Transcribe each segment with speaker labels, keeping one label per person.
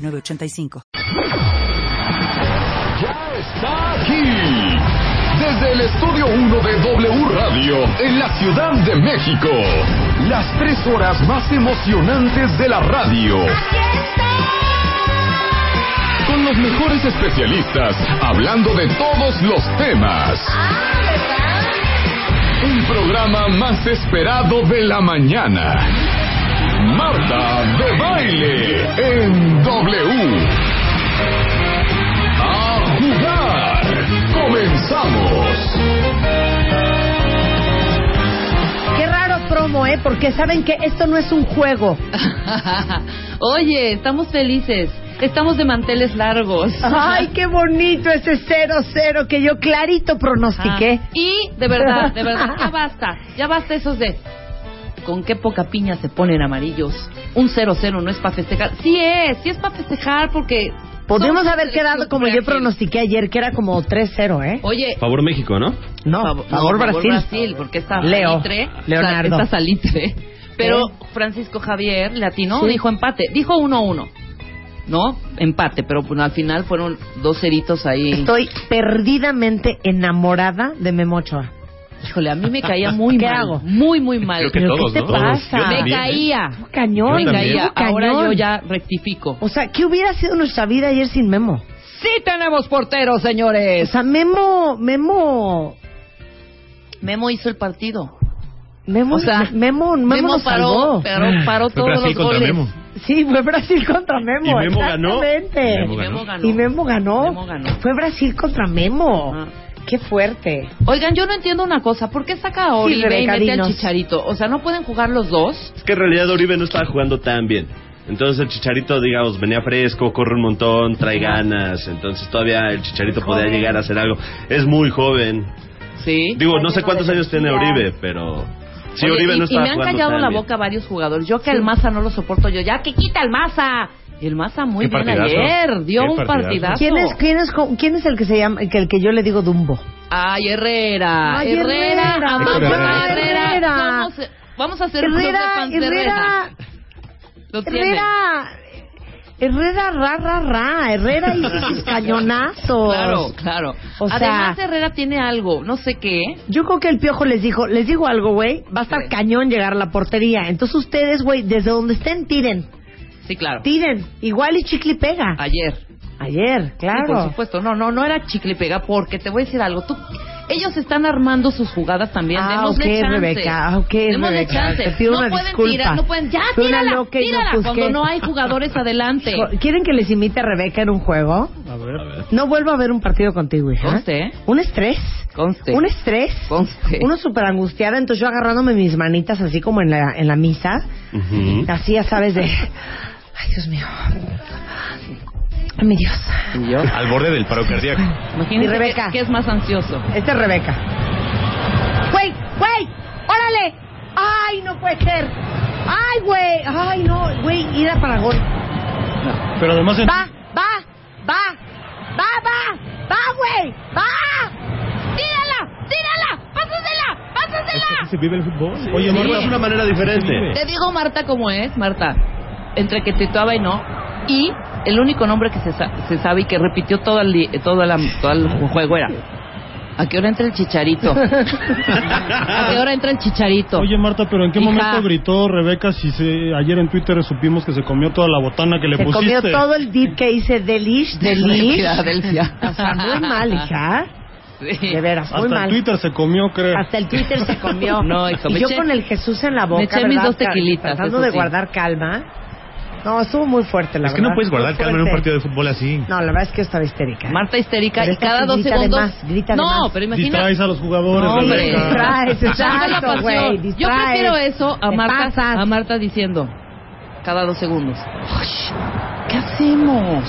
Speaker 1: 985.
Speaker 2: Ya está aquí, desde el estudio 1 de W Radio, en la Ciudad de México. Las tres horas más emocionantes de la radio. Con los mejores especialistas, hablando de todos los temas. El programa más esperado de la mañana. Marta de Baile en W. A jugar. Comenzamos.
Speaker 3: Qué raro promo, ¿eh? Porque saben que esto no es un juego.
Speaker 4: Oye, estamos felices. Estamos de manteles largos.
Speaker 3: Ay, qué bonito ese 0-0 que yo clarito pronostiqué.
Speaker 4: Ah, Y de verdad, de verdad, ya basta. Ya basta esos de. Con qué poca piña se ponen amarillos. Un 0-0 no es para festejar. Sí es, sí es para festejar porque.
Speaker 3: Podríamos
Speaker 4: somos
Speaker 3: haber quedado como yo
Speaker 4: frágil.
Speaker 3: pronostiqué ayer, que era como 3-0, ¿eh?
Speaker 4: Ah. Oye,
Speaker 5: Favor México, ¿no?
Speaker 3: No,
Speaker 4: Fav-
Speaker 3: favor,
Speaker 4: no,
Speaker 3: Brasil.
Speaker 4: porque está
Speaker 3: Leo,
Speaker 4: salitre.
Speaker 3: Leonardo.
Speaker 4: o sea, Está salitre. Pero
Speaker 3: Sí.
Speaker 4: Francisco Javier Latino
Speaker 3: Sí.
Speaker 4: dijo empate. Dijo 1-1. ¿No? Empate. Pero bueno, al final fueron dos ceritos ahí.
Speaker 3: Estoy perdidamente enamorada de Memochoa.
Speaker 4: Híjole, a mí me caía muy
Speaker 3: ¿Qué
Speaker 4: mal.
Speaker 3: hago?
Speaker 4: Muy, muy mal.
Speaker 5: Creo que
Speaker 3: ¿Pero
Speaker 5: todos,
Speaker 3: qué te
Speaker 5: ¿no?
Speaker 3: pasa?
Speaker 5: Yo
Speaker 4: me
Speaker 5: también, ¿eh?
Speaker 4: caía.
Speaker 3: Cañón,
Speaker 4: me
Speaker 5: Yo también.
Speaker 4: caía.
Speaker 3: estuvo
Speaker 4: Ahora
Speaker 3: cañón.
Speaker 4: yo ya rectifico.
Speaker 3: O sea, ¿qué hubiera sido nuestra vida ayer sin Memo?
Speaker 4: Sí tenemos porteros,
Speaker 3: O
Speaker 4: señores.
Speaker 3: sea, Memo, Memo,
Speaker 4: Memo hizo el partido.
Speaker 3: Memo,
Speaker 4: O sea,
Speaker 3: Memo, Memo, nos
Speaker 4: paró,
Speaker 3: salvó.
Speaker 4: paró, paró
Speaker 5: Ah, Fue
Speaker 4: todos
Speaker 5: Brasil
Speaker 4: los
Speaker 5: contra
Speaker 4: goles.
Speaker 5: Memo.
Speaker 3: Sí, fue Brasil contra Memo.
Speaker 5: ¿Y Memo ganó?
Speaker 3: exactamente.
Speaker 5: Memo
Speaker 4: Y Memo
Speaker 5: ganó.
Speaker 4: ganó.
Speaker 3: Y Memo ganó.
Speaker 4: Memo ganó.
Speaker 3: Fue Brasil contra Memo.
Speaker 4: Ajá.
Speaker 3: Qué fuerte.
Speaker 4: Oigan, yo no entiendo una cosa. ¿Por qué saca a Oribe y mete
Speaker 3: Rebeca,
Speaker 4: al
Speaker 3: dinos.
Speaker 4: Chicharito? O sea, ¿no pueden jugar los dos?
Speaker 5: Es que en realidad Oribe no estaba jugando tan bien. Entonces el Chicharito, digamos, venía fresco, corre un montón, trae ganas. Entonces todavía el Chicharito podía llegar a hacer algo. Es muy joven.
Speaker 4: Sí.
Speaker 5: Digo, no sé cuántos años tiene Oribe, pero... Sí,
Speaker 4: Oye,
Speaker 5: Oribe
Speaker 4: y, y
Speaker 5: no estaba
Speaker 4: me han
Speaker 5: jugando
Speaker 4: callado
Speaker 5: tan
Speaker 4: la
Speaker 5: bien.
Speaker 4: boca varios jugadores. Yo que el Maza no lo soporto yo. Ya que quita el Maza. Y el Maza muy
Speaker 5: Qué
Speaker 4: bien
Speaker 5: partidazo.
Speaker 4: ayer. Dio
Speaker 5: Qué
Speaker 4: un
Speaker 5: partidazo.
Speaker 4: partidazo.
Speaker 3: ¿Quién es, quién, es, co- quién es el que se llama, el que, el que yo le digo Dumbo?
Speaker 4: Ay, Herrera.
Speaker 3: Ay,
Speaker 4: Herrera.
Speaker 3: Herrera.
Speaker 4: Amamos
Speaker 5: Héctor
Speaker 4: a
Speaker 5: Herrera.
Speaker 4: Herrera.
Speaker 3: Herrera.
Speaker 4: Vamos, eh, vamos a hacer un club de
Speaker 3: Herrera,
Speaker 4: fans de
Speaker 3: Herrera,
Speaker 4: Lo tiene.
Speaker 3: Herrera, Herrera, ra, ra, ra. Herrera hizo sus cañonazos.
Speaker 4: Claro, claro.
Speaker 3: O sea-
Speaker 4: Además, Herrera tiene algo, no sé qué.
Speaker 3: Yo creo que el piojo les dijo, les digo algo, güey, va a estar
Speaker 4: Sí.
Speaker 3: cañón llegar a la portería. Entonces ustedes, güey, desde donde estén, tiren,
Speaker 4: Sí, claro.
Speaker 3: tiren. Igual y chicle y pega.
Speaker 4: Ayer.
Speaker 3: Ayer, claro.
Speaker 4: Sí, por supuesto. No, no, no era chicle y pega porque te voy a decir algo. Tú, ellos están armando sus jugadas también.
Speaker 3: Ah,
Speaker 4: Démosle
Speaker 3: ok,
Speaker 4: chance.
Speaker 3: Rebeca. Ah, ok,
Speaker 4: Démosle
Speaker 3: Rebeca.
Speaker 4: chance.
Speaker 3: Te pido
Speaker 4: no
Speaker 3: una
Speaker 4: pueden
Speaker 3: disculpa.
Speaker 4: tirar, no pueden. Ya,
Speaker 3: Fui una
Speaker 4: tírala,
Speaker 3: loca y no
Speaker 4: tírala.
Speaker 3: juzgué.
Speaker 4: cuando no hay jugadores adelante.
Speaker 3: Co- ¿Quieren que les imite a Rebeca en un juego?
Speaker 5: A ver.
Speaker 3: No vuelvo a ver un partido contigo, hija.
Speaker 4: Conste, ¿eh?
Speaker 3: Un estrés.
Speaker 4: Conste.
Speaker 3: Un estrés.
Speaker 4: Conste.
Speaker 3: Uno súper angustiada, entonces yo agarrándome mis manitas así como en la, en la misa.
Speaker 5: Ujú.
Speaker 3: Así, ya sabes, de... Ay, Dios mío. Ay, mi Dios.
Speaker 5: Al borde del paro cardíaco.
Speaker 4: Imagínense
Speaker 3: Y Rebeca.
Speaker 4: Que, que es más ansioso.
Speaker 3: Esta es Rebeca. ¡Güey! ¡Güey! ¡Órale! ¡Ay, no puede ser! ¡Ay, güey! ¡Ay, no! Güey, ir a Paragón.
Speaker 6: Pero además en-
Speaker 3: ¡Va! ¡Va! ¡Va! ¡Va, va! ¡Va, güey! ¡Va!
Speaker 4: ¡Tírala! ¡Tírala! ¡Pásasela! ¡Pásasela!
Speaker 6: se vive el fútbol.
Speaker 5: Oye, Marta, es una manera diferente.
Speaker 4: Te digo Marta como es, Marta, entre que tituaba y no, y el único nombre que se, sa- se sabe y que repitió todo el, li- todo, la- todo el juego era, ¿a qué hora entra el chicharito? ¿A qué hora entra el chicharito?
Speaker 6: Oye, Marta, pero ¿en qué
Speaker 4: Hija.
Speaker 6: momento gritó Rebeca si se- ayer en Twitter supimos que se comió toda la botana que le
Speaker 3: Se
Speaker 6: pusiste?
Speaker 3: comió todo el dip que hice delish, delish.
Speaker 4: Filadelfia.
Speaker 3: O sea, muy mal, hija.
Speaker 4: Sí.
Speaker 3: De veras,
Speaker 6: Hasta
Speaker 3: muy
Speaker 6: en
Speaker 3: mal.
Speaker 6: Twitter se comió, creo.
Speaker 3: Hasta el Twitter se comió.
Speaker 4: No, hijo,
Speaker 3: y
Speaker 4: me
Speaker 3: yo
Speaker 4: eché-
Speaker 3: con el Jesús en la boca.
Speaker 4: me eché mis
Speaker 3: ¿verdad?
Speaker 4: dos tequilitas,
Speaker 3: Tratando
Speaker 4: eso
Speaker 3: de
Speaker 4: sí.
Speaker 3: guardar calma. No, estuvo muy fuerte, la
Speaker 7: es
Speaker 3: verdad.
Speaker 7: que no puedes guardar
Speaker 3: Muy
Speaker 7: calma en un
Speaker 3: fuerte.
Speaker 7: partido de fútbol así.
Speaker 3: No, la verdad es que yo estaba histérica.
Speaker 4: Marta histérica
Speaker 3: Pero
Speaker 4: y
Speaker 3: es que
Speaker 4: cada
Speaker 3: sí
Speaker 4: dos
Speaker 3: grita de
Speaker 4: segundos...
Speaker 3: más, grita de
Speaker 4: no,
Speaker 3: más.
Speaker 4: pero imagina...
Speaker 6: Distraes a los jugadores,
Speaker 3: No, hombre,
Speaker 6: Rebeca.
Speaker 3: distraes,
Speaker 4: Saca la
Speaker 3: exacto,
Speaker 4: pasión.
Speaker 3: güey.
Speaker 4: Yo
Speaker 3: distraes.
Speaker 4: prefiero eso a
Speaker 3: Te
Speaker 4: Marta,
Speaker 3: pasas.
Speaker 4: a Marta diciendo, cada dos segundos. Ush, ¿Qué hacemos?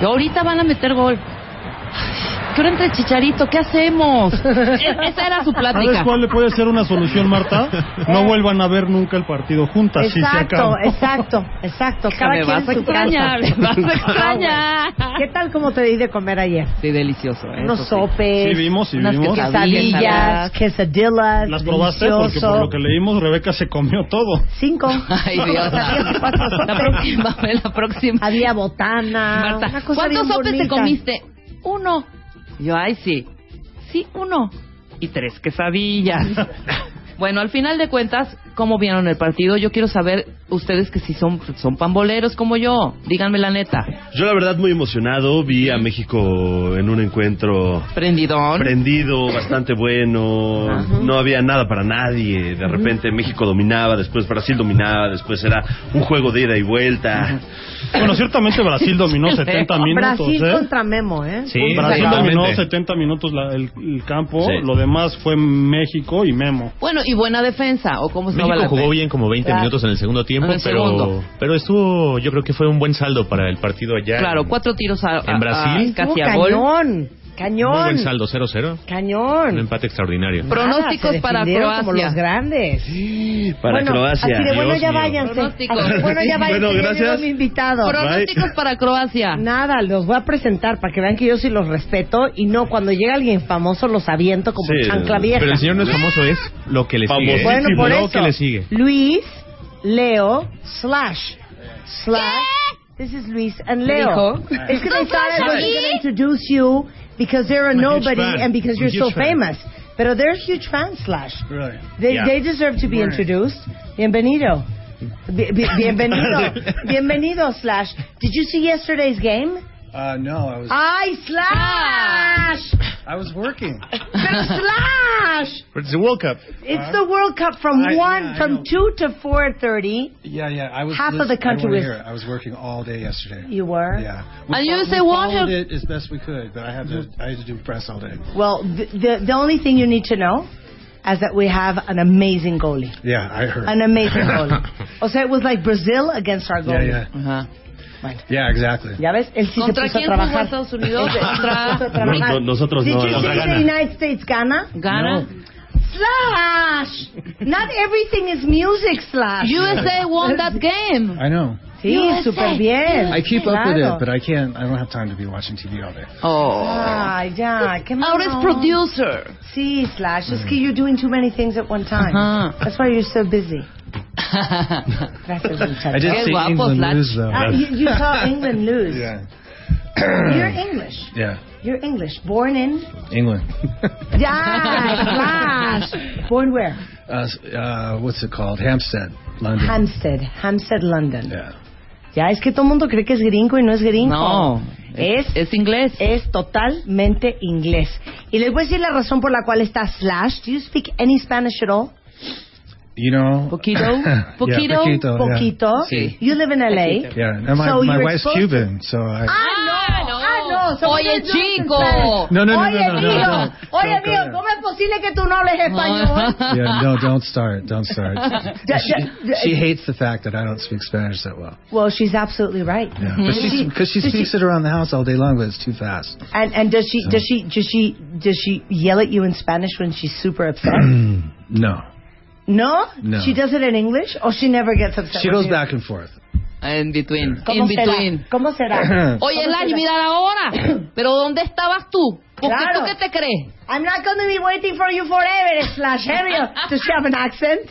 Speaker 4: Y ahorita van a meter gol. Ush, ¿Qué hora entra el chicharito? ¿Qué hacemos? E- Esa era su
Speaker 6: ¿Sabes
Speaker 4: plática.
Speaker 6: cuál le puede ser una solución, Marta? No vuelvan a ver nunca el partido juntas, si se
Speaker 3: Exacto,
Speaker 6: acaba.
Speaker 3: exacto, exacto. Cada
Speaker 4: me
Speaker 3: quien
Speaker 4: vas a
Speaker 3: en su
Speaker 4: extrañar,
Speaker 3: casa.
Speaker 4: me vas a
Speaker 3: Ah, güey. ¿Qué
Speaker 4: extrañar.
Speaker 3: tal como te di de comer ayer?
Speaker 4: Sí, delicioso. ¿eh? eso
Speaker 3: Unos
Speaker 4: sí.
Speaker 6: Sí
Speaker 3: sopes,
Speaker 6: vimos, sí
Speaker 4: Unas que
Speaker 6: vimos.
Speaker 4: saben. Quesadillas.
Speaker 3: quesadillas, quesadillas,
Speaker 6: Las probaste porque por
Speaker 3: delicioso.
Speaker 6: lo que leímos Rebeca se comió todo.
Speaker 3: Cinco.
Speaker 4: Ay, Dios.
Speaker 3: Había cuatro
Speaker 4: La
Speaker 3: sopes.
Speaker 4: próxima, la próxima.
Speaker 3: Había botana.
Speaker 4: Marta,
Speaker 3: una cosa
Speaker 4: ¿cuántos
Speaker 3: bien
Speaker 4: sopes te
Speaker 3: bonita.
Speaker 4: comiste? Uno. Yo, ay, sí. Sí, uno. Y tres quesadillas. bueno, al final de cuentas, ¿cómo vieron el partido? Yo quiero saber, ustedes que si son, son pamboleros como yo, díganme la neta.
Speaker 5: Yo la verdad muy emocionado, vi a México en un encuentro
Speaker 4: Prendidón.
Speaker 5: prendido, bastante bueno, no había nada para nadie, de repente México dominaba, después Brasil dominaba, después era un juego de ida y vuelta.
Speaker 6: Bueno, ciertamente Brasil dominó 70 minutos,
Speaker 3: Brasil
Speaker 6: ¿eh?
Speaker 3: contra Memo, ¿eh?
Speaker 7: Sí,
Speaker 6: Brasil
Speaker 7: totalmente.
Speaker 6: dominó 70 minutos la- el, el campo,
Speaker 5: Sí.
Speaker 6: lo demás fue México y Memo.
Speaker 4: bueno, y buena defensa, o cómo estaba
Speaker 7: México
Speaker 4: la
Speaker 7: jugó
Speaker 4: fe?
Speaker 7: bien como 20
Speaker 3: Claro.
Speaker 7: minutos en el segundo tiempo,
Speaker 4: En el
Speaker 7: pero,
Speaker 4: segundo.
Speaker 7: pero estuvo, yo creo que fue un buen saldo para el partido allá.
Speaker 4: Claro, cuatro tiros a,
Speaker 7: ¿En
Speaker 4: a- a-
Speaker 7: Brasil?
Speaker 4: casi
Speaker 3: Uh,
Speaker 4: a gol.
Speaker 3: cañón,
Speaker 7: Muy
Speaker 3: cañón,
Speaker 7: buen saldo, 0-0. Un
Speaker 3: cañón.
Speaker 7: empate extraordinario.
Speaker 4: Pero- Pronósticos
Speaker 3: se
Speaker 4: para
Speaker 3: defendieron
Speaker 4: Croacia.
Speaker 3: Como los grandes.
Speaker 5: Para
Speaker 3: bueno,
Speaker 5: Croacia.
Speaker 3: Así de bueno
Speaker 7: Dios
Speaker 3: ya
Speaker 7: mío.
Speaker 3: váyanse.
Speaker 4: Pronósticos.
Speaker 3: Así de Bueno ya váyanse.
Speaker 5: Bueno,
Speaker 3: ya llegó
Speaker 5: gracias.
Speaker 3: mi invitado.
Speaker 4: Pronósticos para Croacia.
Speaker 3: Nada, los voy a presentar para que vean que yo sí los respeto y no cuando llega alguien famoso los aviento como
Speaker 5: Sí,
Speaker 3: chancla vieja.
Speaker 7: Pero el señor no es famoso, es lo que le sigue. ¿eh?
Speaker 3: Bueno, por
Speaker 7: lo
Speaker 3: eso.
Speaker 7: que le sigue.
Speaker 3: Luis, Leo, slash, slash. This is Luis and Leo.
Speaker 4: dijo?
Speaker 3: Es que they thought I wasn't going to introduce you because they're a
Speaker 7: I'm a huge
Speaker 3: nobody
Speaker 7: fan.
Speaker 3: and because
Speaker 7: I'm
Speaker 3: you're
Speaker 7: a
Speaker 3: so
Speaker 7: huge fan.
Speaker 3: famous. Pero they're huge fans, slash. They,
Speaker 7: Yeah.
Speaker 3: they deserve to be introduced. Bienvenido. Bi- bi- bienvenido. bienvenido, slash. Did you see yesterday's game?
Speaker 8: Uh, no, I was
Speaker 3: Ay, slash.
Speaker 8: I was working.
Speaker 3: Pero slash.
Speaker 7: But it's the World Cup.
Speaker 3: Ah. It's the World Cup from
Speaker 8: I-
Speaker 3: one,
Speaker 8: yeah, I
Speaker 3: from
Speaker 8: know.
Speaker 3: two to four thirty.
Speaker 8: Yeah, yeah, I was.
Speaker 3: Half of the
Speaker 8: listen, I
Speaker 3: country
Speaker 8: wanna
Speaker 3: was-
Speaker 8: hear it. I was working all day yesterday.
Speaker 3: You were.
Speaker 8: Yeah.
Speaker 4: And you
Speaker 8: fo-
Speaker 4: say what
Speaker 8: followed
Speaker 4: hap-
Speaker 8: it as best we could, but I had to. I had to do press all day.
Speaker 3: Well, the, the the only thing you need to know is that we have an amazing goalie,
Speaker 8: Yeah, I heard.
Speaker 3: an amazing goalie. O sea, it was like Brazil against our
Speaker 8: Yeah,
Speaker 3: goalie.
Speaker 8: yeah,
Speaker 5: Uh-huh.
Speaker 4: Ajá.
Speaker 8: yeah, exactly.
Speaker 3: Ya ves, él sí se
Speaker 4: ¿Contra
Speaker 3: puso a
Speaker 4: quién jugó
Speaker 3: trabajar.
Speaker 4: Estados Unidos?
Speaker 3: Él se puso a
Speaker 4: ¿Contra
Speaker 3: trabajar.
Speaker 5: No, no, nosotros
Speaker 3: Did
Speaker 5: no,
Speaker 3: you
Speaker 5: contra
Speaker 3: see
Speaker 5: Ghana.
Speaker 3: the United States Ghana?
Speaker 4: Ghana?
Speaker 3: Slash. Not everything is music. Slash.
Speaker 4: USA won that game.
Speaker 8: I know.
Speaker 3: Sí, súper bien.
Speaker 8: I keep up with
Speaker 3: Claro.
Speaker 8: it, but I can't. I don't have time to be watching TV all day.
Speaker 4: Oh.
Speaker 3: Ay, ya, qué malo.
Speaker 4: Ahora es producer.
Speaker 3: Sí, Slash, es que you're doing too many things at one time.
Speaker 4: Ajá.
Speaker 3: That's why you're so busy. Gracias,
Speaker 8: I
Speaker 3: muchachos.
Speaker 8: did
Speaker 4: Qué
Speaker 8: see
Speaker 4: guapo,
Speaker 8: England
Speaker 4: Flash.
Speaker 8: lose though.
Speaker 3: Ah, you, you saw England lose.
Speaker 8: Yeah,
Speaker 3: You're English.
Speaker 8: yeah,
Speaker 3: You're English. Born in?
Speaker 8: England.
Speaker 3: Yeah, Slash. Born where?
Speaker 8: uh, s- uh, what's it called? Hampstead, London.
Speaker 3: Hampstead. Hampstead, London.
Speaker 8: yeah.
Speaker 3: Ya, es que todo el mundo cree que es gringo y no es gringo.
Speaker 4: No,
Speaker 3: Es,
Speaker 4: es, es inglés.
Speaker 3: es totalmente inglés. Y les voy a decir la razón por la cual está Slash. Do you speak any Spanish at all?
Speaker 8: You know.
Speaker 4: Poquito?
Speaker 8: yeah,
Speaker 4: Poquito?
Speaker 8: Poquito. yeah.
Speaker 3: Poquito.
Speaker 4: Sí.
Speaker 3: You live in LA.
Speaker 8: Yeah, and my,
Speaker 3: So
Speaker 8: my
Speaker 3: you're
Speaker 8: wife's
Speaker 3: supposed to-
Speaker 8: Cuban, so I.
Speaker 3: Ah, no, ah, no. somos
Speaker 4: Oye,
Speaker 3: dos
Speaker 4: chico.
Speaker 3: españoles.
Speaker 8: No, no, no,
Speaker 3: Ah! Oye,
Speaker 8: no, no,
Speaker 3: amigo,
Speaker 8: no,
Speaker 3: oye,
Speaker 8: no. Don't go
Speaker 3: amigo,
Speaker 8: there.
Speaker 3: ¿cómo es posible que tú no hables español?
Speaker 8: yeah, no, don't start. Don't start.
Speaker 3: Ya-
Speaker 8: she,
Speaker 3: ya-
Speaker 8: she hates the fact that I don't speak Spanish that well.
Speaker 3: well, she's absolutely right.
Speaker 8: Yeah. But she's because she speaks it around the house all day long, but it's too fast.
Speaker 3: And and does she does she does she does she yell at you in Spanish when she's super upset? Mm.
Speaker 8: No,
Speaker 3: no?
Speaker 8: No.
Speaker 3: She does it in English or she never gets upset.
Speaker 8: she
Speaker 3: with
Speaker 8: goes
Speaker 3: you?
Speaker 8: back and forth.
Speaker 4: In between.
Speaker 3: ¿Cómo
Speaker 4: In
Speaker 3: será?
Speaker 4: between.
Speaker 3: ¿Cómo será?
Speaker 4: Oye, Lali, mira la hora. Pero ¿dónde estabas tú? Porque
Speaker 3: Claro.
Speaker 4: tú qué te crees.
Speaker 3: I'm not going to be waiting for you forever, slash Ariel. Does she have an accent?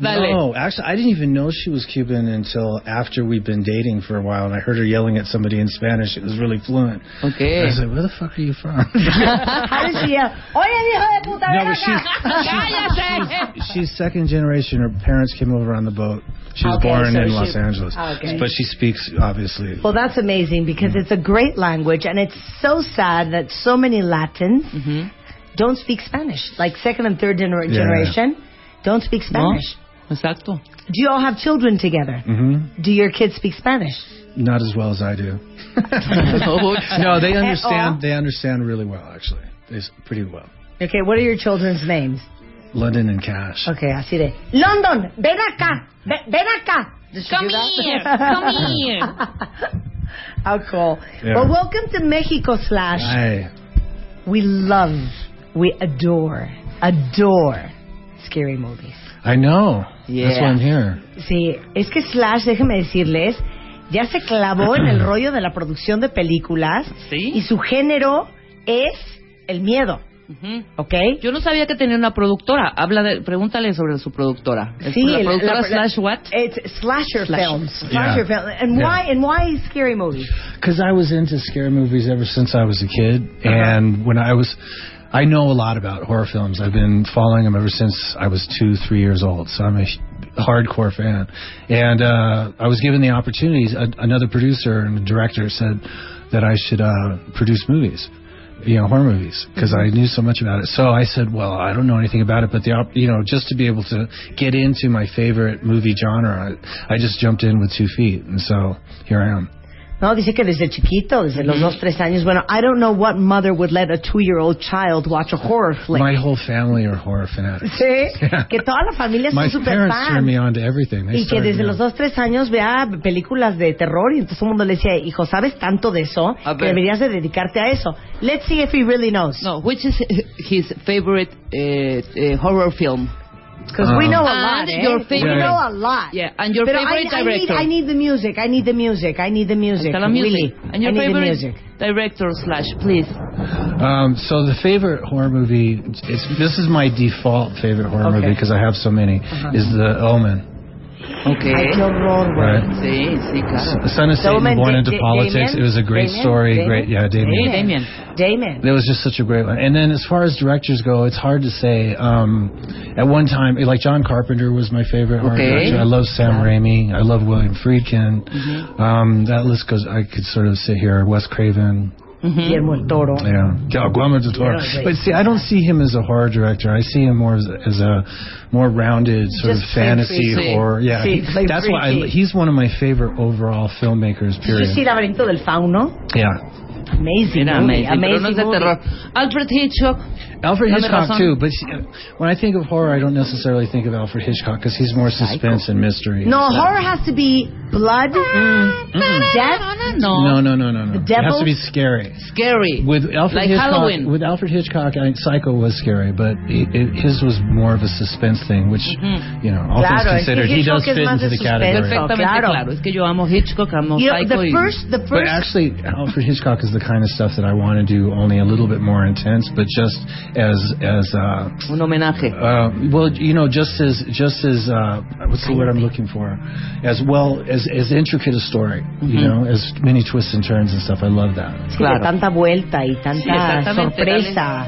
Speaker 4: Dale.
Speaker 8: No, actually, I didn't even know she was Cuban until after we'd been dating for a while, and I heard her yelling at somebody in Spanish. It was really fluent. I was
Speaker 4: Okay.
Speaker 8: like, "Where the fuck are you from?"
Speaker 3: How does she yell? Oye, hijo de puta, ven
Speaker 8: No, but
Speaker 3: acá.
Speaker 4: Cállate.
Speaker 8: She's second generation. Her parents came over on the boat. She was
Speaker 3: Okay,
Speaker 8: born
Speaker 3: so
Speaker 8: in
Speaker 3: she- Ah,
Speaker 8: Los Angeles,
Speaker 3: okay.
Speaker 8: but she speaks obviously.
Speaker 3: Well, that's amazing because it's a great language, and it's so sad that so many Latins
Speaker 4: Mm-hmm.
Speaker 3: don't speak Spanish. Like second and third gener-
Speaker 8: Yeah.
Speaker 3: generation don't speak Spanish.
Speaker 4: Exacto.
Speaker 3: Do you all have children together?
Speaker 8: Mhm.
Speaker 3: Do your kids speak Spanish?
Speaker 8: Not as well as I do. no, they understand. They understand really well, actually. They s- pretty well.
Speaker 3: Okay, what are your children's names?
Speaker 8: London and Cash.
Speaker 3: Okay, así de. London, ven acá, ve- ven acá. Does she
Speaker 4: Come
Speaker 3: do that?
Speaker 4: here, come here.
Speaker 3: I'll call.
Speaker 8: Yeah.
Speaker 3: Well, welcome to Mexico slash.
Speaker 8: Ay.
Speaker 3: We love, we adore, adore scary movies.
Speaker 8: I know. That's why I'm here.
Speaker 3: Sí, es que Slash, déjenme decirles, ya se clavó en el rollo de la producción de películas
Speaker 4: Sí.
Speaker 3: y su género es el miedo,
Speaker 4: Ujú.
Speaker 3: ¿ok?
Speaker 4: Yo no sabía que tenía una productora. Habla de, pregúntale sobre su productora. Es
Speaker 3: Sí,
Speaker 4: la
Speaker 3: el-
Speaker 4: productora
Speaker 3: la-
Speaker 4: slash what?
Speaker 3: It's slasher,
Speaker 4: Slasher.
Speaker 3: films. Slasher
Speaker 8: Yeah.
Speaker 3: films. And why and why scary movies?
Speaker 8: Because I was into scary movies ever since I was a kid, and when I was, I know a lot about horror films. I've been following them ever since I was two, three years old. So I'm a h- hardcore fan. And uh, I was given the opportunities. A, another producer and director said that I should uh, produce movies. You know horror movies because I knew so much about it. So I said, "Well, I don't know anything about it, but the op- you know just to be able to get into my favorite movie genre, I, I just jumped in with two feet, and so here I am."
Speaker 3: No, dice que desde chiquito, desde los dos, tres años. Bueno, I don't know what mother would let a two-year-old child watch a horror flick.
Speaker 8: My whole family are horror fanatics.
Speaker 3: Sí, que toda la familia
Speaker 8: My
Speaker 3: es super
Speaker 8: parents turned me
Speaker 3: fan.
Speaker 8: on to everything.
Speaker 3: Y
Speaker 8: They
Speaker 3: que
Speaker 8: started
Speaker 3: desde
Speaker 8: me
Speaker 3: los
Speaker 8: on.
Speaker 3: dos, tres años vea películas de terror y entonces todo el mundo le decía, hijo, ¿sabes tanto de eso?
Speaker 4: A
Speaker 3: Que
Speaker 4: ver.
Speaker 3: deberías de dedicarte a eso. Let's see if he really knows.
Speaker 4: No, which is his favorite eh, eh, horror film?
Speaker 3: Because
Speaker 8: Ah.
Speaker 3: we know a lot,
Speaker 4: And
Speaker 3: eh?
Speaker 4: your
Speaker 3: We
Speaker 4: favorite-
Speaker 3: know a lot.
Speaker 4: Yeah, and your
Speaker 3: Pero
Speaker 4: favorite
Speaker 3: I, I need-
Speaker 4: director.
Speaker 3: I need the music, I need the music, I need the music.
Speaker 4: Tell him music.
Speaker 3: Really,
Speaker 4: And your
Speaker 3: I need the
Speaker 4: favorite
Speaker 3: music.
Speaker 4: director slash, please.
Speaker 8: Um, so the favorite horror movie, it's, this is my default favorite horror
Speaker 3: Okay. Uh-huh.
Speaker 8: movie because I have so many, is The Omen.
Speaker 3: Ay,
Speaker 4: Okay.
Speaker 3: qué horror, güey.
Speaker 8: Right.
Speaker 4: Sí, sí, claro.
Speaker 8: The Son of
Speaker 3: The
Speaker 8: Satan
Speaker 3: Omen,
Speaker 8: born
Speaker 3: Da-
Speaker 8: into
Speaker 3: Da-
Speaker 8: politics.
Speaker 3: Damien?
Speaker 8: It was a great
Speaker 3: Damien?
Speaker 8: story.
Speaker 3: Damien?
Speaker 8: Great, yeah,
Speaker 4: Sí,
Speaker 8: Damien.
Speaker 4: Damien.
Speaker 3: Damon.
Speaker 8: That was just such a great one. And then as far as directors go, it's hard to say. Um, at one time, like John Carpenter was my favorite horror
Speaker 4: Okay.
Speaker 8: director. I love Sam Raimi. I love William Friedkin.
Speaker 3: Mm-hmm.
Speaker 8: Um, that list goes. I could sort of sit here. Wes Craven.
Speaker 3: Guillermo el Toro.
Speaker 8: Yeah, yeah Guillermo del Toro.
Speaker 3: Yeah, right.
Speaker 8: But see, I don't see him as a horror director. I see him more as, as a more rounded sort
Speaker 3: Just
Speaker 8: of
Speaker 3: plain
Speaker 8: fantasy
Speaker 4: freaky.
Speaker 8: horror. Yeah,
Speaker 3: Sí,
Speaker 8: he-
Speaker 3: plain
Speaker 8: that's why I,
Speaker 3: freaky.
Speaker 8: he's one of my favorite overall filmmakers.
Speaker 3: Did you see
Speaker 8: Period.
Speaker 3: Laberinto del Fauno?
Speaker 8: Yeah.
Speaker 3: Amazing
Speaker 4: Era
Speaker 3: movie,
Speaker 4: amazing, pero no es de
Speaker 3: movie.
Speaker 4: terror. Alfred Hitchcock.
Speaker 8: Alfred
Speaker 4: Dame
Speaker 8: Hitchcock
Speaker 4: razón.
Speaker 8: too, but see, when I think of horror, I don't necessarily think of Alfred Hitchcock because he's more suspense and mystery.
Speaker 3: No,
Speaker 8: So-
Speaker 3: horror has to be blood, death,
Speaker 8: Mm-hmm. No, no, no, no, no. It has
Speaker 3: devil?
Speaker 8: to be scary.
Speaker 4: Scary.
Speaker 8: With Alfred
Speaker 4: like
Speaker 8: Hitchcock,
Speaker 4: Halloween.
Speaker 8: with Alfred Hitchcock, I, Psycho was scary, but it, it, his was more of a suspense thing, which you know, all
Speaker 3: Mm-hmm. Claro, es
Speaker 8: things
Speaker 3: que Hitchcock es
Speaker 8: considered, he does fit
Speaker 3: más
Speaker 8: into
Speaker 3: de
Speaker 8: the category.
Speaker 3: suspense.
Speaker 4: Perfectamente
Speaker 3: Claro.
Speaker 4: claro. Es que yo amo Hitchcock, amo
Speaker 3: You know,
Speaker 4: Psycho.
Speaker 3: the
Speaker 4: y-
Speaker 3: first, the
Speaker 8: But
Speaker 3: first.
Speaker 8: actually, Alfred Hitchcock is the kind of stuff that I want to do, only a little bit more intense, but just as as uh,
Speaker 4: Un homenaje.
Speaker 8: uh, well, you know, just as just as uh, what's the word I'm looking for, as well as as intricate a story, you know, as many twists and turns and stuff. I love that.
Speaker 3: Sí,
Speaker 4: Mm-hmm. claro.
Speaker 3: de tanta vuelta y tanta
Speaker 4: exactamente,
Speaker 3: sorpresa.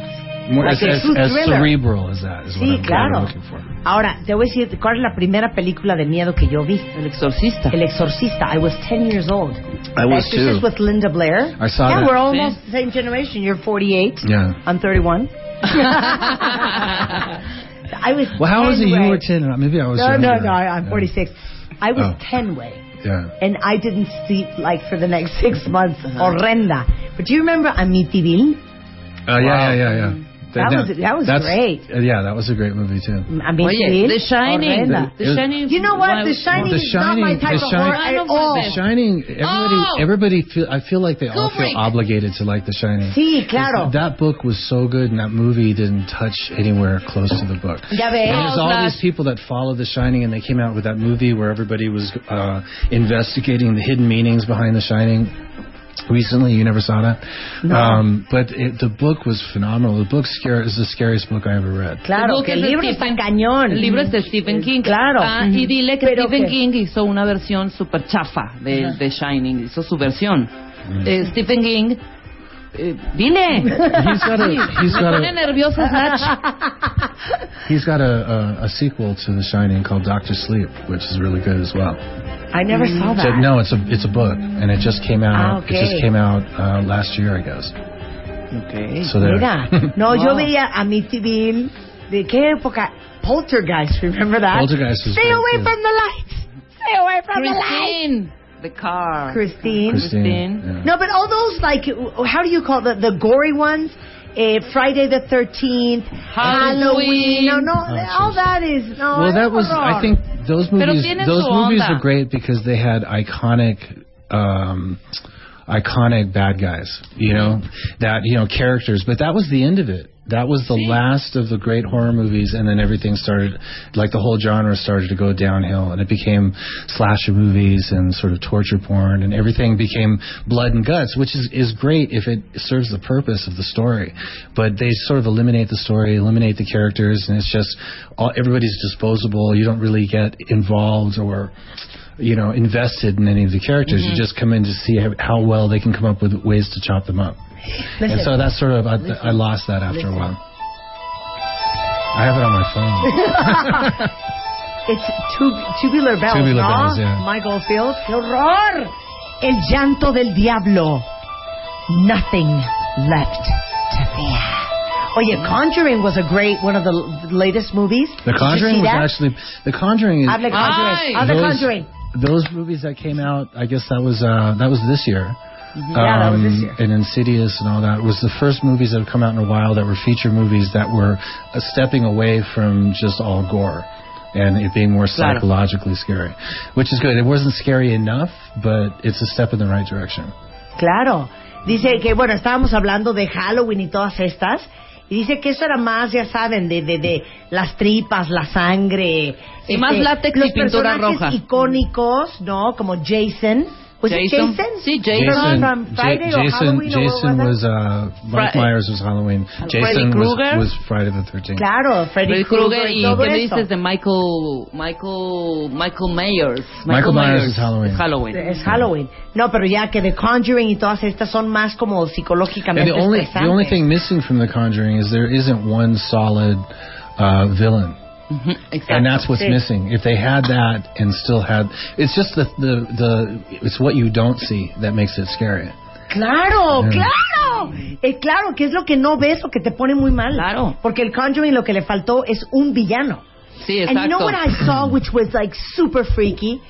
Speaker 8: More
Speaker 3: Like
Speaker 8: as,
Speaker 3: a
Speaker 8: as,
Speaker 3: true
Speaker 8: as
Speaker 3: thriller.
Speaker 8: cerebral as that is what
Speaker 3: Sí,
Speaker 8: I'm,
Speaker 3: claro.
Speaker 8: what I'm looking for.
Speaker 3: Ahora, te voy a decir cuál es la primera película de miedo que yo vi.
Speaker 4: El exorcista.
Speaker 3: El Exorcista. I was 10 years old.
Speaker 5: I was
Speaker 3: the Exorcist
Speaker 5: too.
Speaker 3: with Linda Blair.
Speaker 8: I saw
Speaker 3: yeah,
Speaker 8: that.
Speaker 3: we're almost the same generation. You're 48.
Speaker 8: Yeah.
Speaker 3: I'm 31. I was.
Speaker 8: Well, how
Speaker 3: 10
Speaker 8: was it?
Speaker 3: way.
Speaker 8: You were ten. and Maybe I was.
Speaker 3: No, no,
Speaker 8: younger.
Speaker 3: no. I- I'm
Speaker 8: Yeah.
Speaker 3: 46. I was
Speaker 8: Oh.
Speaker 3: 10 way.
Speaker 8: Yeah.
Speaker 3: And I didn't sleep like for the next six months.
Speaker 8: Uh-huh.
Speaker 3: Horrenda. But do you remember Amityville?
Speaker 8: Uh, yeah, yeah, yeah, yeah.
Speaker 3: That was- that was
Speaker 8: that's-
Speaker 3: great.
Speaker 8: uh, yeah, that was a great movie too.
Speaker 3: Amityville.
Speaker 4: Oye, The Shining.
Speaker 3: Horrenda.
Speaker 4: The
Speaker 8: It was-
Speaker 4: Shining.
Speaker 3: You know what? The Shining
Speaker 8: The
Speaker 3: is not my
Speaker 8: Shining-
Speaker 3: type
Speaker 8: The
Speaker 3: of horror
Speaker 8: Shining-
Speaker 3: at all.
Speaker 8: The Shining. Everybody,
Speaker 4: Oh!
Speaker 8: everybody feel. I feel like they all feel
Speaker 4: Kubrick.
Speaker 8: obligated to like The Shining.
Speaker 3: Sí, claro.
Speaker 8: That book was so good, and that movie didn't touch anywhere close to the book.
Speaker 3: Ya
Speaker 8: And
Speaker 3: ves.
Speaker 8: there's all
Speaker 4: Slash.
Speaker 8: these people that follow The Shining, and they came out with that movie where everybody was uh, investigating the hidden meanings behind The Shining. Recently, you never saw that, um, but it, the book was phenomenal. The book scare is the scariest book I ever read.
Speaker 3: Claro, que el libro está cañón. Eh,
Speaker 4: El libro es de Stephen King.
Speaker 3: Claro.
Speaker 4: Ah, y dile que
Speaker 3: Pero
Speaker 4: Stephen
Speaker 3: que-
Speaker 4: King hizo una versión super chafa de, de Shining. Hizo su versión. Eh, Stephen King. eh, dile.
Speaker 8: He's got a, he's
Speaker 4: Me
Speaker 8: got
Speaker 4: pone
Speaker 8: a,
Speaker 4: nerviosa, Slash.
Speaker 8: he's got a, a, a sequel to The Shining called Doctor Sleep, which is really good as well.
Speaker 3: I never saw
Speaker 8: Mm. So,
Speaker 3: that.
Speaker 8: no, it's a it's a book, and it just came
Speaker 3: Ah,
Speaker 8: out.
Speaker 3: okay.
Speaker 8: It just came out uh, last year, I guess.
Speaker 4: Ok.
Speaker 8: So there.
Speaker 3: Mira, no, yo
Speaker 4: Wow.
Speaker 3: veía Amityville. ¿De qué época? Poltergeist, remember that?
Speaker 8: Poltergeist was
Speaker 3: Stay
Speaker 8: great,
Speaker 3: away
Speaker 8: too.
Speaker 3: from the lights. Stay away from the lights.
Speaker 4: Christine. The car.
Speaker 3: Christine.
Speaker 8: Christine.
Speaker 4: Christine.
Speaker 8: yeah.
Speaker 3: No, but all those like, w- how do you call the the gory ones? Eh, Friday the Thirteenth,
Speaker 4: Halloween.
Speaker 3: No, no,
Speaker 8: Oh,
Speaker 3: all that is no.
Speaker 8: Well,
Speaker 3: es
Speaker 8: that was.
Speaker 3: horror.
Speaker 8: I think those
Speaker 4: Pero
Speaker 8: movies
Speaker 4: tienen
Speaker 8: those
Speaker 4: su
Speaker 8: movies
Speaker 4: onda.
Speaker 8: were great because they had iconic um iconic bad guys you know that you know characters but that was the end of it that was the last of the great horror movies and then everything started like the whole genre started to go downhill and it became slasher movies and sort of torture porn and everything became blood and guts which is is great if it serves the purpose of the story but they sort of eliminate the story eliminate the characters and it's just all, everybody's disposable you don't really get involved or you know invested in any of the characters
Speaker 3: Mm-hmm.
Speaker 8: you just come in to see how, how well they can come up with ways to chop them up and so that's sort of I, I lost that after a while i have it on my phone
Speaker 3: It's tub- tubular bells,
Speaker 8: Tubular
Speaker 3: ¿no?
Speaker 8: Bells, yeah.
Speaker 3: Michael Field. ¡Qué horror! El llanto del diablo. Nothing left to fear. Oye, Conjuring was a great one of the l- latest movies. Did
Speaker 8: the
Speaker 3: you
Speaker 8: conjuring
Speaker 3: see
Speaker 8: was
Speaker 3: that?
Speaker 8: actually the conjuring is
Speaker 3: Habla
Speaker 4: Ay.
Speaker 3: Conjuring. Habla
Speaker 8: those,
Speaker 3: Conjuring.
Speaker 8: those movies that came out i guess that was uh that was this year
Speaker 3: Mm-hmm. Yeah, that was this
Speaker 8: Um,
Speaker 3: year.
Speaker 8: And Insidious and all that was the first movies that have come out in a while that were feature movies that were uh, stepping away from just all gore and it being more
Speaker 4: Claro.
Speaker 8: psychologically scary, which is good. It wasn't scary enough, but it's a step in the right direction.
Speaker 3: Claro. Dice que, bueno, estábamos hablando de Halloween y todas estas. Y dice que eso era más, ya saben, de, de, de las tripas, la sangre. este,
Speaker 4: Y más látex y
Speaker 3: los
Speaker 4: pintura
Speaker 3: personajes
Speaker 4: roja.
Speaker 3: icónicos, ¿no? Como Jason. ¿Was it
Speaker 4: Jason?
Speaker 3: Jason?
Speaker 4: Sí, Jason.
Speaker 3: From- from
Speaker 8: Ja-
Speaker 3: Friday or
Speaker 8: Jason,
Speaker 3: Halloween or what
Speaker 8: Jason
Speaker 3: was
Speaker 8: was uh, Mike
Speaker 4: Fri-
Speaker 8: Myers was Halloween. Jason was,
Speaker 4: Krueger?
Speaker 8: was Friday the Thirteenth.
Speaker 3: Claro,
Speaker 4: Freddy
Speaker 3: Freddy
Speaker 4: Krueger y
Speaker 3: todo
Speaker 4: qué me
Speaker 3: eso.
Speaker 4: dices de Michael Michael Michael Myers
Speaker 8: Michael Myers es Halloween.
Speaker 4: Halloween
Speaker 3: Es Halloween. No, pero ya que The Conjuring y todas estas son más como
Speaker 8: And
Speaker 3: psicológicamente
Speaker 8: the only the
Speaker 3: estresantes.
Speaker 8: only thing missing from The Conjuring is there isn't one solid uh, villain.
Speaker 4: Ujú, exacto.
Speaker 8: and that's what's
Speaker 3: Sí.
Speaker 8: missing. If they had that and still had, it's just the the the it's what you don't see that makes it scary.
Speaker 3: Claro,
Speaker 8: Mm.
Speaker 3: claro. Eh, claro, que es lo que no ves o que te pone muy mal.
Speaker 4: Claro.
Speaker 3: Porque el Conjuring lo que le faltó es un villano.
Speaker 4: sí
Speaker 3: And you know
Speaker 4: exacto
Speaker 3: what I saw which was like super freaky?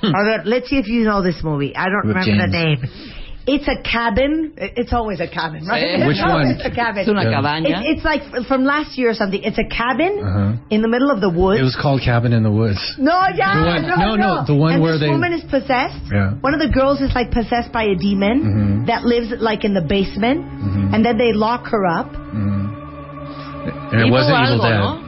Speaker 4: Hmm.
Speaker 3: All right, let's see if you know this movie. I don't
Speaker 8: With
Speaker 3: remember
Speaker 8: James.
Speaker 3: the name. It's a cabin. It- It's always a cabin, right?
Speaker 4: Sí.
Speaker 3: It's
Speaker 8: Which
Speaker 3: always
Speaker 8: one?
Speaker 3: a cabin.
Speaker 4: es una
Speaker 8: Yeah.
Speaker 4: cabaña
Speaker 3: It's, it's like f- from last year or something. It's a cabin
Speaker 8: Uh-huh.
Speaker 3: in the middle of the woods.
Speaker 8: It was called Cabin in the Woods.
Speaker 3: No, yeah,
Speaker 8: The one-
Speaker 3: no,
Speaker 8: no, no, the one
Speaker 3: and
Speaker 8: where
Speaker 3: this
Speaker 8: they-
Speaker 3: woman is possessed.
Speaker 8: Yeah.
Speaker 3: One of the girls is like possessed by a demon
Speaker 8: Mhm.
Speaker 3: that lives like in the basement,
Speaker 8: Mm-hmm.
Speaker 3: and then they lock her up.
Speaker 8: Um, mm. And it wasn't Evil
Speaker 4: algo,
Speaker 8: Dead.
Speaker 4: ¿no?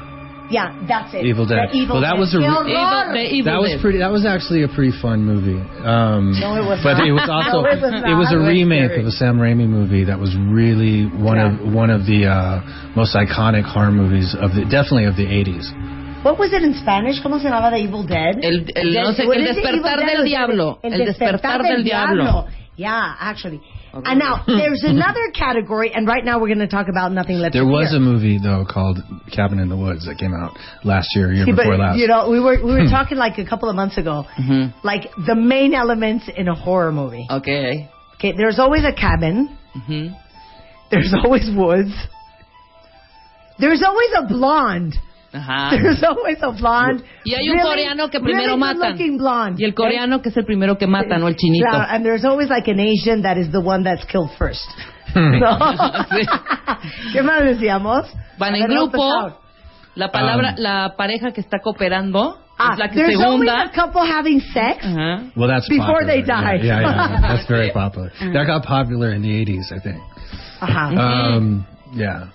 Speaker 3: Yeah, that's it.
Speaker 8: Evil Dead.
Speaker 3: The evil
Speaker 8: Well,
Speaker 3: Dead.
Speaker 8: that was a
Speaker 3: Qué
Speaker 8: re-
Speaker 3: horror.
Speaker 4: Evil- the Evil
Speaker 8: That was
Speaker 4: Dead.
Speaker 8: pretty. That was actually a pretty fun movie. Um,
Speaker 3: No, it was
Speaker 8: but
Speaker 3: not.
Speaker 8: it was also
Speaker 3: No, it was not.
Speaker 8: a
Speaker 3: It was
Speaker 8: remake
Speaker 3: scary.
Speaker 8: of a Sam Raimi movie that was really one of one of the uh, most iconic horror movies of the definitely of the 80s.
Speaker 3: What was it in Spanish? ¿Cómo se llamaba The Evil Dead?
Speaker 4: El- el- no sé,
Speaker 3: what
Speaker 4: el
Speaker 3: is it?
Speaker 4: despertar
Speaker 3: Evil Dead
Speaker 4: del
Speaker 3: or-
Speaker 4: diablo.
Speaker 3: El,
Speaker 4: El
Speaker 3: despertar del diablo. Yeah, actually. And now there's another category, and right now we're going to talk about nothing left.
Speaker 8: There
Speaker 3: to
Speaker 8: was
Speaker 3: fear.
Speaker 8: a movie though called Cabin in the Woods that came out last year, year
Speaker 3: See, but,
Speaker 8: before last. Mm-hmm.
Speaker 3: You know, we were we were talking like a couple of months ago, like the main elements in a horror movie.
Speaker 4: okay
Speaker 3: Okay, there's always a cabin.
Speaker 4: Ujú.
Speaker 3: Mm-hmm. There's always woods. There's always a blonde.
Speaker 4: ajá
Speaker 3: There's always a blonde.
Speaker 4: Ah. Y hay un coreano que primero
Speaker 3: really
Speaker 4: matan.
Speaker 3: good-looking blonde.
Speaker 4: Y el coreano que es el primero que mata, no el chinito.
Speaker 3: Claro, and there's always like an Asian that is the one that's killed first. No.
Speaker 4: Sí.
Speaker 3: ¿Qué más decíamos?
Speaker 4: Van
Speaker 3: A
Speaker 4: en
Speaker 3: ver, help us
Speaker 4: grupo.
Speaker 3: out.
Speaker 4: La palabra,
Speaker 8: Um,
Speaker 4: la pareja que está cooperando
Speaker 3: Ah,
Speaker 4: es la que
Speaker 3: there's
Speaker 4: segunda.
Speaker 3: always a couple having sex.
Speaker 4: Ajá.
Speaker 8: Well, that's
Speaker 3: Before
Speaker 8: popular.
Speaker 3: they die.
Speaker 8: Yeah, yeah, yeah. that's very popular. That got popular in the '80s, I think.
Speaker 3: Ajá.
Speaker 8: Um, yeah.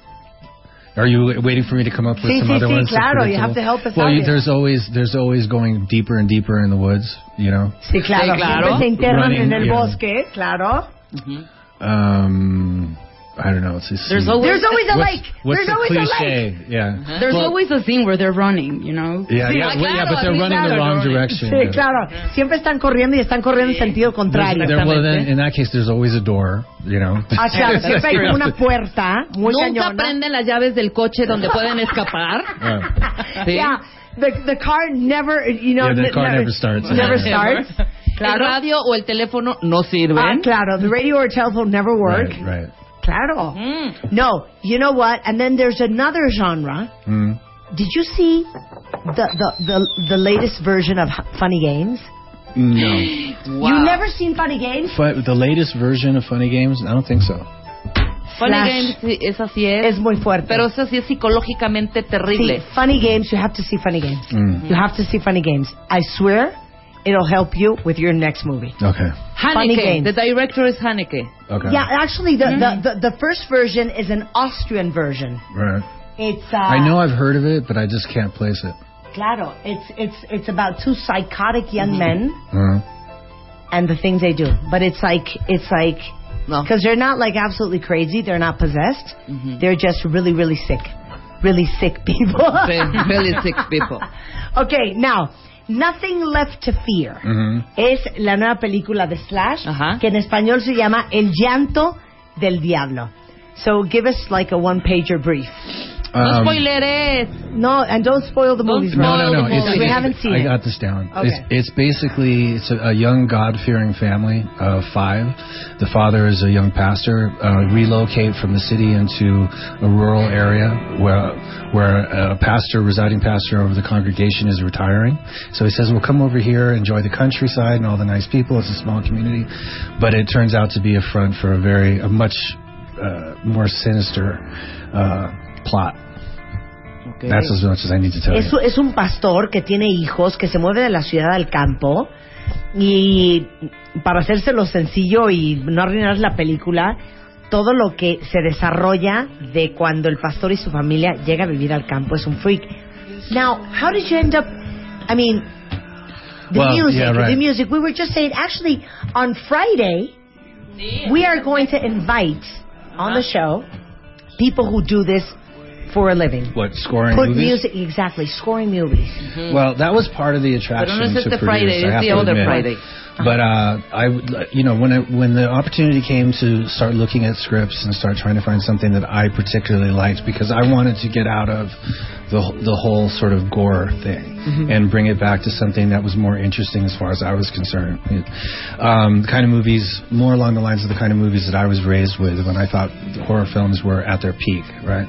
Speaker 8: Are you wa- waiting for me to come up with
Speaker 3: Sí,
Speaker 8: some
Speaker 3: sí,
Speaker 8: other
Speaker 3: sí,
Speaker 8: ones? that's
Speaker 3: claro, you
Speaker 8: predictable?
Speaker 3: have to help us
Speaker 8: well,
Speaker 3: out
Speaker 8: you-
Speaker 3: here.
Speaker 8: there's always there's always going deeper and deeper in the woods, you know.
Speaker 3: Sí, claro.
Speaker 4: Sí, claro.
Speaker 3: Siempre se internan
Speaker 8: Running,
Speaker 3: en el
Speaker 8: yeah.
Speaker 3: bosque, claro.
Speaker 8: Mm-hmm. Um, I don't know. It's, it's
Speaker 4: There's always-
Speaker 3: There's always a
Speaker 8: what's,
Speaker 3: lake.
Speaker 8: What's
Speaker 3: There's
Speaker 8: the
Speaker 3: always a lake.
Speaker 8: cliche? Uh-huh. Yeah.
Speaker 9: There's
Speaker 8: Well,
Speaker 9: always a scene where they're running, you know.
Speaker 8: Yeah,
Speaker 4: Sí, Ah,
Speaker 8: yeah, well, yeah,
Speaker 4: claro,
Speaker 8: but they're
Speaker 4: sí,
Speaker 8: running the
Speaker 4: claro.
Speaker 8: wrong direction.
Speaker 3: Sí,
Speaker 8: yeah.
Speaker 3: claro. Siempre están corriendo y están corriendo en sentido
Speaker 8: There's-
Speaker 3: contrario.
Speaker 8: there- well, then in that case, there's always a door, you know.
Speaker 3: Ah, claro, siempre hay como una puerta muy
Speaker 4: Nunca
Speaker 3: cañona.
Speaker 4: prenden las llaves del coche donde pueden escapar.
Speaker 8: Yeah.
Speaker 4: Sí.
Speaker 3: Yeah, the the car never, you know,
Speaker 8: Yeah, the car never starts.
Speaker 3: Never
Speaker 8: Yeah.
Speaker 3: starts.
Speaker 4: El radio o el teléfono no
Speaker 3: Ah,
Speaker 4: sirven.
Speaker 3: claro, the radio or telephone never work.
Speaker 8: Right, right.
Speaker 3: Claro.
Speaker 4: Mm.
Speaker 3: No, you know what? And then there's another genre.
Speaker 8: Mm.
Speaker 3: Did you see the the the, the latest version of H- Funny Games?
Speaker 8: No.
Speaker 4: Wow.
Speaker 3: You never seen Funny Games?
Speaker 8: But the latest version of Funny Games? I don't think so.
Speaker 4: Funny
Speaker 3: Flash.
Speaker 4: Games, sí, esa sí es.
Speaker 3: Es muy fuerte.
Speaker 4: Pero eso sí es psicológicamente terrible.
Speaker 3: Sí, funny games. You have to see funny games.
Speaker 8: Mm.
Speaker 3: You have to see funny games. I swear, it'll help you with your next movie.
Speaker 8: Okay.
Speaker 3: Funny
Speaker 4: Haneke.
Speaker 3: Games.
Speaker 4: The director is Haneke.
Speaker 8: Okay.
Speaker 3: Yeah, actually, the,
Speaker 4: Mm-hmm.
Speaker 3: the, the the first version is an Austrian version.
Speaker 8: Right.
Speaker 3: It's uh,
Speaker 8: I know I've heard of it, but I just can't place it.
Speaker 3: Claro, it's it's it's about two psychotic young men
Speaker 8: Uh,
Speaker 3: and the things they do. But it's like it's like
Speaker 4: No.
Speaker 3: because they're not like absolutely crazy. They're not possessed.
Speaker 4: Mm-hmm.
Speaker 3: They're just really really sick, really sick people.
Speaker 4: Very- Very sick people.
Speaker 3: okay, now nothing left to fear
Speaker 8: mhm.
Speaker 4: Mm.
Speaker 3: es la nueva película de Slash
Speaker 4: Ajá.
Speaker 3: que en español se llama El llanto del diablo. So give us like a one pager brief.
Speaker 4: No
Speaker 8: Um,
Speaker 4: spoileres.
Speaker 3: No, and don't spoil the
Speaker 4: Don't
Speaker 3: movies.
Speaker 8: No,
Speaker 3: Ron.
Speaker 8: no, no.
Speaker 4: Spoil the
Speaker 8: It's,
Speaker 4: movie.
Speaker 3: we
Speaker 8: it's-
Speaker 3: haven't seen
Speaker 8: I
Speaker 3: it.
Speaker 8: got this down.
Speaker 3: Okay.
Speaker 8: It's, it's basically it's a, a young God-fearing family of five. The father is a young pastor. Uh, relocate from the city into a rural area where where a pastor, residing pastor over the congregation, is retiring. So he says, "Well, come over here, enjoy the countryside and all the nice people. It's a small community," but it turns out to be a front for a very a much uh, more sinister uh, plot. That's as much as I need to tell you.
Speaker 3: Es, es un pastor que tiene hijos, que se mueve de la ciudad al campo. Y para hacérselo sencillo y no arruinar la película, todo lo que se desarrolla de cuando el pastor y su familia llega a vivir al campo es un freak. Now, how did you end up? I mean, the
Speaker 8: Well,
Speaker 3: music,
Speaker 8: yeah, right.
Speaker 3: the music. We were just saying, actually, on Friday, we are going to invite on the show people who do this for a living.
Speaker 8: What scoring
Speaker 3: Put
Speaker 8: movies?
Speaker 3: music, exactly, scoring movies.
Speaker 8: Well, that was part of the attraction
Speaker 4: But no, it's
Speaker 8: to
Speaker 4: the
Speaker 8: produce.
Speaker 4: Friday,
Speaker 8: I
Speaker 4: it's
Speaker 8: have
Speaker 4: the
Speaker 8: to
Speaker 4: other
Speaker 8: admit.
Speaker 4: Friday.
Speaker 8: But uh, I, would li- you know, when I, when the opportunity came to start looking at scripts and start trying to find something that I particularly liked, because I wanted to get out of the wh- the whole sort of gore thing
Speaker 4: Mm-hmm.
Speaker 8: and bring it back to something that was more interesting as far as I was concerned. It- Um, the kind of movies more along the lines of the kind of movies that I was raised with when I thought horror films were at their peak, right?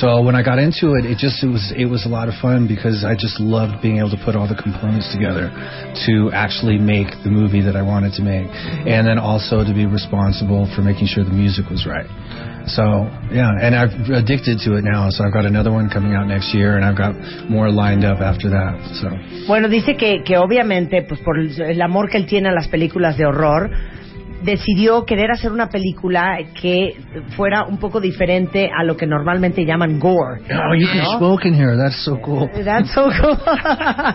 Speaker 8: So when I got into it, it just it was it was a lot of fun because I just loved being able to put all the components together to actually make the movie that I wanted to make, and then also to be responsible for making sure the music was right. So yeah, and I've addicted to it now. So I've got another one coming out next year, and I've got more lined up after that. So
Speaker 3: Bueno, dice que, que obviamente, pues por el el amor que él tiene a las películas de horror, decidió querer hacer una película que fuera un poco diferente a lo que normalmente llaman gore.
Speaker 8: oh, you can smoke in here. That's so cool.
Speaker 3: That's so cool. y
Speaker 8: I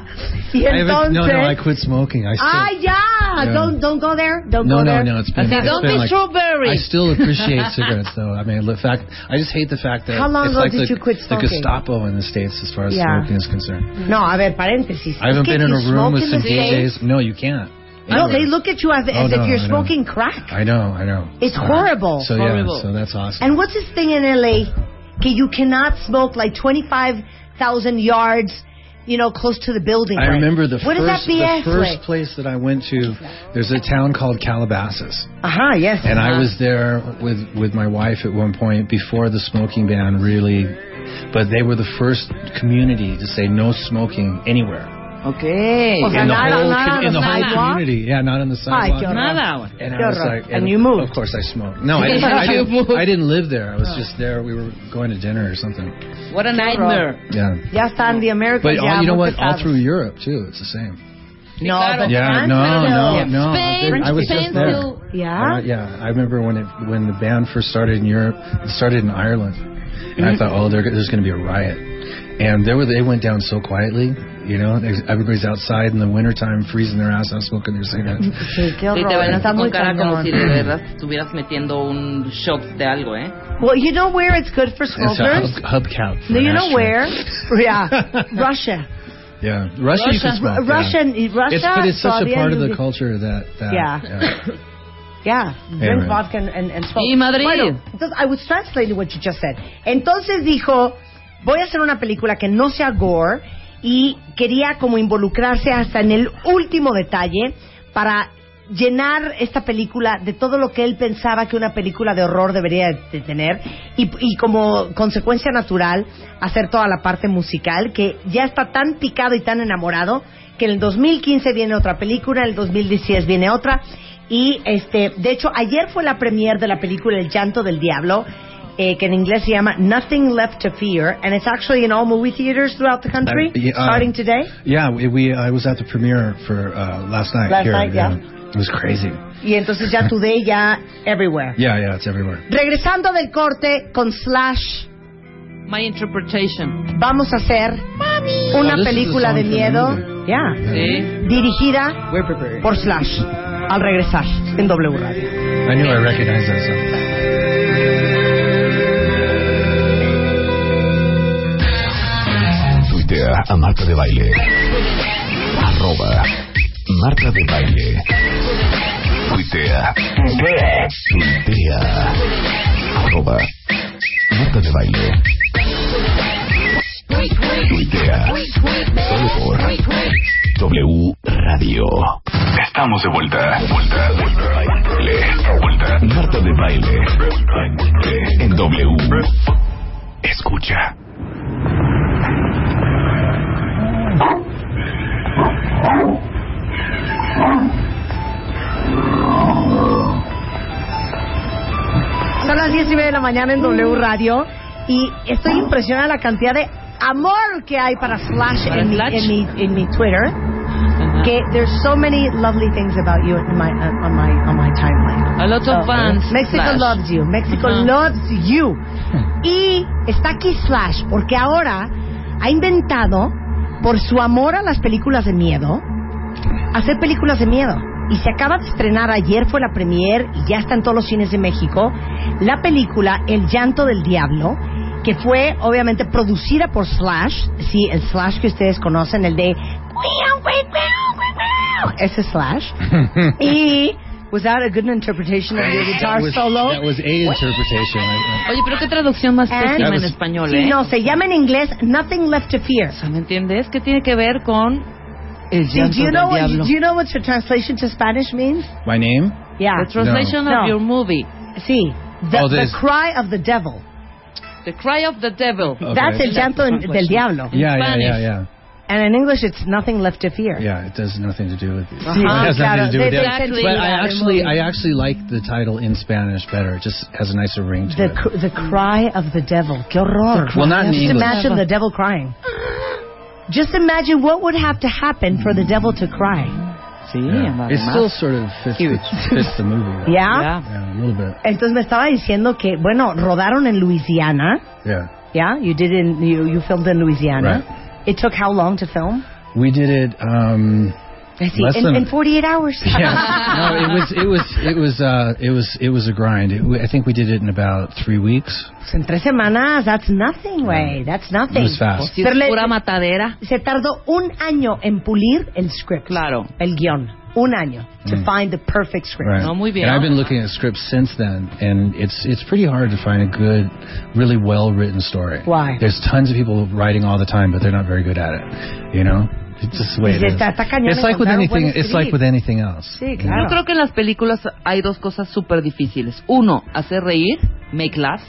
Speaker 8: haven't-
Speaker 3: entonces...
Speaker 8: no, no, I quit smoking. I still,
Speaker 3: ah, ya.
Speaker 8: Yeah.
Speaker 3: Don't, don't go there. Don't
Speaker 8: No,
Speaker 3: go
Speaker 8: no,
Speaker 3: there.
Speaker 8: no. It's been.
Speaker 4: Okay,
Speaker 8: it's
Speaker 4: don't
Speaker 8: been
Speaker 4: be
Speaker 8: like,
Speaker 4: strawberry.
Speaker 8: I still appreciate cigarettes, though. I mean, the fact I just hate the fact that
Speaker 3: How long
Speaker 8: it's
Speaker 3: ago
Speaker 8: like
Speaker 3: did
Speaker 8: the,
Speaker 3: you quit
Speaker 8: the
Speaker 3: smoking?
Speaker 8: Gestapo in the states as far as
Speaker 3: Yeah.
Speaker 8: smoking is concerned.
Speaker 3: No, a ver, paréntesis.
Speaker 8: I haven't
Speaker 3: Es que
Speaker 8: been in
Speaker 3: you
Speaker 8: a
Speaker 3: smoke
Speaker 8: room with
Speaker 3: in
Speaker 8: some
Speaker 3: the States?
Speaker 8: DJs. No, you can't.
Speaker 3: No, they
Speaker 8: Anywhere.
Speaker 3: look at you as, as
Speaker 8: Oh, no,
Speaker 3: if you're
Speaker 8: I know.
Speaker 3: smoking crack.
Speaker 8: I know, I know.
Speaker 3: It's
Speaker 8: Uh,
Speaker 3: horrible.
Speaker 8: So
Speaker 4: Horrible.
Speaker 8: yeah, so that's awesome.
Speaker 3: And what's this thing in LA? Okay, you cannot smoke like 25,000 yards, you know, close to the building.
Speaker 8: I remember the
Speaker 3: what is that
Speaker 8: first,
Speaker 3: BS
Speaker 8: the first
Speaker 3: like?
Speaker 8: place that I went to. There's a town called Calabasas,
Speaker 3: Aha, yes.
Speaker 8: and I was there with with my wife at one point before the smoking ban really. But they were the first community to say no smoking anywhere
Speaker 4: Okay.
Speaker 3: O sea,
Speaker 8: in the
Speaker 3: nada,
Speaker 8: whole
Speaker 3: nada,
Speaker 8: in the whole
Speaker 3: nada.
Speaker 8: community. Yeah, not on the
Speaker 3: Ay, qué
Speaker 8: sidewalk.
Speaker 3: horror.
Speaker 4: Nada. güey.
Speaker 8: And I
Speaker 3: Qué
Speaker 8: was
Speaker 3: horror.
Speaker 8: like,
Speaker 3: And you moved.
Speaker 8: Of course, I smoked. No, I didn't. I
Speaker 4: You moved.
Speaker 8: didn't, I didn't live there. I was just there. We were going to dinner or something.
Speaker 4: What a nightmare.
Speaker 8: Yeah.
Speaker 3: Ya están the Americans.
Speaker 8: But all,
Speaker 3: ya
Speaker 8: you know
Speaker 3: muy
Speaker 8: what? All
Speaker 3: pesados.
Speaker 8: through Europe too, it's the same.
Speaker 3: No,
Speaker 4: Claro.
Speaker 3: but
Speaker 8: Yeah,
Speaker 3: France,
Speaker 8: no, no,
Speaker 3: Brazil.
Speaker 8: no. I
Speaker 4: Spain,
Speaker 8: did- I was
Speaker 4: Spain
Speaker 8: just there.
Speaker 4: still-
Speaker 3: Yeah?
Speaker 8: Uh, yeah. I remember when it when the ban first started in Europe. It started in Ireland, and
Speaker 3: Mm-hmm.
Speaker 8: I thought, oh, there, there's going to be a riot. And there were they went down so quietly. You know, There's- everybody's outside in the wintertime, freezing their ass out, smoking their cigarettes.
Speaker 3: Sí, qué
Speaker 4: Sí, te
Speaker 3: horror.
Speaker 4: van a
Speaker 3: Está
Speaker 4: hacer
Speaker 3: muy
Speaker 4: con cara como
Speaker 3: cañón.
Speaker 4: si de verdad estuvieras metiendo un shot de algo, ¿eh?
Speaker 3: Well, you know where it's good for
Speaker 8: It's a
Speaker 3: smokers?
Speaker 8: hub, hubcap. for
Speaker 3: No,
Speaker 8: an
Speaker 3: you know
Speaker 8: ashtray.
Speaker 3: where? Yeah, Russia.
Speaker 8: Yeah, Russia, you can
Speaker 4: Russia.
Speaker 8: smoke. yeah.
Speaker 3: Russian, Russia,
Speaker 8: It's, but it's such a
Speaker 3: Saudi
Speaker 8: part of
Speaker 3: and-
Speaker 8: the culture that. that
Speaker 3: Yeah. Yeah, drink
Speaker 8: Anyway.
Speaker 3: vodka and, and, and smoke.
Speaker 4: Y Madrid.
Speaker 3: Bueno, entonces, I was translating what you just said. Entonces dijo, voy a hacer una película que no sea gore y quería como involucrarse hasta en el último detalle para llenar esta película de todo lo que él pensaba que una película de horror debería de tener y, y como consecuencia natural hacer toda la parte musical que ya está tan picado y tan enamorado que en el 2015 viene otra película, en el 2016 viene otra Y este, de hecho, ayer fue la premiere de la película El llanto del diablo, eh, que en inglés se llama Nothing Left to Fear, and it's actually in all movie theaters throughout the country,
Speaker 8: Uh, yeah, uh,
Speaker 3: starting today.
Speaker 8: Yeah, we, we I was at the premiere for uh, last night
Speaker 3: Last
Speaker 8: here.
Speaker 3: night, yeah.
Speaker 8: It was crazy.
Speaker 3: Y entonces ya today ya everywhere.
Speaker 8: Yeah, yeah, it's everywhere.
Speaker 3: Regresando del corte con Slash,
Speaker 4: My interpretation.
Speaker 3: vamos a hacer una
Speaker 8: Oh, this is a
Speaker 3: película
Speaker 8: song
Speaker 3: de
Speaker 8: from the
Speaker 3: miedo
Speaker 8: movie.
Speaker 3: yeah,
Speaker 4: Sí.
Speaker 3: dirigida por Slash. Al regresar en W Radio.
Speaker 8: I knew I recognized that song.
Speaker 2: Tuitea a Marta de Baile. Arroba Marta de Baile. Tuitea. Tuitea. Arroba Marta de Baile. Tuitea. Solo por W Radio. Estamos de vuelta. Vuelta, vuelta, baile. Vuelta. Marta de Baile. En W. Escucha.
Speaker 3: Son las 10 y media de la mañana en W Radio y estoy impresionada la cantidad de amor que hay para Slash
Speaker 4: Para
Speaker 3: en, mi,
Speaker 4: Slash.
Speaker 3: en, mi, en mi Twitter. Que there's so many lovely things about you in my, uh, on my on my timeline. Uh,
Speaker 4: A lot of fans,
Speaker 3: Oh, Mexico
Speaker 4: Slash.
Speaker 3: loves you. Mexico
Speaker 4: Ajá.
Speaker 3: loves you. Y está aquí Slash porque ahora ha inventado por su amor a las películas de miedo hacer películas de miedo. Y se acaba de estrenar, ayer fue la premier y ya está en todos los cines de México, la película El llanto del diablo, que fue obviamente producida por Slash, sí, el Slash que ustedes conocen, el de... Ese Slash. y... Was that a good interpretation of your guitar
Speaker 8: That was-
Speaker 3: solo?
Speaker 8: That was a interpretation. I-
Speaker 4: Oye, pero qué traducción más
Speaker 3: And-
Speaker 4: pésima en español,
Speaker 3: Sí,
Speaker 4: ¿eh?
Speaker 3: no, se llama en inglés Nothing Left to Fear.
Speaker 4: O sea, ¿me entiendes? ¿Qué tiene que ver con el
Speaker 3: Sí,
Speaker 4: llanto
Speaker 3: do, you know
Speaker 4: del
Speaker 3: what,
Speaker 4: diablo?
Speaker 3: do you know what your translation to Spanish means?
Speaker 8: I- my name?
Speaker 3: Yeah.
Speaker 4: The translation
Speaker 3: No.
Speaker 4: of your movie.
Speaker 3: Sí. The,
Speaker 8: Oh,
Speaker 3: the
Speaker 8: this-
Speaker 3: cry of the devil.
Speaker 4: The cry of the devil.
Speaker 8: Okay.
Speaker 3: That's el llanto en- del diablo.
Speaker 8: Yeah, yeah, yeah,
Speaker 4: Spanish.
Speaker 8: yeah.
Speaker 3: And in English, it's nothing left to fear.
Speaker 8: Yeah, it does nothing to do with.
Speaker 3: Ah,
Speaker 8: It has
Speaker 3: claro,
Speaker 8: nothing to do with
Speaker 3: they-
Speaker 8: the-
Speaker 3: they
Speaker 4: Exactly.
Speaker 3: sent you
Speaker 8: But I
Speaker 3: that
Speaker 8: actually,
Speaker 3: movie.
Speaker 8: I actually like the title in Spanish better. It just has a nicer ring to
Speaker 3: the,
Speaker 8: it.
Speaker 3: cr- the cry of the devil. Qué horror.
Speaker 8: Well, not in
Speaker 3: Just
Speaker 8: English.
Speaker 3: imagine the devil crying. Just imagine what would have to happen for the devil to cry.
Speaker 4: Sí,
Speaker 8: Yeah. It still sort of fits, the, fits the movie. though.
Speaker 3: ¿Ya?
Speaker 8: Yeah, a little bit.
Speaker 3: Entonces me estaba diciendo que, bueno, rodaron en Luisiana.
Speaker 8: Yeah.
Speaker 3: Yeah, you did in, you, you filmed in Louisiana. It took how long to film?
Speaker 8: We did it. Um,
Speaker 3: Sí,
Speaker 8: Less
Speaker 3: in,
Speaker 8: than-
Speaker 3: in 48 hours.
Speaker 8: yeah. No, it was it was it was uh, it was it was a grind. It, I think we did it in about three weeks.
Speaker 3: en tres semanas, that's nothing, güey. That's nothing.
Speaker 8: It was fast.
Speaker 4: Si
Speaker 3: Pero
Speaker 4: es
Speaker 3: le-
Speaker 4: pura matadera.
Speaker 3: se tardó un año en pulir el script.
Speaker 4: Claro.
Speaker 3: El guión. Un año. To find the perfect script.
Speaker 8: Mm. Right.
Speaker 4: No, muy bien.
Speaker 8: And I've been looking at scripts since then, and it's it's pretty hard to find a good, really well written story.
Speaker 3: Why?
Speaker 8: There's tons of people writing all the time, but they're not very good at it. You know, it's just the way it
Speaker 3: Dice,
Speaker 8: is.
Speaker 3: "Está- está cañón
Speaker 8: It's like with
Speaker 3: encontrar un buen
Speaker 8: anything. It's like
Speaker 3: script."
Speaker 8: with anything else.
Speaker 3: Sí,
Speaker 8: you know?
Speaker 3: claro.
Speaker 4: Yo creo que en las películas hay dos cosas súper difíciles. Uno, hacer reír, make laugh.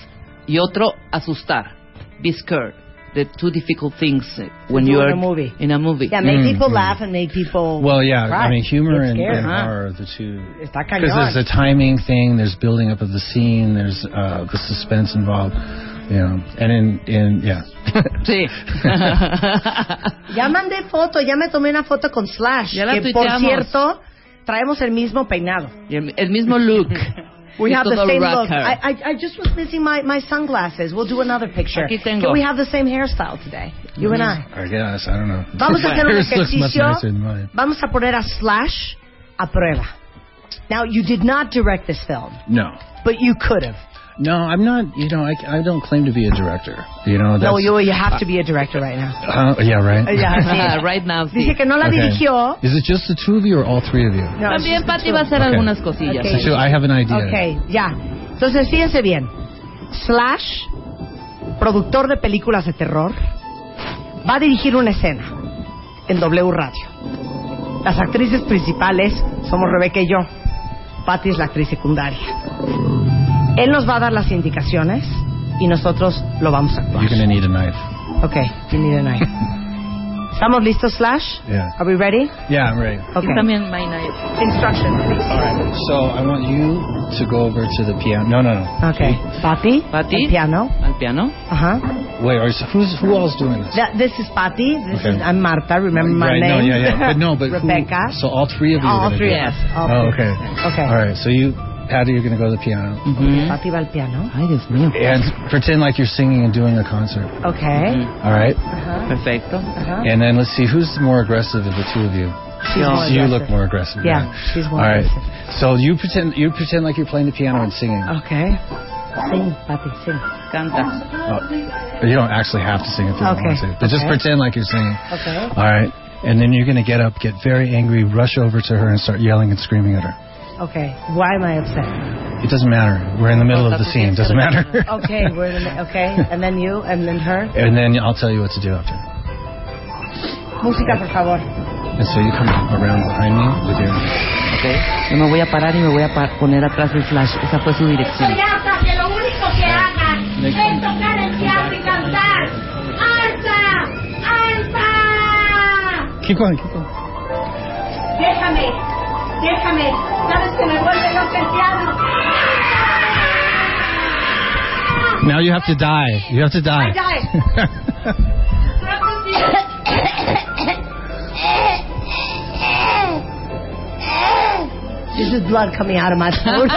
Speaker 4: Y otro, asustar, be scared. The two difficult things eh, when
Speaker 3: Do
Speaker 4: you
Speaker 3: in
Speaker 4: are
Speaker 3: a movie.
Speaker 4: in a movie.
Speaker 3: Yeah, make
Speaker 8: Mm,
Speaker 3: people
Speaker 8: mm.
Speaker 3: laugh and make people.
Speaker 8: Well, yeah.
Speaker 3: cry.
Speaker 8: I mean, humor
Speaker 3: Get
Speaker 8: and,
Speaker 3: scared,
Speaker 8: and
Speaker 3: huh?
Speaker 8: horror are the two.
Speaker 3: Está
Speaker 8: Because there's
Speaker 3: cañón.
Speaker 8: a timing thing. There's building up of the scene. There's uh, the suspense involved. You know, and in in yeah.
Speaker 4: Sí.
Speaker 3: Ya mandé foto, ya me tomé una foto con Slash.
Speaker 4: Ya la
Speaker 3: que por
Speaker 4: tuiteamos.
Speaker 3: cierto, traemos el mismo peinado.
Speaker 4: Y el, el mismo look.
Speaker 3: We
Speaker 4: Y
Speaker 3: have the
Speaker 4: todo
Speaker 3: same
Speaker 4: rocker.
Speaker 3: look. I, I, I just was missing my, my sunglasses. We'll do another picture.
Speaker 4: Aquí tengo. Mm.
Speaker 3: Can we have the same hairstyle today? You and I.
Speaker 8: I guess I don't know.
Speaker 3: Vamos a hacer un
Speaker 8: Yours looks much
Speaker 3: ejercicio.
Speaker 8: nicer than mine.
Speaker 3: Vamos a poner a Slash a prueba. Now, you did not direct this film,
Speaker 8: No.
Speaker 3: but you could have.
Speaker 8: No, I'm not. You know, I, I don't claim to be a director. You know, that's,
Speaker 3: No, E, you, you have to be a director right now.
Speaker 8: Uh, yeah, right.
Speaker 3: Yeah,
Speaker 4: Ah,
Speaker 3: sí.
Speaker 4: right now, sí.
Speaker 3: Dice que no la
Speaker 8: Okay.
Speaker 3: dirigió.
Speaker 8: Is it just the two of you or all three of you?
Speaker 3: No,
Speaker 4: También
Speaker 3: it's
Speaker 4: Patti
Speaker 3: true.
Speaker 4: va a hacer
Speaker 8: Okay.
Speaker 4: algunas cosillas.
Speaker 3: Okay.
Speaker 8: So I have an idea.
Speaker 3: Ok, ya. Entonces, fíjense bien. Slash, productor de películas de terror, va a dirigir una escena en W Radio. Las actrices principales somos Rebeca y yo. Patty es la actriz secundaria. Él nos va a dar las indicaciones y nosotros lo vamos a actuar.
Speaker 8: You're gonna need a knife.
Speaker 3: Ok, you need a knife. ¿Estamos listos, Slash?
Speaker 8: Yeah.
Speaker 3: Are we ready?
Speaker 8: Yeah, I'm ready.
Speaker 3: Okay.
Speaker 4: Y también Maina.
Speaker 3: Instructions, please.
Speaker 8: So I want you to go over to the piano. No, no, no.
Speaker 3: Okay. Patty.
Speaker 4: Patty.
Speaker 3: and Piano.
Speaker 4: Al piano.
Speaker 3: Uh-huh.
Speaker 8: Wait, or is, who's who else doing this?
Speaker 3: Th- this is Patty. This
Speaker 8: Okay.
Speaker 3: is I'm Marta. Remember my
Speaker 8: right,
Speaker 3: name?
Speaker 8: No, yeah, yeah. But no, but who-
Speaker 3: Rebecca.
Speaker 8: so all three of you. are
Speaker 3: all
Speaker 8: gonna
Speaker 3: three of
Speaker 8: do it.
Speaker 3: us. All
Speaker 8: Oh,
Speaker 3: three.
Speaker 8: okay.
Speaker 3: Okay.
Speaker 8: All right. So you, Patty, you're gonna go to the piano
Speaker 4: Mm-hmm.
Speaker 3: Patty va al piano.
Speaker 4: Ay, Dios mío.
Speaker 8: and pretend like you're singing and doing a concert.
Speaker 3: Okay.
Speaker 8: All right.
Speaker 4: Perfecto.
Speaker 3: Uh-huh.
Speaker 8: And then let's see who's more aggressive of the two of you.
Speaker 3: She's more
Speaker 8: you
Speaker 3: aggressive.
Speaker 8: look more aggressive.
Speaker 3: Yeah, she's more
Speaker 8: All right.
Speaker 3: aggressive.
Speaker 8: So you pretend you pretend like you're playing the piano and singing.
Speaker 3: Okay. Sing, Patty, sing.
Speaker 4: Canta.
Speaker 8: Oh, you don't actually have to sing if you don't
Speaker 3: Okay.
Speaker 8: want to, but just
Speaker 3: Okay.
Speaker 8: pretend like you're singing.
Speaker 3: Okay.
Speaker 8: All right. And then you're going to get up, get very angry, rush over to her, and start yelling and screaming at her.
Speaker 3: Okay. Why am I upset?
Speaker 8: It doesn't matter. We're in the middle of the scene. Doesn't matter.
Speaker 3: Okay. We're in the, okay. And then you, and then her.
Speaker 8: And then I'll tell you what to do after.
Speaker 3: Música, por favor.
Speaker 8: And so you come around behind me with your.
Speaker 4: Yo me voy a parar y me voy a pa- poner atrás de Slash. Esa fue su dirección.
Speaker 10: Estoy harta que lo único que hagan es tocar el piano y cantar. ¡Alta! ¡Alta!
Speaker 8: Keep going. Keep going.
Speaker 10: Déjame, déjame. Sabes que me vuelve loca el piano.
Speaker 8: Now you have to die. You have to die.
Speaker 10: I
Speaker 8: die.
Speaker 3: This is blood coming out of my throat.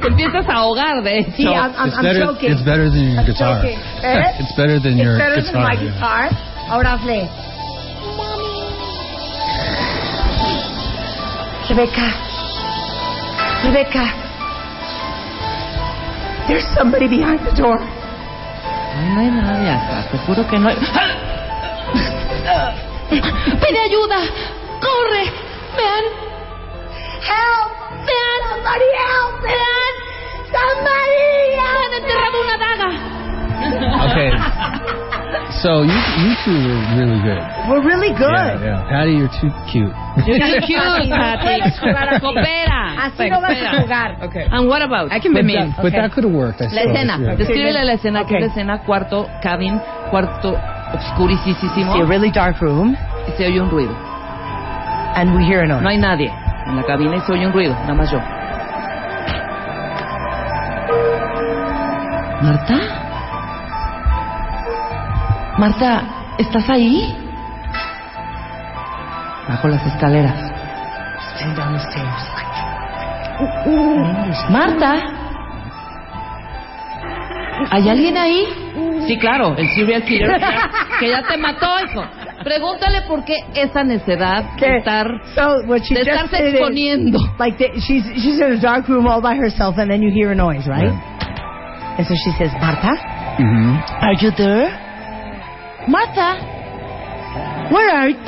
Speaker 4: Te empiezas a ahogar, de
Speaker 3: See,
Speaker 4: hecho.
Speaker 3: I'm, I'm,
Speaker 8: it's
Speaker 3: I'm
Speaker 8: better.
Speaker 3: choking.
Speaker 8: It's better than your
Speaker 3: I'm
Speaker 8: guitar.
Speaker 3: choking. Eh?
Speaker 8: It's better than
Speaker 3: It's
Speaker 8: your
Speaker 3: better than
Speaker 8: guitar.
Speaker 3: my
Speaker 8: yeah.
Speaker 3: guitar. Ahora hazle. Rebecca. Rebecca. There's somebody behind the door.
Speaker 4: Ay, no hay nadie acá. Te juro que no hay. ¡Pide ayuda! ¡Corre! ¡Me han
Speaker 10: Help! Man, somebody help! Man, somebody help! una daga.
Speaker 8: Okay. So you you two were really good.
Speaker 3: We're really good.
Speaker 8: Yeah, yeah. Patty, you're too cute.
Speaker 4: You're cute, Patty.
Speaker 3: puedes jugar así.
Speaker 4: Coopera.
Speaker 3: Así no vas a
Speaker 4: Coopera.
Speaker 3: jugar.
Speaker 4: And what about?
Speaker 9: I can be mean.
Speaker 8: But that could have worked. I
Speaker 9: La
Speaker 8: suppose,
Speaker 9: escena.
Speaker 8: yeah.
Speaker 4: Descríbele la escena, que es
Speaker 3: Ok.
Speaker 4: la escena cuarto cabin, cuarto obscurisísimo.
Speaker 3: See, a really dark room,
Speaker 4: Y se oye un ruido.
Speaker 3: and we hear a noise.
Speaker 4: No hay nadie en la cabina y se oye un ruido, nada más yo. ¿Marta? ¿Marta, estás ahí? Bajo las escaleras.
Speaker 3: Sitting down the stairs.
Speaker 4: ¿Marta? ¿Hay alguien ahí? Sí, claro, el serial killer que ya te mató, hijo. Pregúntale por qué esa necedad de
Speaker 3: Okay.
Speaker 4: estar,
Speaker 3: So what she
Speaker 4: de
Speaker 3: just
Speaker 4: estarse
Speaker 3: did is,
Speaker 4: exponiendo.
Speaker 3: like the, she's she's in a dark room all by herself, and then you hear a noise, right? And so she says, Marta,
Speaker 8: Mhm.
Speaker 3: are you there? Marta, where are you?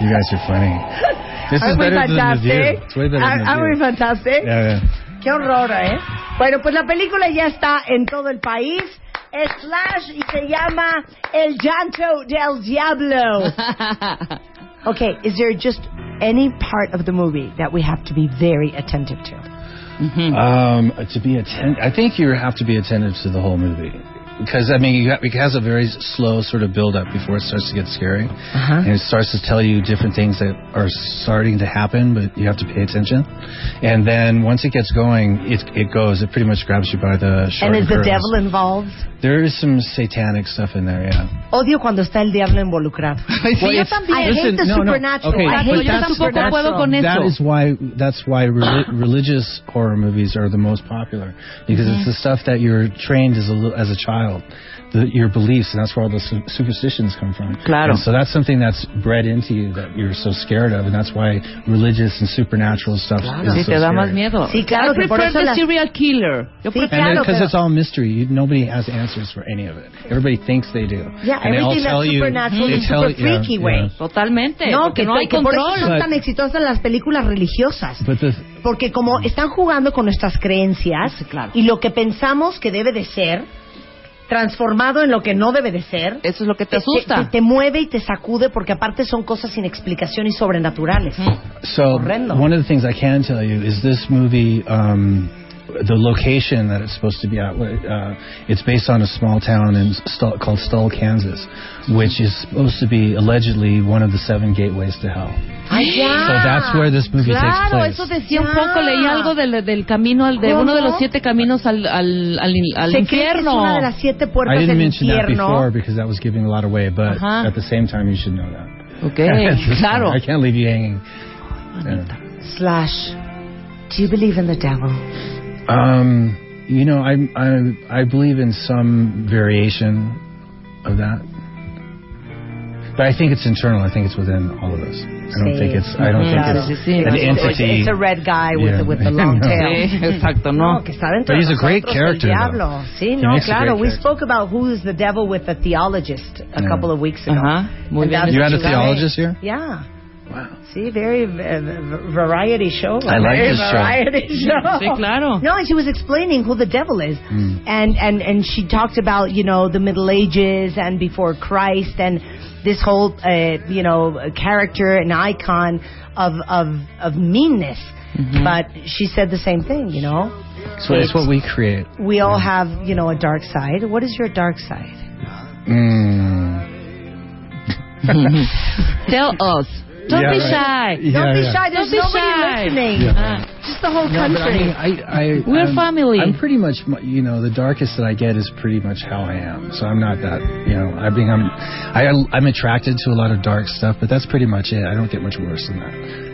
Speaker 8: You guys are funny. This is
Speaker 3: Aren't we
Speaker 8: better than the view.
Speaker 3: fantastic?
Speaker 8: It's way better than
Speaker 3: Aren't-
Speaker 8: the
Speaker 3: aren't we
Speaker 8: view.
Speaker 3: fantastic?
Speaker 8: Yeah, yeah.
Speaker 3: Qué horror, ¿eh? Bueno, pues la película ya está en todo el país. Slash y se llama El llanto del diablo. Okay, is there just any part of the movie that we have to be very attentive to? Mm-hmm.
Speaker 8: Um, to be atten- I think you have to be attentive to the whole movie because I mean, you got, it has a very slow sort of build up before it starts to get scary, and it starts to tell you different things that are starting to happen, but you have to pay attention. And then once it gets going, it it goes. It pretty much grabs you by the short.
Speaker 3: And is the
Speaker 8: curls.
Speaker 3: devil involved?
Speaker 8: There is some satanic stuff in there, yeah.
Speaker 3: Odio cuando está el diablo involucrado.
Speaker 8: Well,
Speaker 4: yo
Speaker 8: if-
Speaker 4: también.
Speaker 3: I hate the supernatural.
Speaker 8: Okay,
Speaker 3: I
Speaker 8: but
Speaker 3: hate the
Speaker 8: that's-
Speaker 4: tampoco
Speaker 3: supernatural.
Speaker 4: puedo con
Speaker 8: That
Speaker 4: eso.
Speaker 8: is why that's why reli- religious horror movies are the most popular because it's the stuff that you're trained as a li- as a child, the, your beliefs, and that's where all the su- superstitions come from.
Speaker 4: Claro.
Speaker 8: And so that's something that's bred into you that you're so scared of, and that's why religious and supernatural stuff
Speaker 4: Sí,
Speaker 8: is so
Speaker 4: te da
Speaker 8: scary.
Speaker 4: más miedo.
Speaker 3: Sí, claro,
Speaker 4: I
Speaker 3: que por
Speaker 4: prefer
Speaker 3: eso
Speaker 4: the
Speaker 3: las-
Speaker 4: serial killer. Yo
Speaker 3: Sí,
Speaker 4: prefiero-
Speaker 8: And
Speaker 3: Claro,
Speaker 8: because
Speaker 3: pero-
Speaker 8: it's all mystery, you, nobody has answers for any of it. Everybody thinks they do.
Speaker 3: Yeah,
Speaker 8: and they all
Speaker 3: everything that's
Speaker 8: tell you,
Speaker 3: supernatural
Speaker 8: they
Speaker 3: is
Speaker 8: tell-
Speaker 3: super freaky
Speaker 8: yeah,
Speaker 3: way.
Speaker 8: yeah.
Speaker 4: Totalmente.
Speaker 3: No,
Speaker 4: porque
Speaker 3: que,
Speaker 4: no hay
Speaker 3: que por eso
Speaker 4: control.
Speaker 3: son tan exitosas las películas religiosas.
Speaker 8: But the,
Speaker 3: Porque como están jugando con nuestras creencias
Speaker 4: Sí, claro.
Speaker 3: y lo que pensamos que debe de ser, transformado en lo que no debe de ser,
Speaker 4: Eso es lo que te asusta.
Speaker 3: te- te mueve y te sacude porque aparte son cosas sin explicación y sobrenaturales.
Speaker 4: Ujú.
Speaker 8: So
Speaker 3: Horrendo.
Speaker 8: one of the things I can tell you is this movie um, the location that it's supposed to be at. Uh, it's based on a small town in Stull, called Stull, Kansas, which is supposed to be allegedly one of the seven gateways to hell.
Speaker 10: Allá.
Speaker 8: So that's where this movie takes
Speaker 4: Claro,
Speaker 8: place.
Speaker 4: eso decía un poco, leí algo del, del camino, al- de
Speaker 3: ¿Cómo?
Speaker 4: uno de los siete caminos al, al, al, al
Speaker 3: Se cree que es
Speaker 4: infierno.
Speaker 3: una de las siete puertas
Speaker 8: I didn't
Speaker 3: del
Speaker 8: mention that
Speaker 3: infierno. Uh-huh.
Speaker 8: before because that was giving a lot away, but
Speaker 3: Ajá.
Speaker 8: at the same time, you should know that.
Speaker 4: Okay,
Speaker 8: At this point,
Speaker 4: claro.
Speaker 8: I can't leave you hanging.
Speaker 3: Slash. Do you believe in the devil?
Speaker 8: Um, you know, I, I I believe in some variation of that, but I think it's internal. I think it's within all of us. I don't think it's. I don't think
Speaker 3: Claro.
Speaker 8: it's an entity.
Speaker 3: It's a red guy with,
Speaker 8: Yeah.
Speaker 3: the, with the long
Speaker 8: No.
Speaker 3: tail.
Speaker 8: Sí,
Speaker 4: exacto,
Speaker 3: no. que está dentro
Speaker 8: But
Speaker 3: de
Speaker 8: he's a great
Speaker 3: nosotros,
Speaker 8: character,
Speaker 3: El
Speaker 8: though.
Speaker 3: diablo. Sí,
Speaker 8: He
Speaker 3: no,
Speaker 8: makes a
Speaker 3: claro. We
Speaker 8: great character.
Speaker 3: spoke about who is the devil with a theologist a
Speaker 8: Yeah.
Speaker 3: couple of weeks ago.
Speaker 8: Ajá.
Speaker 3: And
Speaker 8: Muy bien.
Speaker 3: that is
Speaker 8: You had a
Speaker 3: what got.
Speaker 8: theologist here?
Speaker 3: Yeah. Wow. See, very uh, v- variety show.
Speaker 8: I like
Speaker 3: very
Speaker 8: this show.
Speaker 3: variety show.
Speaker 4: Sí, claro.
Speaker 3: No, and she was explaining who the devil is,
Speaker 8: Mm.
Speaker 3: and and and she talked about you know the Middle Ages and before Christ and this whole uh, you know character and icon of of of meanness. But she said the same thing, you know.
Speaker 8: So Mm-hmm. it's what we create.
Speaker 3: We all have, you know, a dark side. What is your dark side?
Speaker 8: Mm.
Speaker 4: Tell us. Don't
Speaker 8: Yeah,
Speaker 4: be
Speaker 8: right.
Speaker 4: shy.
Speaker 8: Yeah,
Speaker 3: Don't be
Speaker 8: yeah.
Speaker 3: shy. There's
Speaker 4: Don't be
Speaker 3: nobody
Speaker 4: shy.
Speaker 3: listening.
Speaker 8: Yeah.
Speaker 4: Ah.
Speaker 3: Just the whole
Speaker 8: No, but I
Speaker 3: country.
Speaker 8: mean, I, I,
Speaker 4: We're
Speaker 8: I'm-
Speaker 4: family.
Speaker 8: I'm pretty much, mu- you know, the darkest that I get is pretty much how I am. So I'm not that, you know, I mean, I'm, I, I'm attracted to a lot of dark stuff, but that's pretty much it. I don't get much worse than that.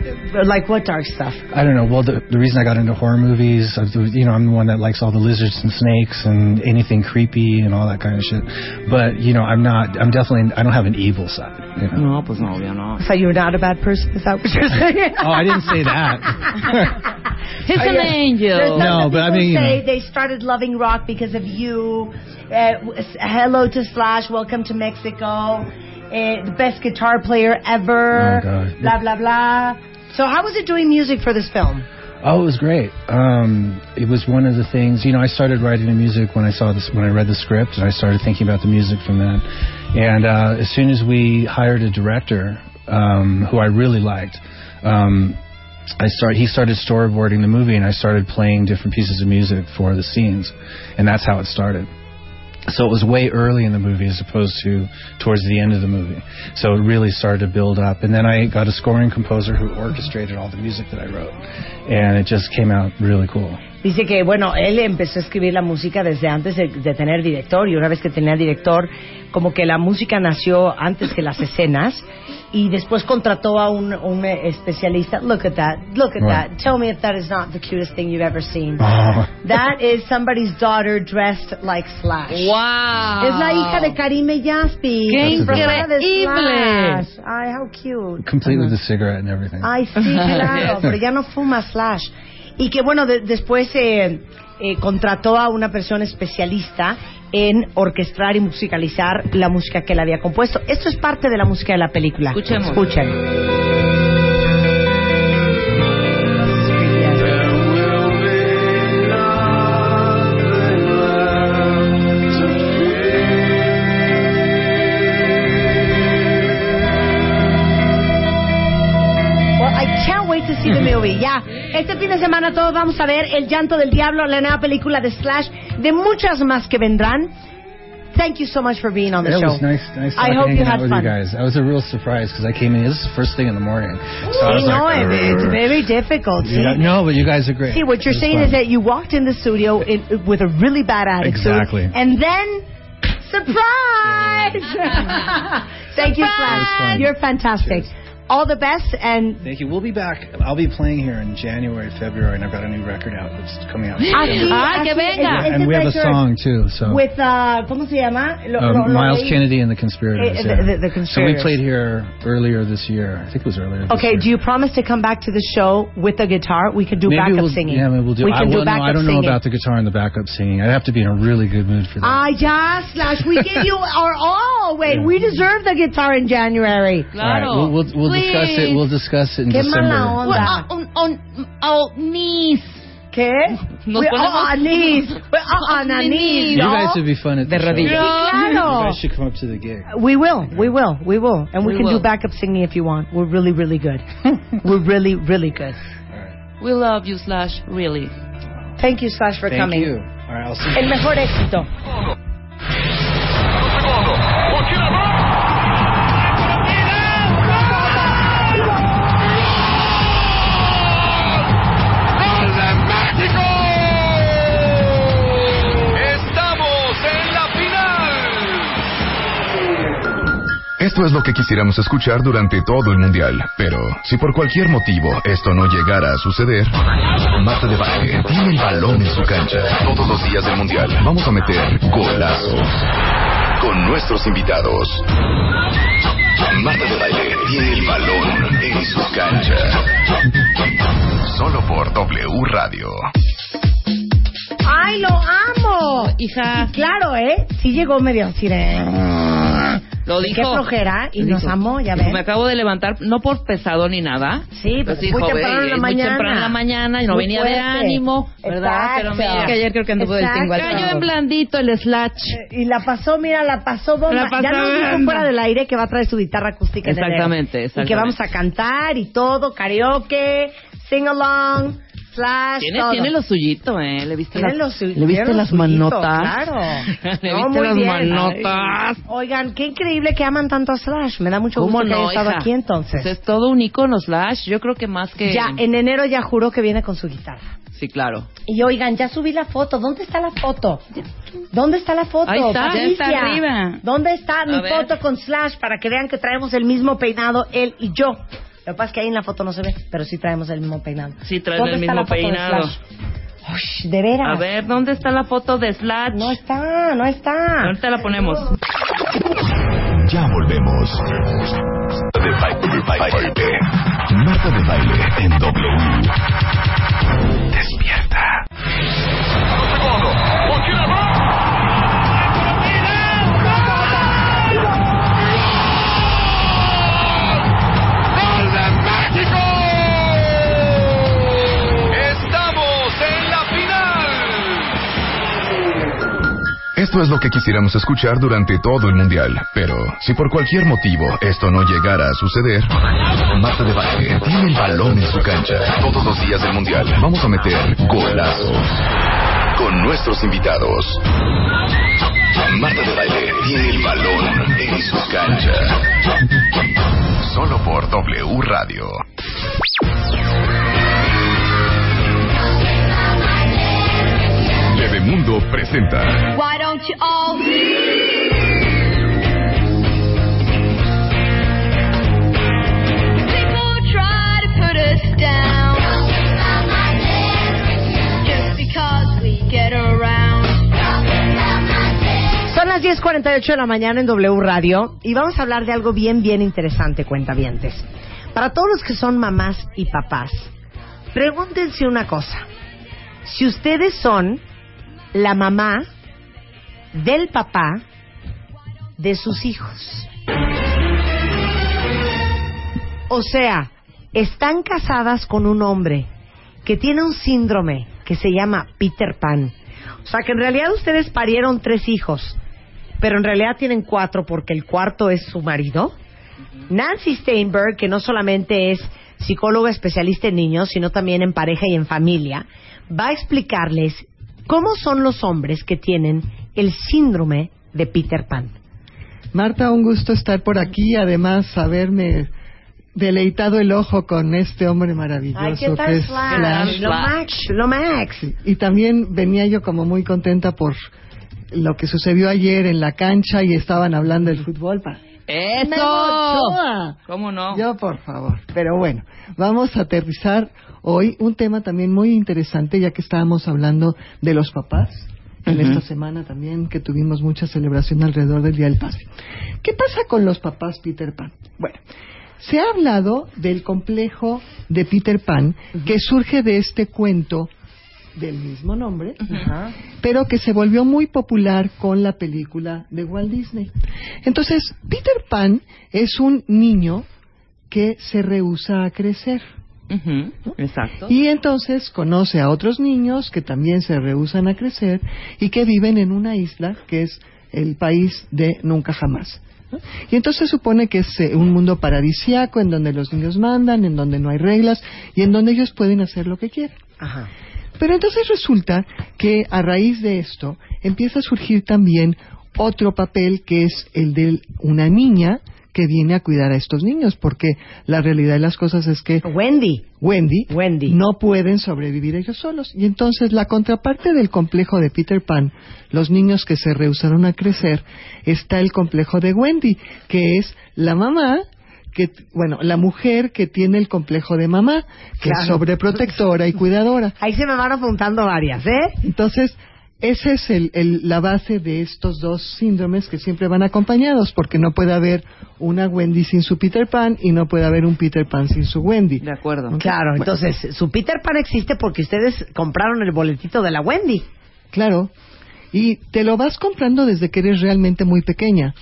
Speaker 3: like what dark stuff?
Speaker 8: I don't know. Well, the, the reason I got into horror movies, I, was- you know, I'm the one that likes all the lizards and snakes and anything creepy and all that kind of shit. But you know, I'm not. I'm definitely. I don't have an evil side. You know?
Speaker 4: No, pues no, obvio no.
Speaker 3: So you're not a bad person? Is that what you're saying?
Speaker 8: oh, I didn't say that.
Speaker 4: He's an angel.
Speaker 3: uh, There's
Speaker 8: No,
Speaker 3: some
Speaker 8: but I
Speaker 3: people
Speaker 8: mean, you
Speaker 3: say
Speaker 8: know.
Speaker 3: they started loving rock because of you. Uh, w- s- hello to Slash, welcome to Mexico. Uh, the best guitar player ever.
Speaker 8: Oh, God.
Speaker 3: Blah blah blah. So how was it doing music for this film?
Speaker 8: oh, it was great. Um, it was one of the things. You know, I started writing the music when I saw this, when I read the script, and I started thinking about the music from that. And uh, as soon as we hired a director um, who I really liked. Um, I start. He started storyboarding the movie, and I started playing different pieces of music for the scenes, and that's how it started. So it was way early in the movie as opposed to towards the end of the movie. So it really started to build up, and then I got a scoring composer who orchestrated all the music that I wrote, and it just came out really cool.
Speaker 3: Dice que, bueno, él empezó a escribir la música desde antes de, de tener director y una vez que tenía director, como que la música nació antes que las escenas y después contrató a un, un eh, especialista. Look at that, look at
Speaker 8: Right.
Speaker 3: that. Tell me if that is not the cutest thing you've ever seen.
Speaker 8: Ah.
Speaker 3: That is somebody's daughter dressed like Slash.
Speaker 4: Wow.
Speaker 3: Es la hija de Karime Jaspi.
Speaker 4: ¡Qué
Speaker 3: Es la hermana de
Speaker 4: increíble!
Speaker 3: Slash. Ay, how cute.
Speaker 8: Complete with the cigarette and everything.
Speaker 3: Ay, sí, claro, pero ya no fuma Slash. Y que bueno, de- después eh, eh, contrató a una persona especialista en orquestar y musicalizar la música que él había compuesto. Esto es parte de la música de la película.
Speaker 4: Escuchemos.
Speaker 3: Escuchen. Well, Oh, I can't wait to see the movie. Ya, este fin de semana todos vamos a ver El Llanto del Diablo, la nueva película de Slash, de muchas más que vendrán. Thank you so much for being on the
Speaker 8: That
Speaker 3: show.
Speaker 8: was nice, nice
Speaker 3: I
Speaker 8: talking,
Speaker 3: hope you
Speaker 8: hanging
Speaker 3: had
Speaker 8: out with
Speaker 3: fun.
Speaker 8: you guys. That was a real surprise because I came in. This is the first thing in the morning. So I
Speaker 3: Sí,
Speaker 8: was
Speaker 3: no,
Speaker 8: like,
Speaker 3: it- it's
Speaker 8: "Grr."
Speaker 3: very difficult.
Speaker 8: You got-
Speaker 3: See?
Speaker 8: no, but you guys are great.
Speaker 3: See, what you're
Speaker 8: It was
Speaker 3: saying
Speaker 8: fun.
Speaker 3: is that you walked in the studio in, with a really bad attitude.
Speaker 8: Exactly.
Speaker 3: And then, surprise! Thank you, Slash.
Speaker 8: Surprise!
Speaker 3: You're fantastic. All the best, and
Speaker 8: Thank you. We'll be back. I'll be playing here in January, February, and I've got a new record out that's coming out.
Speaker 3: así,
Speaker 4: Ah, que
Speaker 3: así,
Speaker 4: venga.
Speaker 3: ese- ese
Speaker 8: and we have a
Speaker 3: director
Speaker 8: song too. So
Speaker 3: With, uh, ¿cómo se llama? Lo-
Speaker 8: um,
Speaker 3: lo- lo
Speaker 8: Miles
Speaker 3: leí.
Speaker 8: Kennedy and the Conspirators.
Speaker 3: Eh, the-
Speaker 8: yeah.
Speaker 3: the- the
Speaker 8: So
Speaker 3: Conspirators.
Speaker 8: we played here earlier this year. I think it was earlier. This
Speaker 3: Okay,
Speaker 8: year.
Speaker 3: do you promise to come back to the show with the guitar? We could do
Speaker 8: maybe
Speaker 3: backup
Speaker 8: we'll,
Speaker 3: singing.
Speaker 8: Yeah, maybe we'll do.
Speaker 3: We
Speaker 8: I,
Speaker 3: can do
Speaker 8: well, no,
Speaker 3: backup
Speaker 8: I don't know
Speaker 3: singing.
Speaker 8: about the guitar and the backup singing. I'd have to be in a really good mood for that.
Speaker 3: Ah, ya, Slash, we give you our all. Wait, we deserve the guitar in January.
Speaker 8: All right,
Speaker 4: Claro.
Speaker 8: we'll we'll, we'll discuss it. We'll discuss it in
Speaker 3: Qué
Speaker 8: December.
Speaker 3: mala onda.
Speaker 4: Well, on, on, on knees.
Speaker 3: ¿Qué?
Speaker 4: Nos
Speaker 3: We're
Speaker 4: ponemos-
Speaker 3: all anís. We're all on anís,
Speaker 8: You
Speaker 3: ¿no?
Speaker 8: guys would be fun at the
Speaker 4: De
Speaker 8: show.
Speaker 4: rodillas.
Speaker 3: Sí,
Speaker 8: You
Speaker 3: claro.
Speaker 8: guys should come up to the gig.
Speaker 3: We will, we will, we will. And we,
Speaker 4: We
Speaker 3: can do
Speaker 4: will.
Speaker 3: backup singing if you want. We're really, really good. We're really, really good.
Speaker 4: We love you, Slash, really.
Speaker 3: Thank you, Slash, for
Speaker 11: Thank
Speaker 3: coming.
Speaker 11: you. All right, I'll see
Speaker 3: El mejor éxito.
Speaker 2: ¡Estamos en la final!
Speaker 12: Esto es lo que quisiéramos escuchar durante todo el Mundial, pero si por cualquier motivo esto no llegara a suceder, Marta de Baile tiene el balón en su cancha. Todos los días del Mundial vamos a meter golazos con nuestros invitados. Marta de Baile tiene el balón en su cancha. Solo por W Radio.
Speaker 3: ¡Ay, lo amo! Hija. claro, ¿eh? Sí llegó medio así de...
Speaker 4: Lo
Speaker 3: Y
Speaker 4: dijo.
Speaker 3: Qué flojera. Y
Speaker 4: Lo
Speaker 3: nos
Speaker 4: dijo.
Speaker 3: amó, ya
Speaker 4: Dijo,
Speaker 3: ves.
Speaker 4: Me acabo de levantar, no por pesado ni nada.
Speaker 3: Sí,
Speaker 4: pues
Speaker 3: pero muy temprano en la
Speaker 4: Muy
Speaker 3: mañana.
Speaker 4: temprano en la mañana y no
Speaker 3: Muy
Speaker 4: venía de
Speaker 3: fuerte.
Speaker 4: ánimo, ¿verdad?
Speaker 3: Exacto.
Speaker 4: Pero mira.
Speaker 3: Que ayer creo que anduvo del Exacto. tingo al
Speaker 4: Cayó
Speaker 3: tango.
Speaker 4: en blandito el slash.
Speaker 3: Eh, Y la pasó, mira, la pasó bomba.
Speaker 4: La pasó
Speaker 3: ya nos dijo
Speaker 4: bomba.
Speaker 3: fuera del aire que va a traer su guitarra acústica en enero.
Speaker 4: Exactamente,
Speaker 3: Y que
Speaker 4: exactamente.
Speaker 3: vamos a cantar y todo, karaoke, sing along, slash,
Speaker 4: Tiene,
Speaker 3: todo.
Speaker 4: tiene lo suyito, ¿eh? Le viste,
Speaker 3: Tiene
Speaker 4: las-
Speaker 3: lo suyo,
Speaker 4: ¿le viste
Speaker 3: tiene lo
Speaker 4: las
Speaker 3: suyito,
Speaker 4: manotas.
Speaker 3: Claro.
Speaker 4: Le
Speaker 3: No,
Speaker 4: viste
Speaker 3: muy
Speaker 4: las
Speaker 3: bien.
Speaker 4: manotas.
Speaker 3: Ay, Oigan, qué increíble que aman tanto a Slash. Me da mucho gusto
Speaker 4: ¿Cómo
Speaker 3: que haya
Speaker 4: no,
Speaker 3: estado
Speaker 4: hija?
Speaker 3: aquí entonces.
Speaker 4: Pues es todo un icono slash. Yo creo que más que.
Speaker 3: Ya, en enero ya juró que viene con su guitarra.
Speaker 4: Sí, claro.
Speaker 3: Y oigan, ya subí la foto. ¿Dónde está la foto? ¿Dónde está la foto?
Speaker 4: Ahí está, ya está
Speaker 3: Patricia?
Speaker 4: arriba.
Speaker 3: ¿Dónde está mi
Speaker 4: ver.
Speaker 3: foto con Slash para que vean que traemos el mismo peinado él y yo? Lo que pasa es que ahí en la foto no se ve, pero sí traemos el mismo peinado.
Speaker 4: Sí, traen
Speaker 3: ¿Dónde
Speaker 4: el
Speaker 3: está la
Speaker 4: mismo
Speaker 3: foto de
Speaker 4: peinado.
Speaker 3: Slash? Ush, de veras.
Speaker 4: A ver, ¿dónde está la foto de slash? No
Speaker 3: está, no está.
Speaker 4: Ahorita la ponemos.
Speaker 12: Ya volvemos. Marta de Baile. Baile. Marta de Baile en W. Despierta.
Speaker 2: ¡Estamos en la final!
Speaker 12: Esto es lo que quisiéramos escuchar durante todo el Mundial, pero si por cualquier motivo esto no llegara a suceder, Marta de Baile tiene el balón en su cancha. Todos los días del Mundial vamos a meter golazos con nuestros invitados. Marta de Baile tiene el balón en su cancha. Solo por W Radio. Bebemundo presenta.
Speaker 10: Why don't you all People try to put us down just because we get around.
Speaker 3: Son las 10.48 de la mañana en W Radio y vamos a hablar de algo bien, bien interesante, cuentavientes. Para todos los que son mamás y papás, pregúntense una cosa. Si ustedes son la mamá del papá de sus hijos. O sea, están casadas con un hombre que tiene un síndrome que se llama Peter Pan. O sea, que en realidad ustedes parieron tres hijos, pero en realidad tienen cuatro porque el cuarto es su marido. Nancy Steinberg, que no solamente es psicóloga especialista en niños, sino también en pareja y en familia, va a explicarles cómo son los hombres que tienen el síndrome de Peter Pan.
Speaker 13: Marta, un gusto estar por aquí. Además, haberme deleitado el ojo con este hombre maravilloso
Speaker 3: Ay, ¿qué
Speaker 13: que
Speaker 3: tal,
Speaker 13: es
Speaker 3: Slash?
Speaker 13: Flash.
Speaker 3: Lo max, lo max.
Speaker 13: Y también venía yo como muy contenta por lo que sucedió ayer en la cancha y estaban hablando del fútbol. pa-
Speaker 4: ¡Eso!
Speaker 13: Ochoa.
Speaker 4: ¿Cómo no?
Speaker 13: Yo, por favor. Pero bueno, vamos a aterrizar hoy un tema también muy interesante, ya que estábamos hablando de los papás en
Speaker 14: Ujú.
Speaker 13: esta semana también, que tuvimos mucha celebración alrededor del Día del Padre. ¿Qué pasa con los papás Peter Pan? Bueno, se ha hablado del complejo de Peter Pan, que surge de este cuento del mismo nombre, pero que se volvió muy popular con la película de Walt Disney. Entonces, Peter Pan es un niño que se rehúsa a crecer.
Speaker 4: Exacto.
Speaker 13: Y entonces conoce a otros niños que también se rehusan a crecer y que viven en una isla que es el país de nunca jamás. ¿no? Y entonces supone que es eh, un mundo paradisiaco en donde los niños mandan, en donde no hay reglas y en donde ellos pueden hacer lo que quieran. Pero entonces resulta que a raíz de esto empieza a surgir también otro papel que es el de una niña que viene a cuidar a estos niños, porque la realidad de las cosas es que
Speaker 3: Wendy,
Speaker 13: Wendy, no pueden sobrevivir ellos solos. Y entonces la contraparte del complejo de Peter Pan, los niños que se rehusaron a crecer, está el complejo de Wendy, que es la mamá que bueno, la mujer que tiene el complejo de mamá, que
Speaker 3: Claro.
Speaker 13: es sobreprotectora y cuidadora.
Speaker 3: Ahí se me van apuntando varias, ¿eh?
Speaker 13: Entonces, esa es el- el- la base de estos dos síndromes que siempre van acompañados, porque no puede haber una Wendy sin su Peter Pan y no puede haber un Peter Pan sin su Wendy. De
Speaker 4: acuerdo.
Speaker 3: Claro, entonces su Peter Pan existe porque ustedes compraron el boletito de la Wendy.
Speaker 13: Claro. Y te lo vas comprando desde que eres realmente muy pequeña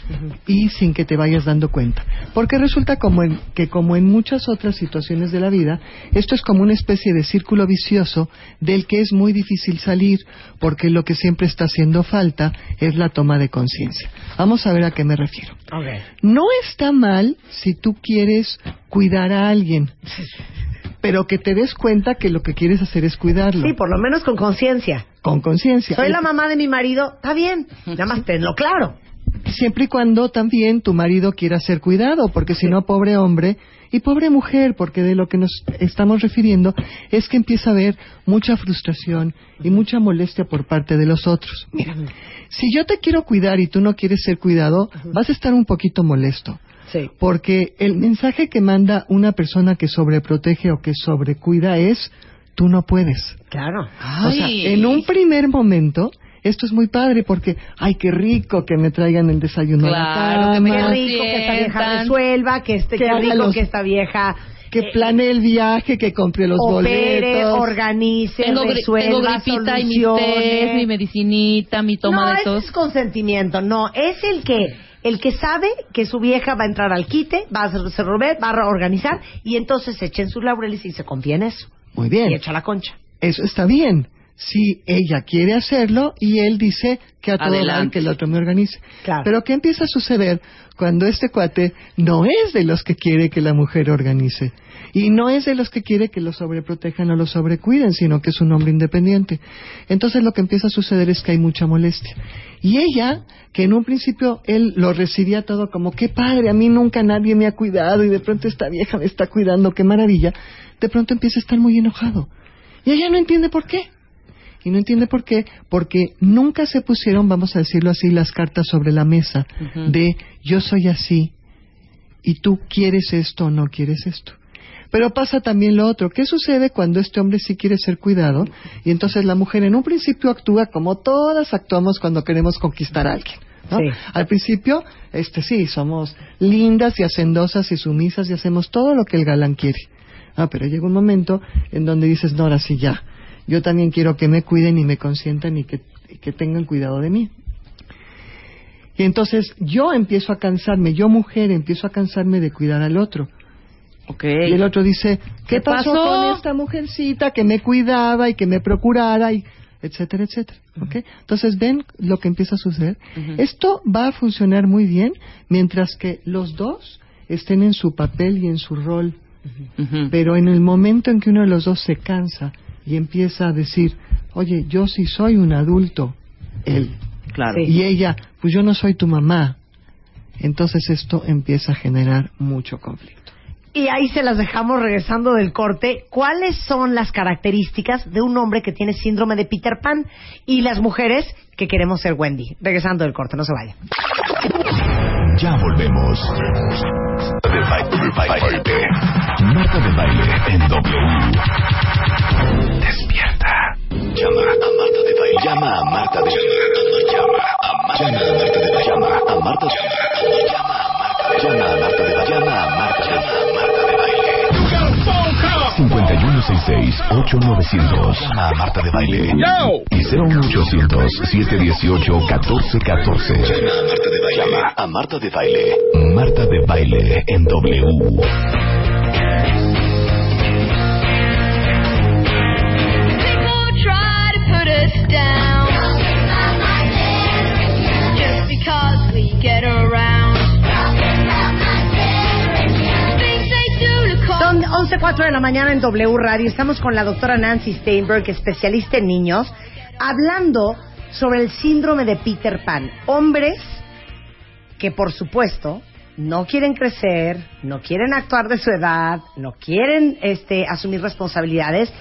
Speaker 13: y sin que te vayas dando cuenta. Porque resulta como en- que como en muchas otras situaciones de la vida, esto es como una especie de círculo vicioso del que es muy difícil salir porque lo que siempre está haciendo falta es la toma de conciencia. Vamos a ver a qué me refiero. No está mal si tú quieres cuidar a alguien, pero que te des cuenta que lo que quieres hacer es cuidarlo.
Speaker 3: Sí, por lo menos con conciencia.
Speaker 13: Con conciencia.
Speaker 3: Soy la mamá de mi marido, está bien, nada más tenlo claro.
Speaker 13: Siempre y cuando también tu marido quiera ser cuidado, porque si no, pobre hombre y pobre mujer, porque de lo que nos estamos refiriendo es que empieza a haber mucha frustración y mucha molestia por parte de los otros. Mira, si yo te quiero cuidar y tú no quieres ser cuidado, vas a estar un poquito molesto.
Speaker 3: Sí.
Speaker 13: Porque el mensaje que manda una persona que sobreprotege o que sobrecuida es, tú no puedes.
Speaker 3: Claro.
Speaker 13: O sea, en un primer momento, esto es muy padre porque, ay, qué rico que me traigan el desayuno. a la
Speaker 3: Claro, que
Speaker 13: cama,
Speaker 3: rico que esta vieja resuelva, que este,
Speaker 13: Que
Speaker 3: qué
Speaker 13: haga
Speaker 3: rico
Speaker 13: los-
Speaker 3: que esta vieja
Speaker 13: que planee el viaje, que compre los
Speaker 3: opere,
Speaker 13: boletos.
Speaker 3: organice,
Speaker 4: Tengo, gri-
Speaker 3: resuelva,
Speaker 4: tengo gripita y mis
Speaker 3: solucione.
Speaker 4: tés, mi medicinita, mi toma
Speaker 3: no,
Speaker 4: de
Speaker 3: eso
Speaker 4: tos.
Speaker 3: es consentimiento, no, es el que el que sabe que su vieja va a entrar al quite, va a hacerse rober, va a organizar y entonces se echen sus laureles y se confía en eso.
Speaker 13: Muy bien.
Speaker 3: Y echa la concha.
Speaker 13: Eso está bien. Si ella quiere hacerlo y él dice que a todo dar,
Speaker 3: Adelante.
Speaker 13: que el otro me organice.
Speaker 3: Claro.
Speaker 13: Pero ¿qué empieza a suceder cuando este cuate no es de los que quiere que la mujer organice? Y no es de los que quiere que lo sobreprotejan o lo sobrecuiden, sino que es un hombre independiente. Entonces lo que empieza a suceder es que hay mucha molestia. Y ella, que en un principio él lo recibía todo como, qué padre, a mí nunca nadie me ha cuidado y de pronto esta vieja me está cuidando, qué maravilla, de pronto empieza a estar muy enojado. Y ella no entiende por qué. Y no entiende por qué, porque nunca se pusieron, vamos a decirlo así, las cartas sobre la mesa
Speaker 11: Ujú.
Speaker 13: de yo soy así y tú quieres esto o no quieres esto. Pero pasa también lo otro. ¿Qué sucede cuando este hombre sí quiere ser cuidado? Y entonces la mujer en un principio actúa como todas actuamos cuando queremos conquistar a alguien. ¿no? Al principio, este sí, somos lindas y hacendosas y sumisas y hacemos todo lo que el galán quiere. Ah, pero llega un momento en donde dices, no, ahora sí ya. Yo también quiero que me cuiden y me consientan y que, y que tengan cuidado de mí. Y entonces yo empiezo a cansarme, yo mujer empiezo a cansarme de cuidar al otro. Y el otro dice, ¿qué,
Speaker 11: ¿Qué
Speaker 13: pasó?
Speaker 11: pasó?
Speaker 13: con esta mujercita que me cuidaba y que me procurara y etcétera, etcétera? ¿ok? Entonces ven lo que empieza a suceder.
Speaker 11: Ujú.
Speaker 13: Esto va a funcionar muy bien mientras que los dos estén en su papel y en su rol. Pero en el momento en que uno de los dos se cansa y empieza a decir, oye, yo sí soy un adulto, él.
Speaker 4: Claro.
Speaker 13: Y ella, pues yo no soy tu mamá. Entonces esto empieza a generar mucho conflicto.
Speaker 3: Y ahí se las dejamos regresando del corte. ¿Cuáles son las características de un hombre que tiene síndrome de Peter Pan y las mujeres que queremos ser Wendy? Regresando del corte, no se vayan.
Speaker 12: Ya volvemos. Marta de baile. Marta de baile en W. Despierta. Llama a Marta de baile. Llama a Marta de baile. Llama a Marta de baile. Llama a Marta de baile. Llama a Marta de baile. Llama a Marta de baile. Llama a Marta de baile. 5166-8900. Llama a Marta de baile. Y 01800-718-1414. Llama a Marta de baile. Marta de baile en W.
Speaker 10: try to put us down. Just because we get around. Things they do to cause
Speaker 3: Son 11.41 4 de la mañana en W Radio. Estamos con la doctora Nancy Steinberg, especialista en niños, hablando sobre el síndrome de Peter Pan. Hombres que, por supuesto, no quieren crecer, no quieren actuar de su edad, no quieren este, asumir responsabilidades.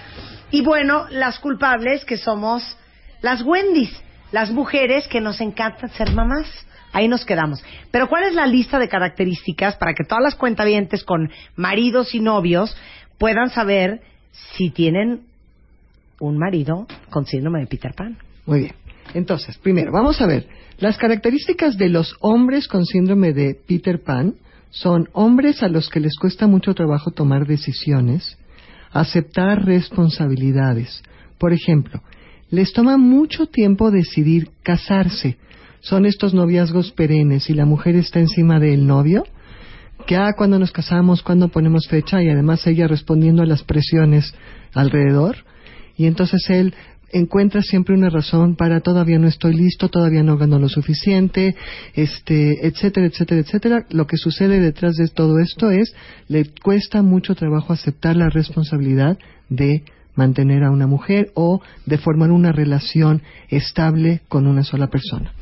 Speaker 3: Y bueno, las culpables que somos las Wendy's, las mujeres que nos encanta ser mamás. Ahí nos quedamos. Pero ¿cuál es la lista de características para que todas las cuentavientes con maridos y novios puedan saber si tienen un marido con síndrome de Peter Pan?
Speaker 13: Muy bien. Entonces, primero, vamos a ver. Las características de los hombres con síndrome de Peter Pan son hombres a los que les cuesta mucho trabajo tomar decisiones, aceptar responsabilidades. Por ejemplo, les toma mucho tiempo decidir casarse. Son estos noviazgos perennes y la mujer está encima del novio. Que, ah, cuando nos casamos, cuando ponemos fecha y además ella respondiendo a las presiones alrededor. Y entonces él encuentra siempre una razón para todavía no estoy listo, todavía no gano lo suficiente, este, etcétera, etcétera, etcétera. Lo que sucede detrás de todo esto es le cuesta mucho trabajo aceptar la responsabilidad de mantener a una mujer o de formar una relación estable con una sola persona.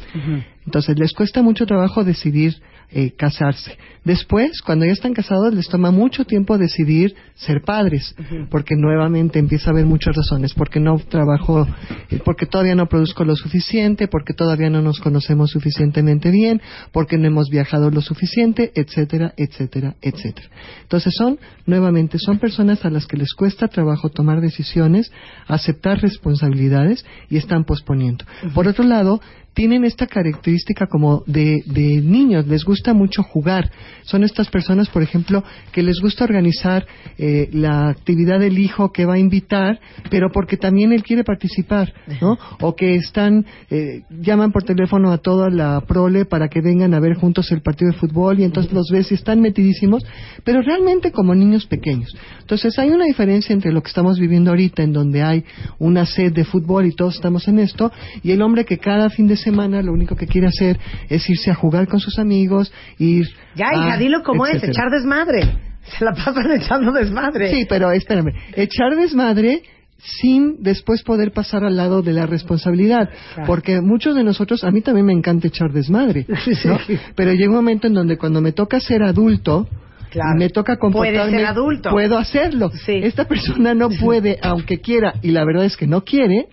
Speaker 13: Entonces les cuesta mucho trabajo decidir eh, casarse. Después, cuando ya están casados, les toma mucho tiempo decidir ser padres, porque nuevamente empieza a haber muchas razones, porque no trabajo, eh, porque todavía no produzco lo suficiente, porque todavía no nos conocemos suficientemente bien, porque no hemos viajado lo suficiente, etcétera, etcétera, etcétera. Entonces son, nuevamente, son personas a las que les cuesta trabajo tomar decisiones, aceptar responsabilidades y están posponiendo. Por otro lado, tienen esta característica como de, de niños, les gusta mucho jugar. Son estas personas, por ejemplo, que les gusta organizar eh, la actividad del hijo que va a invitar, pero porque también él quiere participar, ¿no? O que están, eh, llaman por teléfono a toda la prole para que vengan a ver juntos el partido de fútbol y entonces los ves y están metidísimos, pero realmente como niños pequeños. Entonces hay una diferencia entre lo que estamos viviendo ahorita, en donde hay una sed de fútbol y todos estamos en esto, y el hombre que cada fin de semana lo único que quiere hacer es irse a jugar con sus amigos, ir.
Speaker 3: Ya,
Speaker 13: a-
Speaker 3: hija, dilo como es,
Speaker 13: etcétera.
Speaker 3: echar desmadre. Se la pasan echando desmadre.
Speaker 13: Sí, pero espérame. Echar desmadre sin después poder pasar al lado de la responsabilidad.
Speaker 8: Claro.
Speaker 13: Porque muchos de nosotros, a mí también me encanta echar desmadre. ¿no? Pero llega un momento en donde cuando me toca ser adulto, y me toca comportarme,
Speaker 3: Puede ser adulto.
Speaker 13: puedo hacerlo. Esta persona no puede, aunque quiera, y la verdad es que no quiere,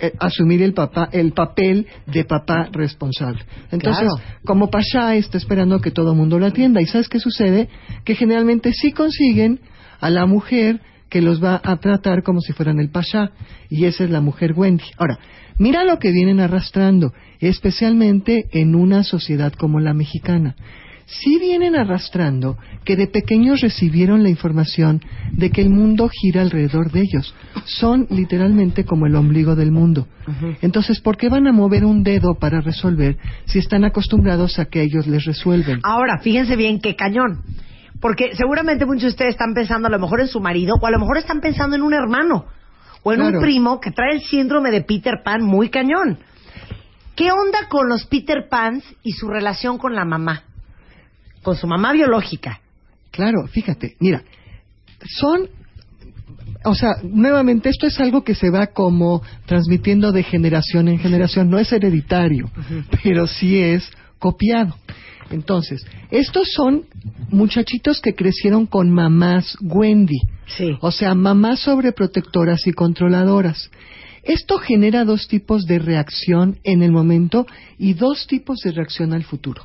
Speaker 13: eh, asumir el papá, el papel de papá responsable. Entonces,
Speaker 3: Claro.
Speaker 13: como pasha está esperando que todo el mundo lo atienda y sabes qué sucede, que generalmente sí consiguen a la mujer que los va a tratar como si fueran el pasha y esa es la mujer Wendy. Ahora, mira lo que vienen arrastrando, especialmente en una sociedad como la mexicana. Sí vienen arrastrando que de pequeños recibieron la información de que el mundo gira alrededor de ellos. Son literalmente como el ombligo del mundo. Entonces, ¿por qué van a mover un dedo para resolver si están acostumbrados a que ellos les resuelven?
Speaker 3: Ahora, fíjense bien qué cañón. Porque seguramente muchos de ustedes están pensando a lo mejor en su marido o a lo mejor están pensando en un hermano o en
Speaker 13: Claro.
Speaker 3: un primo que trae el síndrome de Peter Pan muy cañón. ¿Qué onda con los Peter Pans y su relación con la mamá? Con su mamá biológica.
Speaker 13: Claro, fíjate, mira, son, o sea, nuevamente esto es algo que se va como transmitiendo de generación en generación, no es hereditario, pero sí es copiado. Entonces, estos son muchachitos que crecieron con mamás Wendy, o sea, mamás sobreprotectoras y controladoras. Esto genera dos tipos de reacción en el momento y dos tipos de reacción al futuro.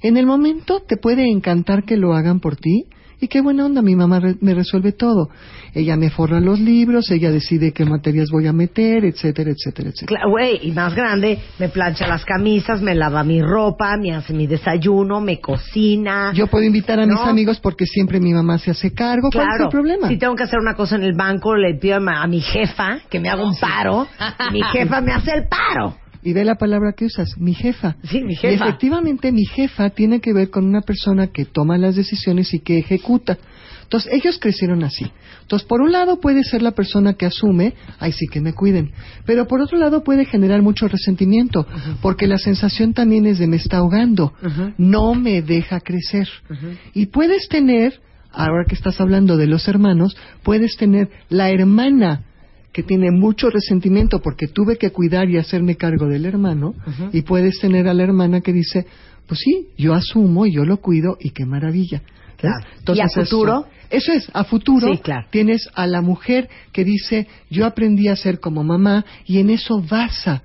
Speaker 13: En el momento te puede encantar que lo hagan por ti. Y qué buena onda, mi mamá re- me resuelve todo. Ella me forra los libros, ella decide qué materias voy a meter, etcétera, etcétera, etcétera.
Speaker 3: Cla- Güey, y más grande, me plancha las camisas, me lava mi ropa, me hace mi desayuno, me cocina.
Speaker 13: Yo puedo invitar a mis
Speaker 3: No.
Speaker 13: amigos porque siempre mi mamá se hace cargo. ¿Cuál es el problema?
Speaker 3: Si tengo que hacer una cosa en el banco, le pido a ma- a mi jefa que me haga un paro. y mi jefa me hace el paro.
Speaker 13: Y ve la palabra que usas, mi jefa.
Speaker 3: Sí, mi jefa.
Speaker 13: Y efectivamente, mi jefa tiene que ver con una persona que toma las decisiones y que ejecuta. Entonces, ellos crecieron así. Entonces, por un lado puede ser la persona que asume, ay, sí que me cuiden. Pero por otro lado puede generar mucho resentimiento, porque la sensación también es de me está ahogando, no me deja crecer. Y puedes tener ahora que estás hablando de los hermanos, puedes tener la hermana que tiene mucho resentimiento porque tuve que cuidar y hacerme cargo del hermano,
Speaker 11: Ujú.
Speaker 13: y puedes tener a la hermana que dice, pues sí, yo asumo, y yo lo cuido y qué maravilla. ¿Ves?
Speaker 3: ¿Y a
Speaker 13: eso-
Speaker 3: futuro?
Speaker 13: Eso, es, a futuro
Speaker 3: Sí, claro.
Speaker 13: tienes a la mujer que dice, yo aprendí a ser como mamá y en eso basa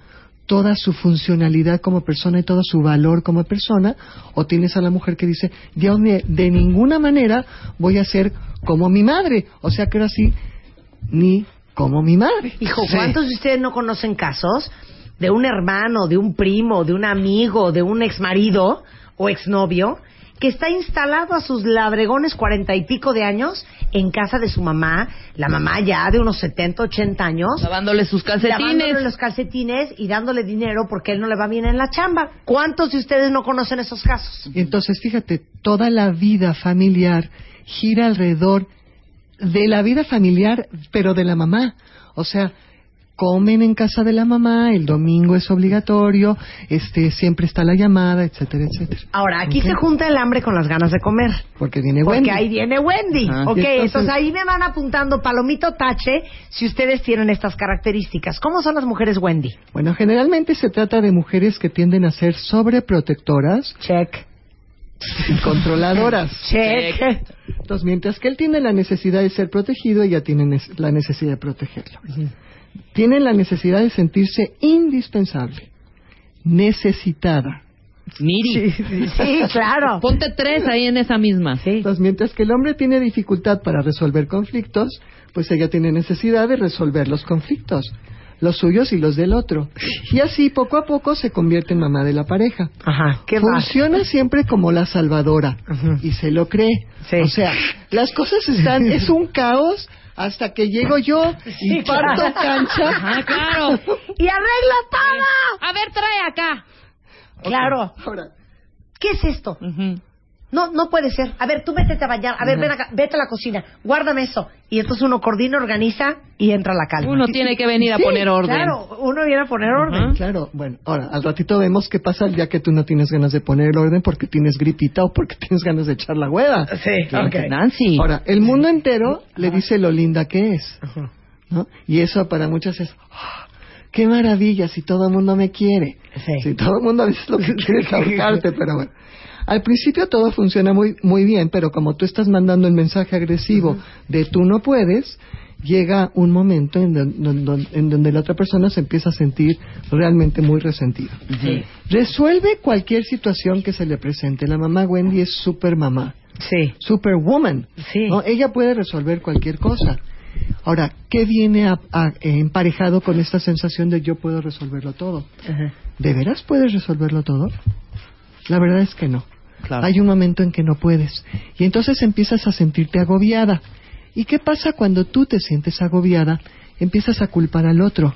Speaker 13: toda su funcionalidad como persona y todo su valor como persona, o tienes a la mujer que dice, yo de, de ninguna manera voy a ser como mi madre, o sea que ahora sí, ni como mi madre.
Speaker 3: Hijo,
Speaker 13: Sí.
Speaker 3: ¿cuántos de ustedes no conocen casos de un hermano, de un primo, de un amigo, de un exmarido o exnovio que está instalado a sus labregones cuarenta y pico de años en casa de su mamá, la mamá ya de unos 70, 80 años,
Speaker 4: Lavándole sus calcetines.
Speaker 3: lavándole los calcetines y dándole dinero porque él no le va bien en la chamba? ¿Cuántos de ustedes no conocen esos casos?
Speaker 13: Entonces, fíjate, toda la vida familiar gira alrededor de la vida familiar, pero de la mamá. O sea, comen en casa de la mamá, el domingo es obligatorio, este siempre está la llamada, etcétera, etcétera.
Speaker 3: Ahora, aquí
Speaker 13: Ok.
Speaker 3: se junta el hambre con las ganas de comer.
Speaker 13: Porque viene
Speaker 3: Porque
Speaker 13: Wendy.
Speaker 3: ahí viene Wendy.
Speaker 13: Ah,
Speaker 3: ok,
Speaker 13: y entonces-
Speaker 3: entonces... ahí me van apuntando palomito tache si ustedes tienen estas características. ¿Cómo son las mujeres Wendy?
Speaker 13: Bueno, generalmente se trata de mujeres que tienden a ser sobreprotectoras.
Speaker 3: Check.
Speaker 13: Y controladoras.
Speaker 3: Check.
Speaker 13: Entonces, mientras que él tiene la necesidad de ser protegido, ella tiene nes- la necesidad de protegerlo. Tienen la necesidad de sentirse indispensable, necesitada.
Speaker 4: Miri.
Speaker 3: claro.
Speaker 4: Ponte tres ahí en esa misma.
Speaker 13: Entonces, mientras que el hombre tiene dificultad para resolver conflictos, pues ella tiene necesidad de resolver los conflictos, los suyos y los del otro. Y así, poco a poco, se convierte en mamá de la pareja.
Speaker 3: Ajá. ¿Qué más?
Speaker 13: Funciona siempre como la salvadora y se lo cree. O sea, las cosas están, es un caos hasta que llego yo y
Speaker 3: Sí,
Speaker 13: parto
Speaker 3: claro.
Speaker 13: cancha.
Speaker 3: Ajá, claro. Y arregla todo.
Speaker 4: A ver, trae acá.
Speaker 3: Claro. ¿Qué es esto? No, no puede ser. A ver, tú métete a bañar. A ver,
Speaker 4: Ajá.
Speaker 3: ven acá, vete a la cocina. Guárdame eso. Y entonces uno coordina, organiza y entra la calma.
Speaker 4: Uno tiene que venir a
Speaker 3: Sí,
Speaker 4: poner orden.
Speaker 3: Claro, uno viene a poner orden.
Speaker 13: Claro, bueno, ahora al ratito vemos qué pasa el día que tú no tienes ganas de poner orden porque tienes gripita o porque tienes ganas de echar la hueva.
Speaker 3: Sí, ok.
Speaker 4: Nancy.
Speaker 13: Ahora, el mundo entero le dice lo linda que es. ¿no? Y eso para muchas es, "Ah, qué maravilla si todo el mundo me quiere. Si todo el mundo a veces lo que quiere es ahorcarte, pero bueno. Al principio todo funciona muy, muy bien, pero como tú estás mandando el mensaje agresivo de tú no puedes, llega un momento en, don- don- don- en donde la otra persona se empieza a sentir realmente muy resentida. Resuelve cualquier situación que se le presente. La mamá Wendy es super mamá.
Speaker 3: Sí.
Speaker 13: Superwoman. ¿no? Ella puede resolver cualquier cosa. Ahora, ¿qué viene a- a- eh, emparejado con esta sensación de yo puedo resolverlo todo? ¿De veras puedes resolverlo todo? La verdad es que no. Hay un momento en que no puedes. Y entonces empiezas a sentirte agobiada. ¿Y qué pasa cuando tú te sientes agobiada? Empiezas a culpar al otro.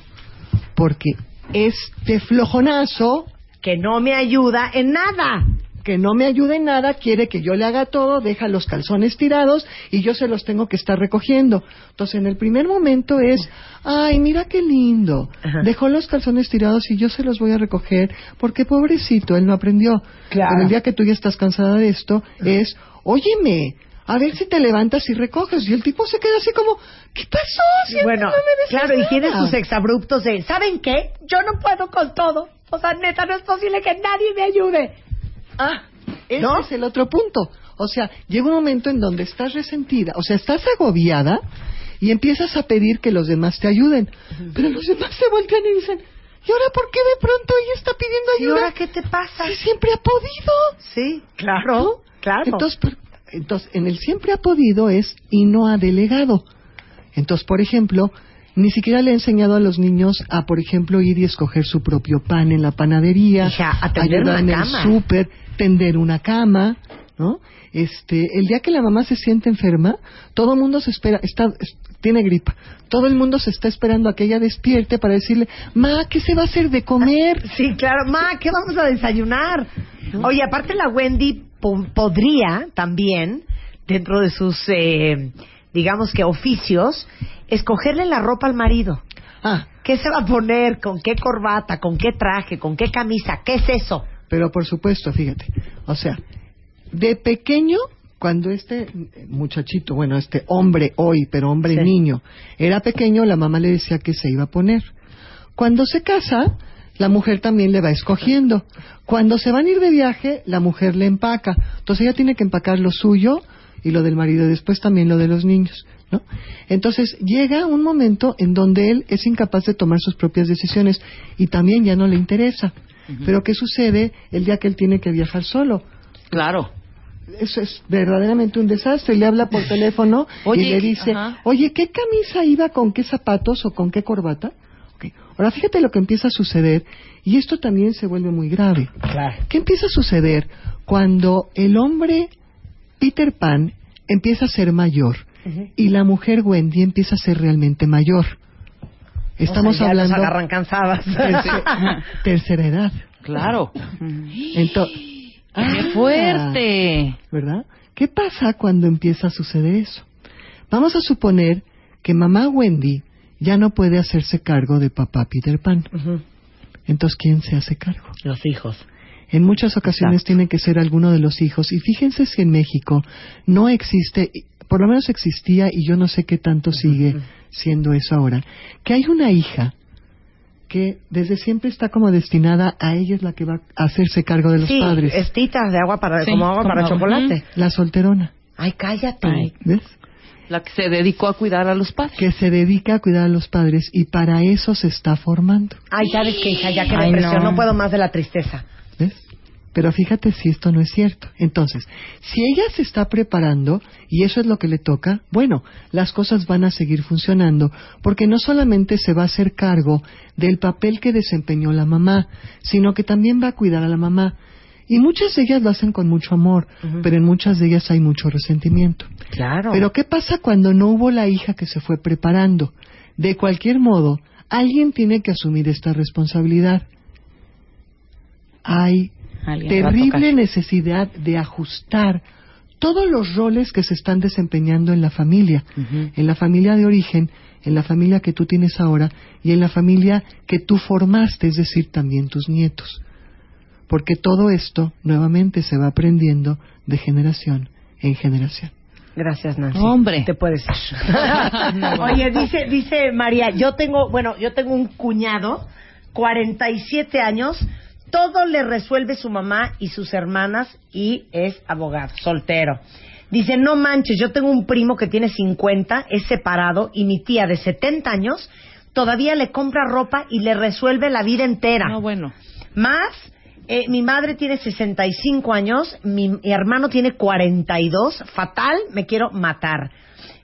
Speaker 13: Porque este flojonazo...
Speaker 3: Que no me ayuda en nada.
Speaker 13: Que no me ayuda en nada, quiere que yo le haga todo, deja los calzones tirados y yo se los tengo que estar recogiendo. Entonces, en el primer momento es, ay, mira qué lindo. Dejó los calzones tirados y yo se los voy a recoger porque pobrecito, él no aprendió. Pero el día que tú ya estás cansada de esto es, óyeme, a ver si te levantas y recoges. Y el tipo se queda así como, ¿qué pasó? Si antes
Speaker 3: bueno,
Speaker 13: no me decías
Speaker 3: claro, y tiene
Speaker 13: nada?".
Speaker 3: sus exabruptos de, ¿saben qué? Yo no puedo con todo. O sea, neta, no es posible que nadie me ayude.
Speaker 13: Ah, Ese es el otro punto. O sea, llega un momento en donde estás resentida, o sea, estás agobiada y empiezas a pedir que los demás te ayuden. Pero los demás se voltean y dicen, ¿y ahora por qué de pronto ella está pidiendo
Speaker 3: ¿Y
Speaker 13: ayuda?
Speaker 3: ahora qué te pasa?
Speaker 13: Si siempre ha podido.
Speaker 3: Sí, claro, claro.
Speaker 13: Entonces, por- entonces, en el siempre ha podido es y no ha delegado. Entonces, por ejemplo, ni siquiera le he enseñado a los niños a, por ejemplo, ir y escoger su propio pan en la panadería,
Speaker 3: Hija, a tender
Speaker 13: ayudar
Speaker 3: una
Speaker 13: en
Speaker 3: cama.
Speaker 13: el súper, tender una cama, ¿no? Este, el día que la mamá se siente enferma, todo el mundo se espera, está, es- tiene gripa, todo el mundo se está esperando a que ella despierte para decirle, ma, ¿qué se va a hacer de comer?
Speaker 3: Sí, claro. Ma, ¿qué vamos a desayunar? Oye, aparte la Wendy po- podría también, dentro de sus, eh, digamos que oficios, escogerle la ropa al marido.
Speaker 13: Ah.
Speaker 3: ¿Qué se va a poner? ¿Con qué corbata? ¿Con qué traje? ¿Con qué camisa? ¿Qué es eso?
Speaker 13: Pero por supuesto, fíjate. O sea, de pequeño, Cuando este muchachito, bueno, este hombre hoy, pero hombre niño, era pequeño, la mamá le decía que se iba a poner. Cuando se casa, la mujer también le va escogiendo. Cuando se van a ir de viaje, la mujer le empaca. Entonces ella tiene que empacar lo suyo y lo del marido, y después también lo de los niños. ¿no? Entonces llega un momento en donde él es incapaz de tomar sus propias decisiones y también ya no le interesa. Pero ¿qué sucede el día que él tiene que viajar solo?
Speaker 4: Claro.
Speaker 13: Eso es verdaderamente un desastre. Le habla por teléfono y
Speaker 4: Oye,
Speaker 13: le dice,
Speaker 4: ajá.
Speaker 13: oye, ¿qué camisa iba con qué zapatos o con qué corbata? Ok. Ahora fíjate lo que empieza a suceder y esto también se vuelve muy grave. ¿Qué empieza a suceder cuando el hombre Peter Pan empieza a ser mayor y la mujer Wendy empieza a ser realmente mayor? Estamos
Speaker 3: O sea, ya los
Speaker 13: hablando
Speaker 3: agarran cansadas.
Speaker 13: Terce- tercera edad.
Speaker 4: Claro.
Speaker 13: Entonces,
Speaker 4: ¡Qué fuerte!
Speaker 13: ¿Verdad? ¿Qué pasa cuando empieza a suceder eso? Vamos a suponer que mamá Wendy ya no puede hacerse cargo de papá Peter Pan. Entonces, ¿quién se hace cargo?
Speaker 3: Los hijos.
Speaker 13: En muchas ocasiones tiene que ser alguno de los hijos. Y fíjense si en México no existe, por lo menos existía, y yo no sé qué tanto sigue siendo eso ahora, que hay una hija que desde siempre está como destinada a ella es la que va a hacerse cargo de los
Speaker 3: Sí,
Speaker 13: padres.
Speaker 3: estitas de agua para, como agua para chocolate.
Speaker 13: La solterona.
Speaker 3: Ay, cállate.
Speaker 13: ¿Ves?
Speaker 4: La que se dedicó a cuidar a los padres.
Speaker 13: Que se dedica a cuidar a los padres y para eso se está formando.
Speaker 3: Ay, sabes que hija, ya que
Speaker 13: Ay,
Speaker 3: depresión,
Speaker 13: no.
Speaker 3: no puedo más de la tristeza.
Speaker 13: Pero fíjate si esto no es cierto. Entonces, si ella se está preparando y eso es lo que le toca, bueno, las cosas van a seguir funcionando porque no solamente se va a hacer cargo del papel que desempeñó la mamá, sino que también va a cuidar a la mamá. Y muchas de ellas lo hacen con mucho amor, pero en muchas de ellas hay mucho resentimiento.
Speaker 3: Claro.
Speaker 13: Pero ¿qué pasa cuando no hubo la hija que se fue preparando? De cualquier modo, alguien tiene que asumir esta responsabilidad. Hay
Speaker 4: Alguien va a
Speaker 13: terrible
Speaker 4: tocar.
Speaker 13: necesidad de ajustar todos los roles que se están desempeñando en la familia, en la familia de origen, en la familia que tú tienes ahora y en la familia que tú formaste, es decir, también tus nietos. Porque todo esto nuevamente se va aprendiendo de generación en generación.
Speaker 3: Gracias, Nancy.
Speaker 13: Hombre.
Speaker 3: Te puedes ir. Oye, dice, dice María, yo tengo, bueno, yo tengo un cuñado, 47 años, todo le resuelve su mamá y sus hermanas y es abogado, soltero. Dice, no manches, yo tengo un primo que tiene 50, es separado y mi tía de 70 años todavía le compra ropa y le resuelve la vida entera. No,
Speaker 4: bueno.
Speaker 3: Más, eh, mi madre tiene 65 años, mi, mi hermano tiene 42, fatal, me quiero matar.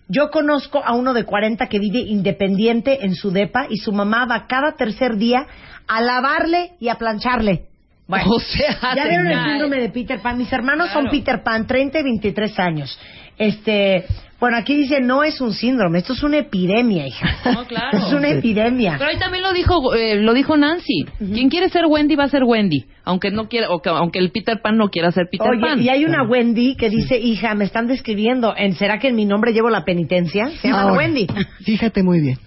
Speaker 3: Yo conozco a uno de 40 que vive independiente en su depa y su mamá va cada tercer día a lavarle y a plancharle.
Speaker 4: O sea,
Speaker 3: ya vieron el
Speaker 4: tenaz.
Speaker 3: síndrome de Peter Pan. Mis hermanos son
Speaker 4: Claro.
Speaker 3: Peter Pan, 30 y 23 años. Este, bueno, aquí dice no es un síndrome, esto es una epidemia, hija.
Speaker 4: No, claro.
Speaker 3: Es una epidemia.
Speaker 4: Pero ahí también lo dijo, eh, lo dijo Nancy. Quien quiere ser Wendy va a ser Wendy, aunque no quiera, o que- aunque el Peter Pan no quiera ser Peter
Speaker 3: Oye,
Speaker 4: Pan.
Speaker 3: y hay una Wendy que dice, hija, me están describiendo, ¿en ¿será que en mi nombre llevo la penitencia? Se llama
Speaker 13: Ahora,
Speaker 3: Wendy.
Speaker 13: Fíjate muy bien.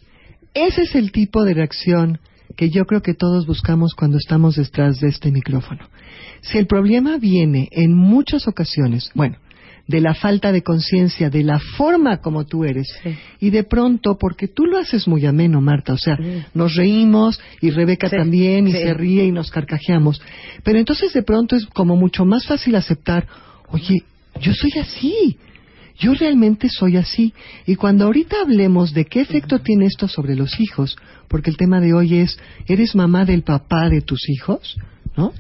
Speaker 13: Ese es el tipo de reacción que yo creo que todos buscamos cuando estamos detrás de este micrófono. Si el problema viene en muchas ocasiones, bueno, de la falta de conciencia, de la forma como tú eres, y de pronto, porque tú lo haces muy ameno, Marta, o sea, nos reímos y Rebeca también, y
Speaker 3: sí.
Speaker 13: se ríe y nos carcajeamos, pero entonces de pronto es como mucho más fácil aceptar, oye, yo soy así, yo realmente soy así. Y cuando ahorita hablemos de qué efecto tiene esto sobre los hijos, porque el tema de hoy es, ¿eres mamá del papá de tus hijos? ¿No?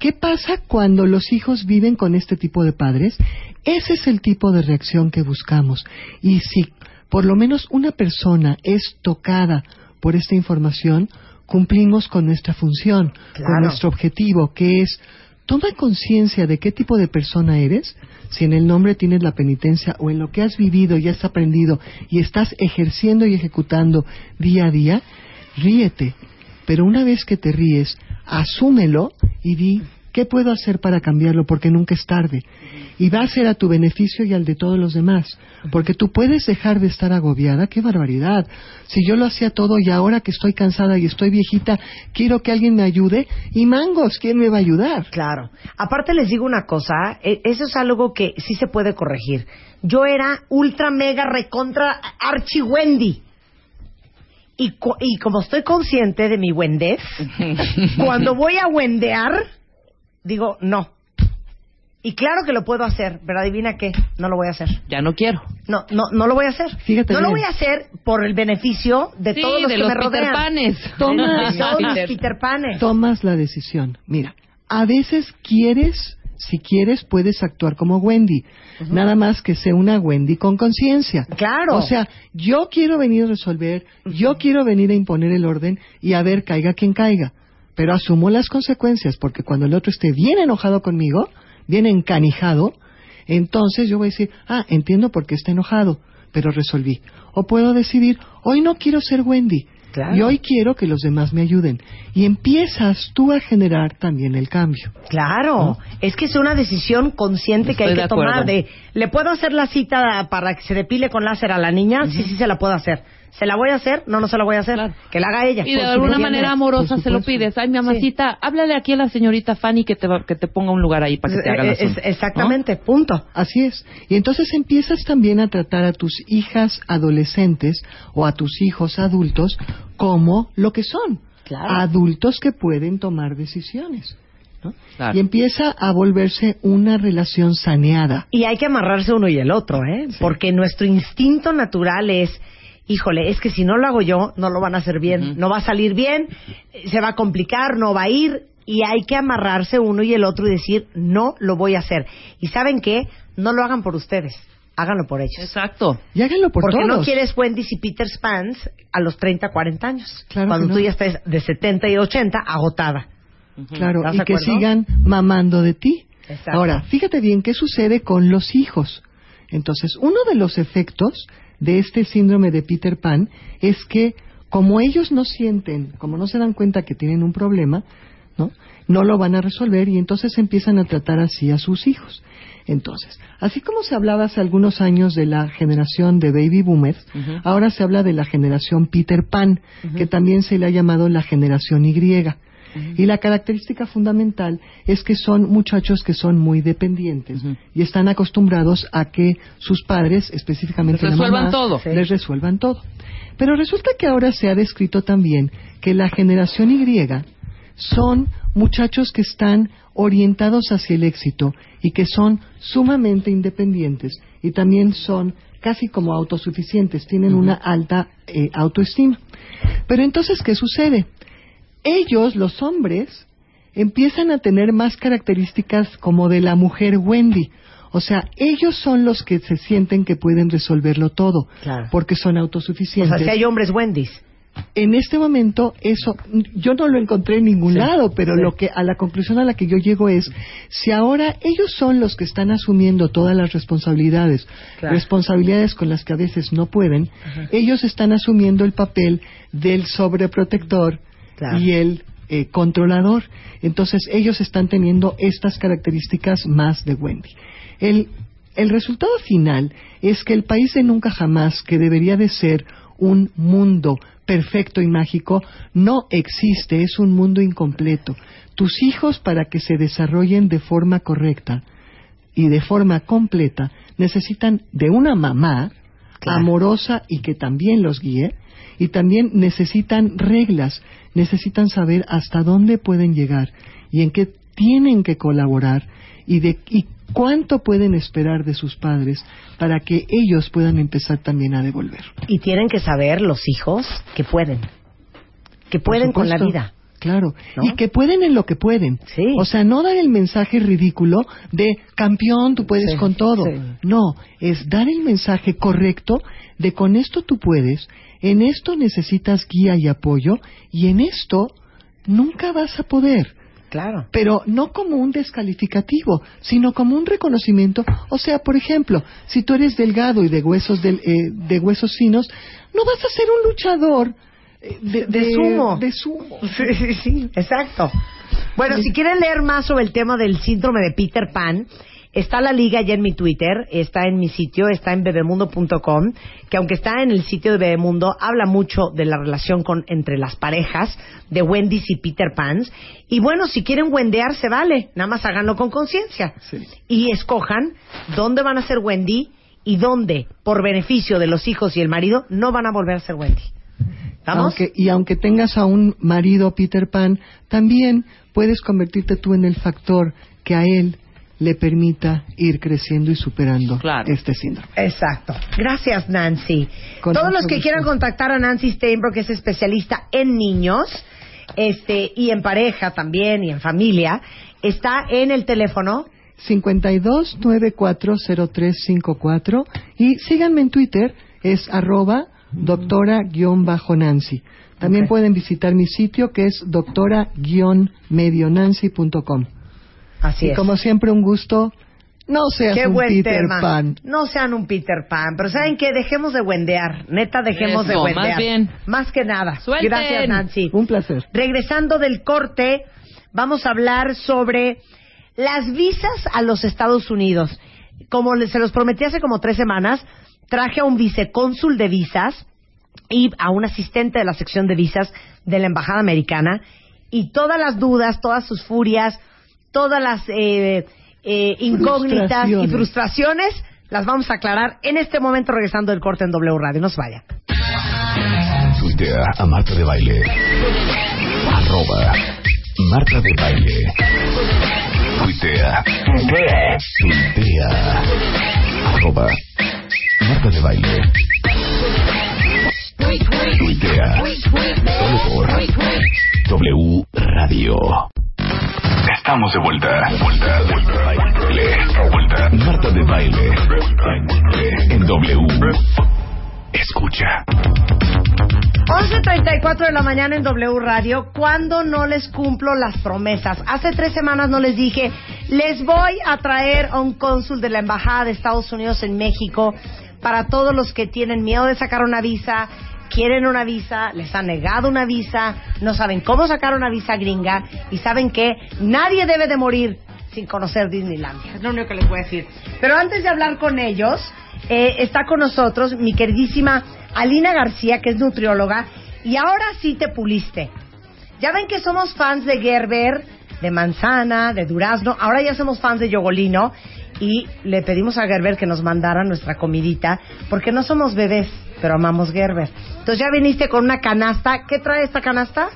Speaker 13: ¿Qué pasa cuando los hijos viven con este tipo de padres? Ese es el tipo de reacción que buscamos. Y si por lo menos una persona es tocada por esta información, cumplimos con nuestra función, con
Speaker 3: Claro.
Speaker 13: nuestro objetivo, que es Toma conciencia de qué tipo de persona eres, si en el nombre tienes la penitencia o en lo que has vivido y has aprendido y estás ejerciendo y ejecutando día a día, ríete. Pero una vez que te ríes, asúmelo y di, ¿qué puedo hacer para cambiarlo? Porque nunca es tarde. y va a ser a tu beneficio y al de todos los demás. Porque tú puedes dejar de estar agobiada, qué barbaridad. Si yo lo hacía todo y ahora que estoy cansada y estoy viejita, quiero que alguien me ayude y mangos, ¿quién me va a ayudar?
Speaker 3: Claro. Aparte les digo una cosa, e- eso es algo que sí se puede corregir. Yo era ultra mega recontra archi Wendy. Y, co- y como estoy consciente de mi wendez, cuando voy a wendear, digo no. Y claro que lo puedo hacer, pero adivina qué, no lo voy a hacer.
Speaker 4: Ya no quiero.
Speaker 3: No, no, no lo voy a hacer.
Speaker 4: Fíjate
Speaker 3: no lo
Speaker 4: bien.
Speaker 3: voy a hacer por el beneficio de
Speaker 4: Sí,
Speaker 3: todos los
Speaker 4: de
Speaker 3: que
Speaker 4: los
Speaker 3: me rodean.
Speaker 4: Peterpanes.
Speaker 13: Toma-
Speaker 3: De todos los
Speaker 13: Peter-
Speaker 3: Peterpanes.
Speaker 13: Tomas la decisión. Mira, a veces quieres, si quieres, puedes actuar como Wendy. Nada más que sea una Wendy con conciencia.
Speaker 3: Claro.
Speaker 13: O sea, yo quiero venir a resolver, yo quiero venir a imponer el orden y a ver, caiga quien caiga. Pero asumo las consecuencias, porque cuando el otro esté bien enojado conmigo, bien encanijado, entonces yo voy a decir, ah, entiendo por qué está enojado, pero resolví. O puedo decidir, hoy no quiero ser Wendy.
Speaker 3: Claro.
Speaker 13: Y hoy quiero que los demás me ayuden. Y empiezas tú a generar también el cambio.
Speaker 3: Claro, es que es una decisión consciente que
Speaker 13: Estoy
Speaker 3: hay que
Speaker 13: de acuerdo.
Speaker 3: tomar de, ¿le puedo hacer la cita para que se depile con láser a la niña? Sí, sí, se la puedo hacer. ¿Se la voy a hacer? No, no se la voy a hacer. Que la haga ella.
Speaker 4: Y de
Speaker 3: Por
Speaker 4: alguna
Speaker 3: supuesto.
Speaker 4: manera amorosa se lo pides. Ay, mi amacita, háblale aquí a la señorita Fanny que te, va- que te ponga un lugar ahí para que te
Speaker 3: Eh,
Speaker 4: haga la
Speaker 13: Es-
Speaker 4: zona.
Speaker 13: exactamente,
Speaker 3: punto.
Speaker 13: Así es. Y entonces empiezas también a tratar a tus hijas adolescentes o a tus hijos adultos como lo que son. Adultos que pueden tomar decisiones. ¿no?
Speaker 4: Claro.
Speaker 13: Y empieza a volverse una relación saneada.
Speaker 3: Y hay que amarrarse uno y el otro, ¿eh? Porque nuestro instinto natural es, híjole, es que si no lo hago yo, no lo van a hacer bien, no va a salir bien, eh, se va a complicar, no va a ir, y hay que amarrarse uno y el otro y decir, no lo voy a hacer. Y saben qué, no lo hagan por ustedes, háganlo por ellos.
Speaker 4: Exacto.
Speaker 13: Y háganlo por
Speaker 3: Porque no
Speaker 13: todos.
Speaker 3: quieres Wendy's y Peter Spans a los 30, 40 años. cuando
Speaker 13: que
Speaker 3: tú
Speaker 13: no.
Speaker 3: ya estés de 70 y 80 agotada.
Speaker 13: Claro,
Speaker 3: ¿Estás
Speaker 13: y
Speaker 3: de
Speaker 13: que
Speaker 3: acuerdo?
Speaker 13: sigan mamando de ti.
Speaker 3: Exacto.
Speaker 13: Ahora, fíjate bien qué sucede con los hijos. Entonces, uno de los efectos de este síndrome de Peter Pan es que como ellos no sienten, como no se dan cuenta que tienen un problema, ¿no? No lo van a resolver y entonces empiezan a tratar así a sus hijos. Entonces, así como se hablaba hace algunos años de la generación de baby boomers,
Speaker 11: Ujú.
Speaker 13: ahora se habla de la generación Peter Pan, que también se le ha llamado la generación Y. Y la característica fundamental es que son muchachos que son muy dependientes y están acostumbrados a que sus padres, específicamente
Speaker 4: Les
Speaker 13: la
Speaker 4: resuelvan
Speaker 13: mamá,
Speaker 4: todo.
Speaker 13: les resuelvan todo. Pero resulta que ahora se ha descrito también que la generación Y son muchachos que están orientados hacia el éxito y que son sumamente independientes y también son casi como autosuficientes, tienen una alta eh, autoestima. Pero entonces, ¿qué sucede? ellos, los hombres, empiezan a tener más características como de la mujer Wendy. O sea, ellos son los que se sienten que pueden resolverlo todo, porque son
Speaker 3: O
Speaker 13: autosuficientes.
Speaker 3: sea, si hay hombres Wendy's.
Speaker 13: En este momento, eso, yo no lo encontré en ningún lado, pero
Speaker 3: sí.
Speaker 13: lo que, a la conclusión a la que yo llego es, si ahora ellos son los que están asumiendo todas las responsabilidades,
Speaker 11: Claro.
Speaker 13: responsabilidades con las que a veces no pueden, ellos están asumiendo el papel del sobreprotector y el eh, controlador. Entonces, ellos están teniendo estas características más de Wendy. El, el resultado final es que el país de nunca jamás, que debería de ser un mundo perfecto y mágico, no existe, es un mundo incompleto. Tus hijos, para que se desarrollen de forma correcta y de forma completa, necesitan de una mamá amorosa y que también los guíe, y también necesitan reglas, necesitan saber hasta dónde pueden llegar y en qué tienen que colaborar y de y cuánto pueden esperar de sus padres para que ellos puedan empezar también a devolver.
Speaker 3: Y tienen que saber los hijos que pueden. Que pueden
Speaker 13: Por
Speaker 3: con la
Speaker 13: supuesto,
Speaker 3: vida.
Speaker 13: Claro,
Speaker 3: ¿No?
Speaker 13: y que pueden en lo que pueden. O sea, no dar el mensaje ridículo de campeón, tú puedes
Speaker 11: Sí,
Speaker 13: con todo.
Speaker 11: sí.
Speaker 13: No, es dar el mensaje correcto de con esto tú puedes, en esto necesitas guía y apoyo, y en esto nunca vas a poder.
Speaker 3: Claro.
Speaker 13: Pero no como un descalificativo, sino como un reconocimiento. O sea, por ejemplo, si tú eres delgado y de huesos, del- eh, de huesos finos, no vas a ser un luchador eh, de,
Speaker 3: de sumo.
Speaker 13: de sumo.
Speaker 3: Sí, sí, sí, exacto. Bueno, si quieren leer más sobre el tema del síndrome de Peter Pan, Está la liga ya en mi Twitter, está en mi sitio, está en bebemundo.com, que aunque está en el sitio de Bebemundo, habla mucho de la relación con, entre las parejas de Wendy's y Peter Pan. Y bueno, si quieren wendear, se vale, nada más háganlo con conciencia. Y escojan dónde van a ser Wendy y dónde, por beneficio de los hijos y el marido, no van a volver a ser Wendy. ¿Estamos?
Speaker 13: Aunque- y aunque tengas a un marido Peter Pan, también puedes convertirte tú en el factor que a él le permita ir creciendo y superando este síndrome.
Speaker 3: Exacto. Gracias, Nancy. Todos los que quieran contactar a Nancy Steinberg, que es especialista en niños, este, y en pareja también, y en familia, está en el teléfono.
Speaker 13: 52940354 y síganme en Twitter, es arroba doctora-nancy. También pueden visitar mi sitio que es doctora-medionancy.com.
Speaker 3: Así
Speaker 13: y
Speaker 3: es.
Speaker 13: como siempre, un gusto. No seas
Speaker 3: Qué
Speaker 13: un
Speaker 3: buen
Speaker 13: Peter
Speaker 3: tema.
Speaker 13: Pan.
Speaker 3: No sean un Peter Pan. Pero ¿saben qué? Dejemos de wendear. Neta, dejemos
Speaker 13: Eso,
Speaker 3: de wendear.
Speaker 13: más bien.
Speaker 3: Más que nada.
Speaker 13: Suelten.
Speaker 3: Gracias, Nancy.
Speaker 13: Un placer.
Speaker 3: Regresando del corte, vamos a hablar sobre las visas a los Estados Unidos. Como les- se los prometí hace como tres semanas, traje a un vicecónsul de visas y a un asistente de la sección de visas de la Embajada Americana y todas las dudas, todas sus furias, todas las eh, eh, incógnitas y
Speaker 10: Frustraciones.
Speaker 3: frustraciones las vamos a aclarar en este momento regresando del corte en W Radio. No se vaya.
Speaker 12: Tuitea a Marta de Baile. Arroba Marta de Baile. Tuitea. Tuitea. Tuitea. Arroba Marta de Baile. Tuitea. Solo por W Radio. Estamos de vuelta. Vuelta, vuelta, baile, vuelta. Marta de baile. En W. Escucha.
Speaker 3: 11.34 de la mañana en W Radio, cuando no les cumplo las promesas. Hace tres semanas no les dije, les voy a traer a un cónsul de la Embajada de Estados Unidos en México para todos los que tienen miedo de sacar una visa, quieren una visa, les han negado una visa, no saben cómo sacar una visa gringa y saben que nadie debe de morir sin conocer Disneylandia. Es lo único que les voy a decir. Pero antes de hablar con ellos, eh, está con nosotros mi queridísima Alina García, que es nutrióloga. Y ahora sí te puliste. Ya ven que somos fans de Gerber, de manzana, de durazno. Ahora ya somos fans de yogolino. Y le pedimos a Gerber que nos mandara nuestra comidita, porque no somos bebés, pero amamos Gerber. Entonces ya viniste con una canasta. ¿Qué trae esta canasta?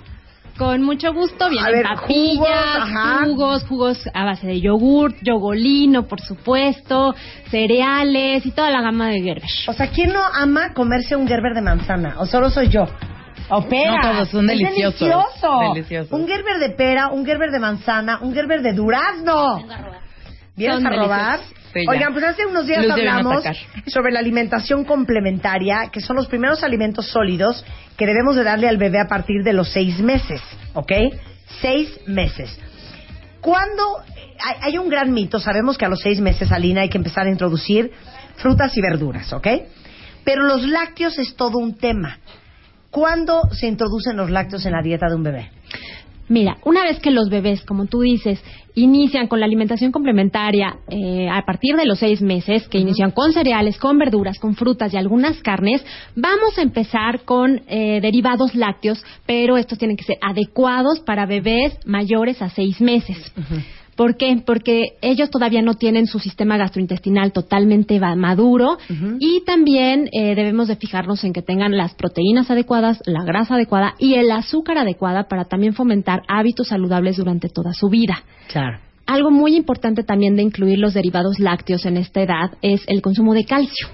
Speaker 11: Con mucho gusto,
Speaker 3: A
Speaker 11: vienen
Speaker 3: ver,
Speaker 11: papillas,
Speaker 3: jugos,
Speaker 11: jugos,
Speaker 3: ajá.
Speaker 11: jugos, a base de yogurt, yogolino, por supuesto, cereales y toda la gama de Gerber.
Speaker 3: O sea, ¿quién no ama comerse un Gerber de manzana? ¿O solo soy yo? ¿O pera?
Speaker 4: No, todos son
Speaker 3: Es
Speaker 4: deliciosos.
Speaker 3: delicioso.
Speaker 4: Deliciosos.
Speaker 3: Un Gerber de pera, un Gerber de manzana, un Gerber de durazno. ¿Vienes
Speaker 4: Son
Speaker 3: a robar?
Speaker 4: deliciosos. Sí, ya.
Speaker 3: Oigan, pues hace unos días
Speaker 4: Los deben
Speaker 3: hablamos
Speaker 4: atacar.
Speaker 3: sobre la alimentación complementaria, que son los primeros alimentos sólidos que debemos de darle al bebé a partir de los seis meses, ¿ok? Seis meses. ¿Cuándo hay, hay un gran mito? Sabemos que a los seis meses, Alina, hay que empezar a introducir frutas y verduras, ¿ok? Pero los lácteos es todo un tema. ¿Cuándo se introducen los lácteos en la dieta de un bebé?
Speaker 11: Mira, una vez que los bebés, como tú dices, inician con la alimentación complementaria eh, a partir de los seis meses, que inician con cereales, con verduras, con frutas y algunas carnes, vamos a empezar con eh, derivados lácteos, pero estos tienen que ser adecuados para bebés mayores a seis meses. ¿Por qué? Porque ellos todavía no tienen su sistema gastrointestinal totalmente va- maduro y también eh, debemos de fijarnos en que tengan las proteínas adecuadas, la grasa adecuada y el azúcar adecuada para también fomentar hábitos saludables durante toda su vida.
Speaker 3: Claro.
Speaker 11: Algo muy importante también de incluir los derivados lácteos en esta edad es el consumo de calcio.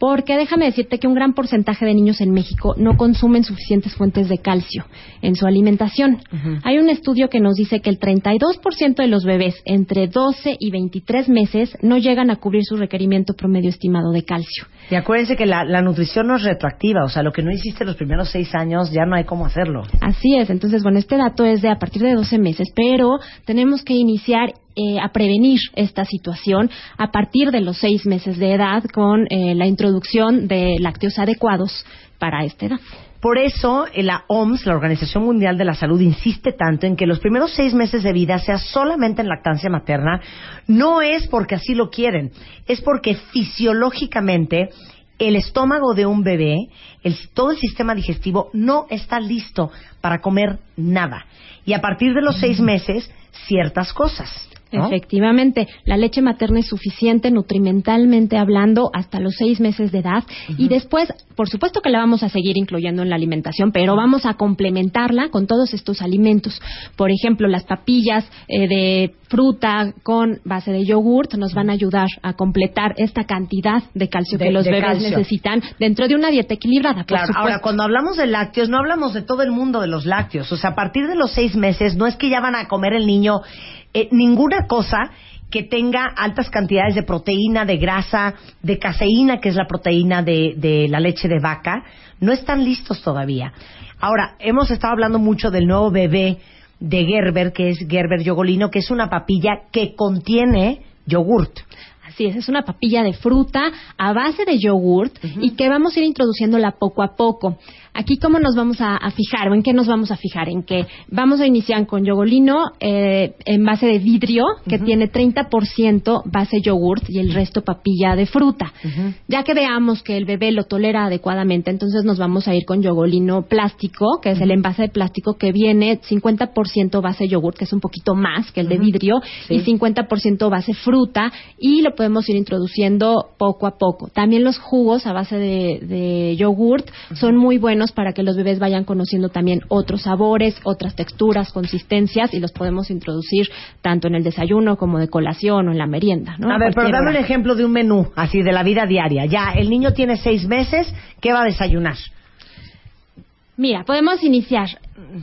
Speaker 11: Porque déjame decirte que un gran porcentaje de niños en México no consumen suficientes fuentes de calcio en su alimentación. Hay un estudio que nos dice que el 32% de los bebés entre 12 y 23 meses no llegan a cubrir su requerimiento promedio estimado de calcio.
Speaker 3: Y acuérdense que la, la nutrición no es retroactiva, o sea, lo que no hiciste los primeros seis años ya no hay cómo hacerlo.
Speaker 11: Así es, entonces, bueno, este dato es de a partir de 12 meses, pero tenemos que iniciar eh, a prevenir esta situación a partir de los 6 meses de edad con eh, la introducción de lácteos adecuados para esta edad.
Speaker 3: Por eso eh, la OMS, la Organización Mundial de la Salud, insiste tanto en que los primeros seis meses de vida sea solamente en lactancia materna. No es porque así lo quieren, es porque fisiológicamente el estómago de un bebé, el- todo el sistema digestivo no está listo para comer nada. Y a partir de los seis meses, ciertas cosas. ¿no?
Speaker 11: Efectivamente, la leche materna es suficiente nutrimentalmente hablando hasta los seis meses de edad y después, por supuesto que la vamos a seguir incluyendo en la alimentación, pero vamos a complementarla con todos estos alimentos. Por ejemplo, las papillas eh, de fruta con base de yogurt nos van a ayudar a completar esta cantidad de calcio
Speaker 3: De-
Speaker 11: que los
Speaker 3: de
Speaker 11: bebés
Speaker 3: calcio.
Speaker 11: necesitan dentro de una dieta equilibrada. por
Speaker 3: Claro, ahora
Speaker 11: supuesto.
Speaker 3: cuando hablamos de lácteos, no hablamos de todo el mundo de los lácteos. O sea, a partir de los seis meses, no es que ya van a comer el niño eh, ninguna cosa que tenga altas cantidades de proteína, de grasa, de caseína, que es la proteína de, de la leche de vaca. No están listos todavía. Ahora, hemos estado hablando mucho del nuevo bebé de Gerber, que es Gerber Yogolino, que es una papilla que contiene yogurt.
Speaker 11: Así es, es una papilla de fruta a base de yogurt y que vamos a ir introduciéndola poco a poco. Aquí, ¿cómo nos vamos a, a fijar o en qué nos vamos a fijar? En que vamos a iniciar con yogolino eh, en base de vidrio, que tiene 30% base yogurt y el resto papilla de fruta. Ya que veamos que el bebé lo tolera adecuadamente, entonces nos vamos a ir con yogolino plástico, que es el envase de plástico que viene 50% base yogurt, que es un poquito más que el de vidrio, y 50% base fruta, y lo podemos ir introduciendo poco a poco. También los jugos a base de, de yogurt son muy buenos para que los bebés vayan conociendo también otros sabores, otras texturas, consistencias, y los podemos introducir tanto en el desayuno como de colación o en la merienda. ¿no?
Speaker 3: a ver, pero
Speaker 11: cualquier
Speaker 3: dame un
Speaker 11: hora.
Speaker 3: ejemplo de un menú, así de la vida diaria. Ya, el niño tiene seis meses, ¿qué va a desayunar?
Speaker 11: Mira, podemos iniciar.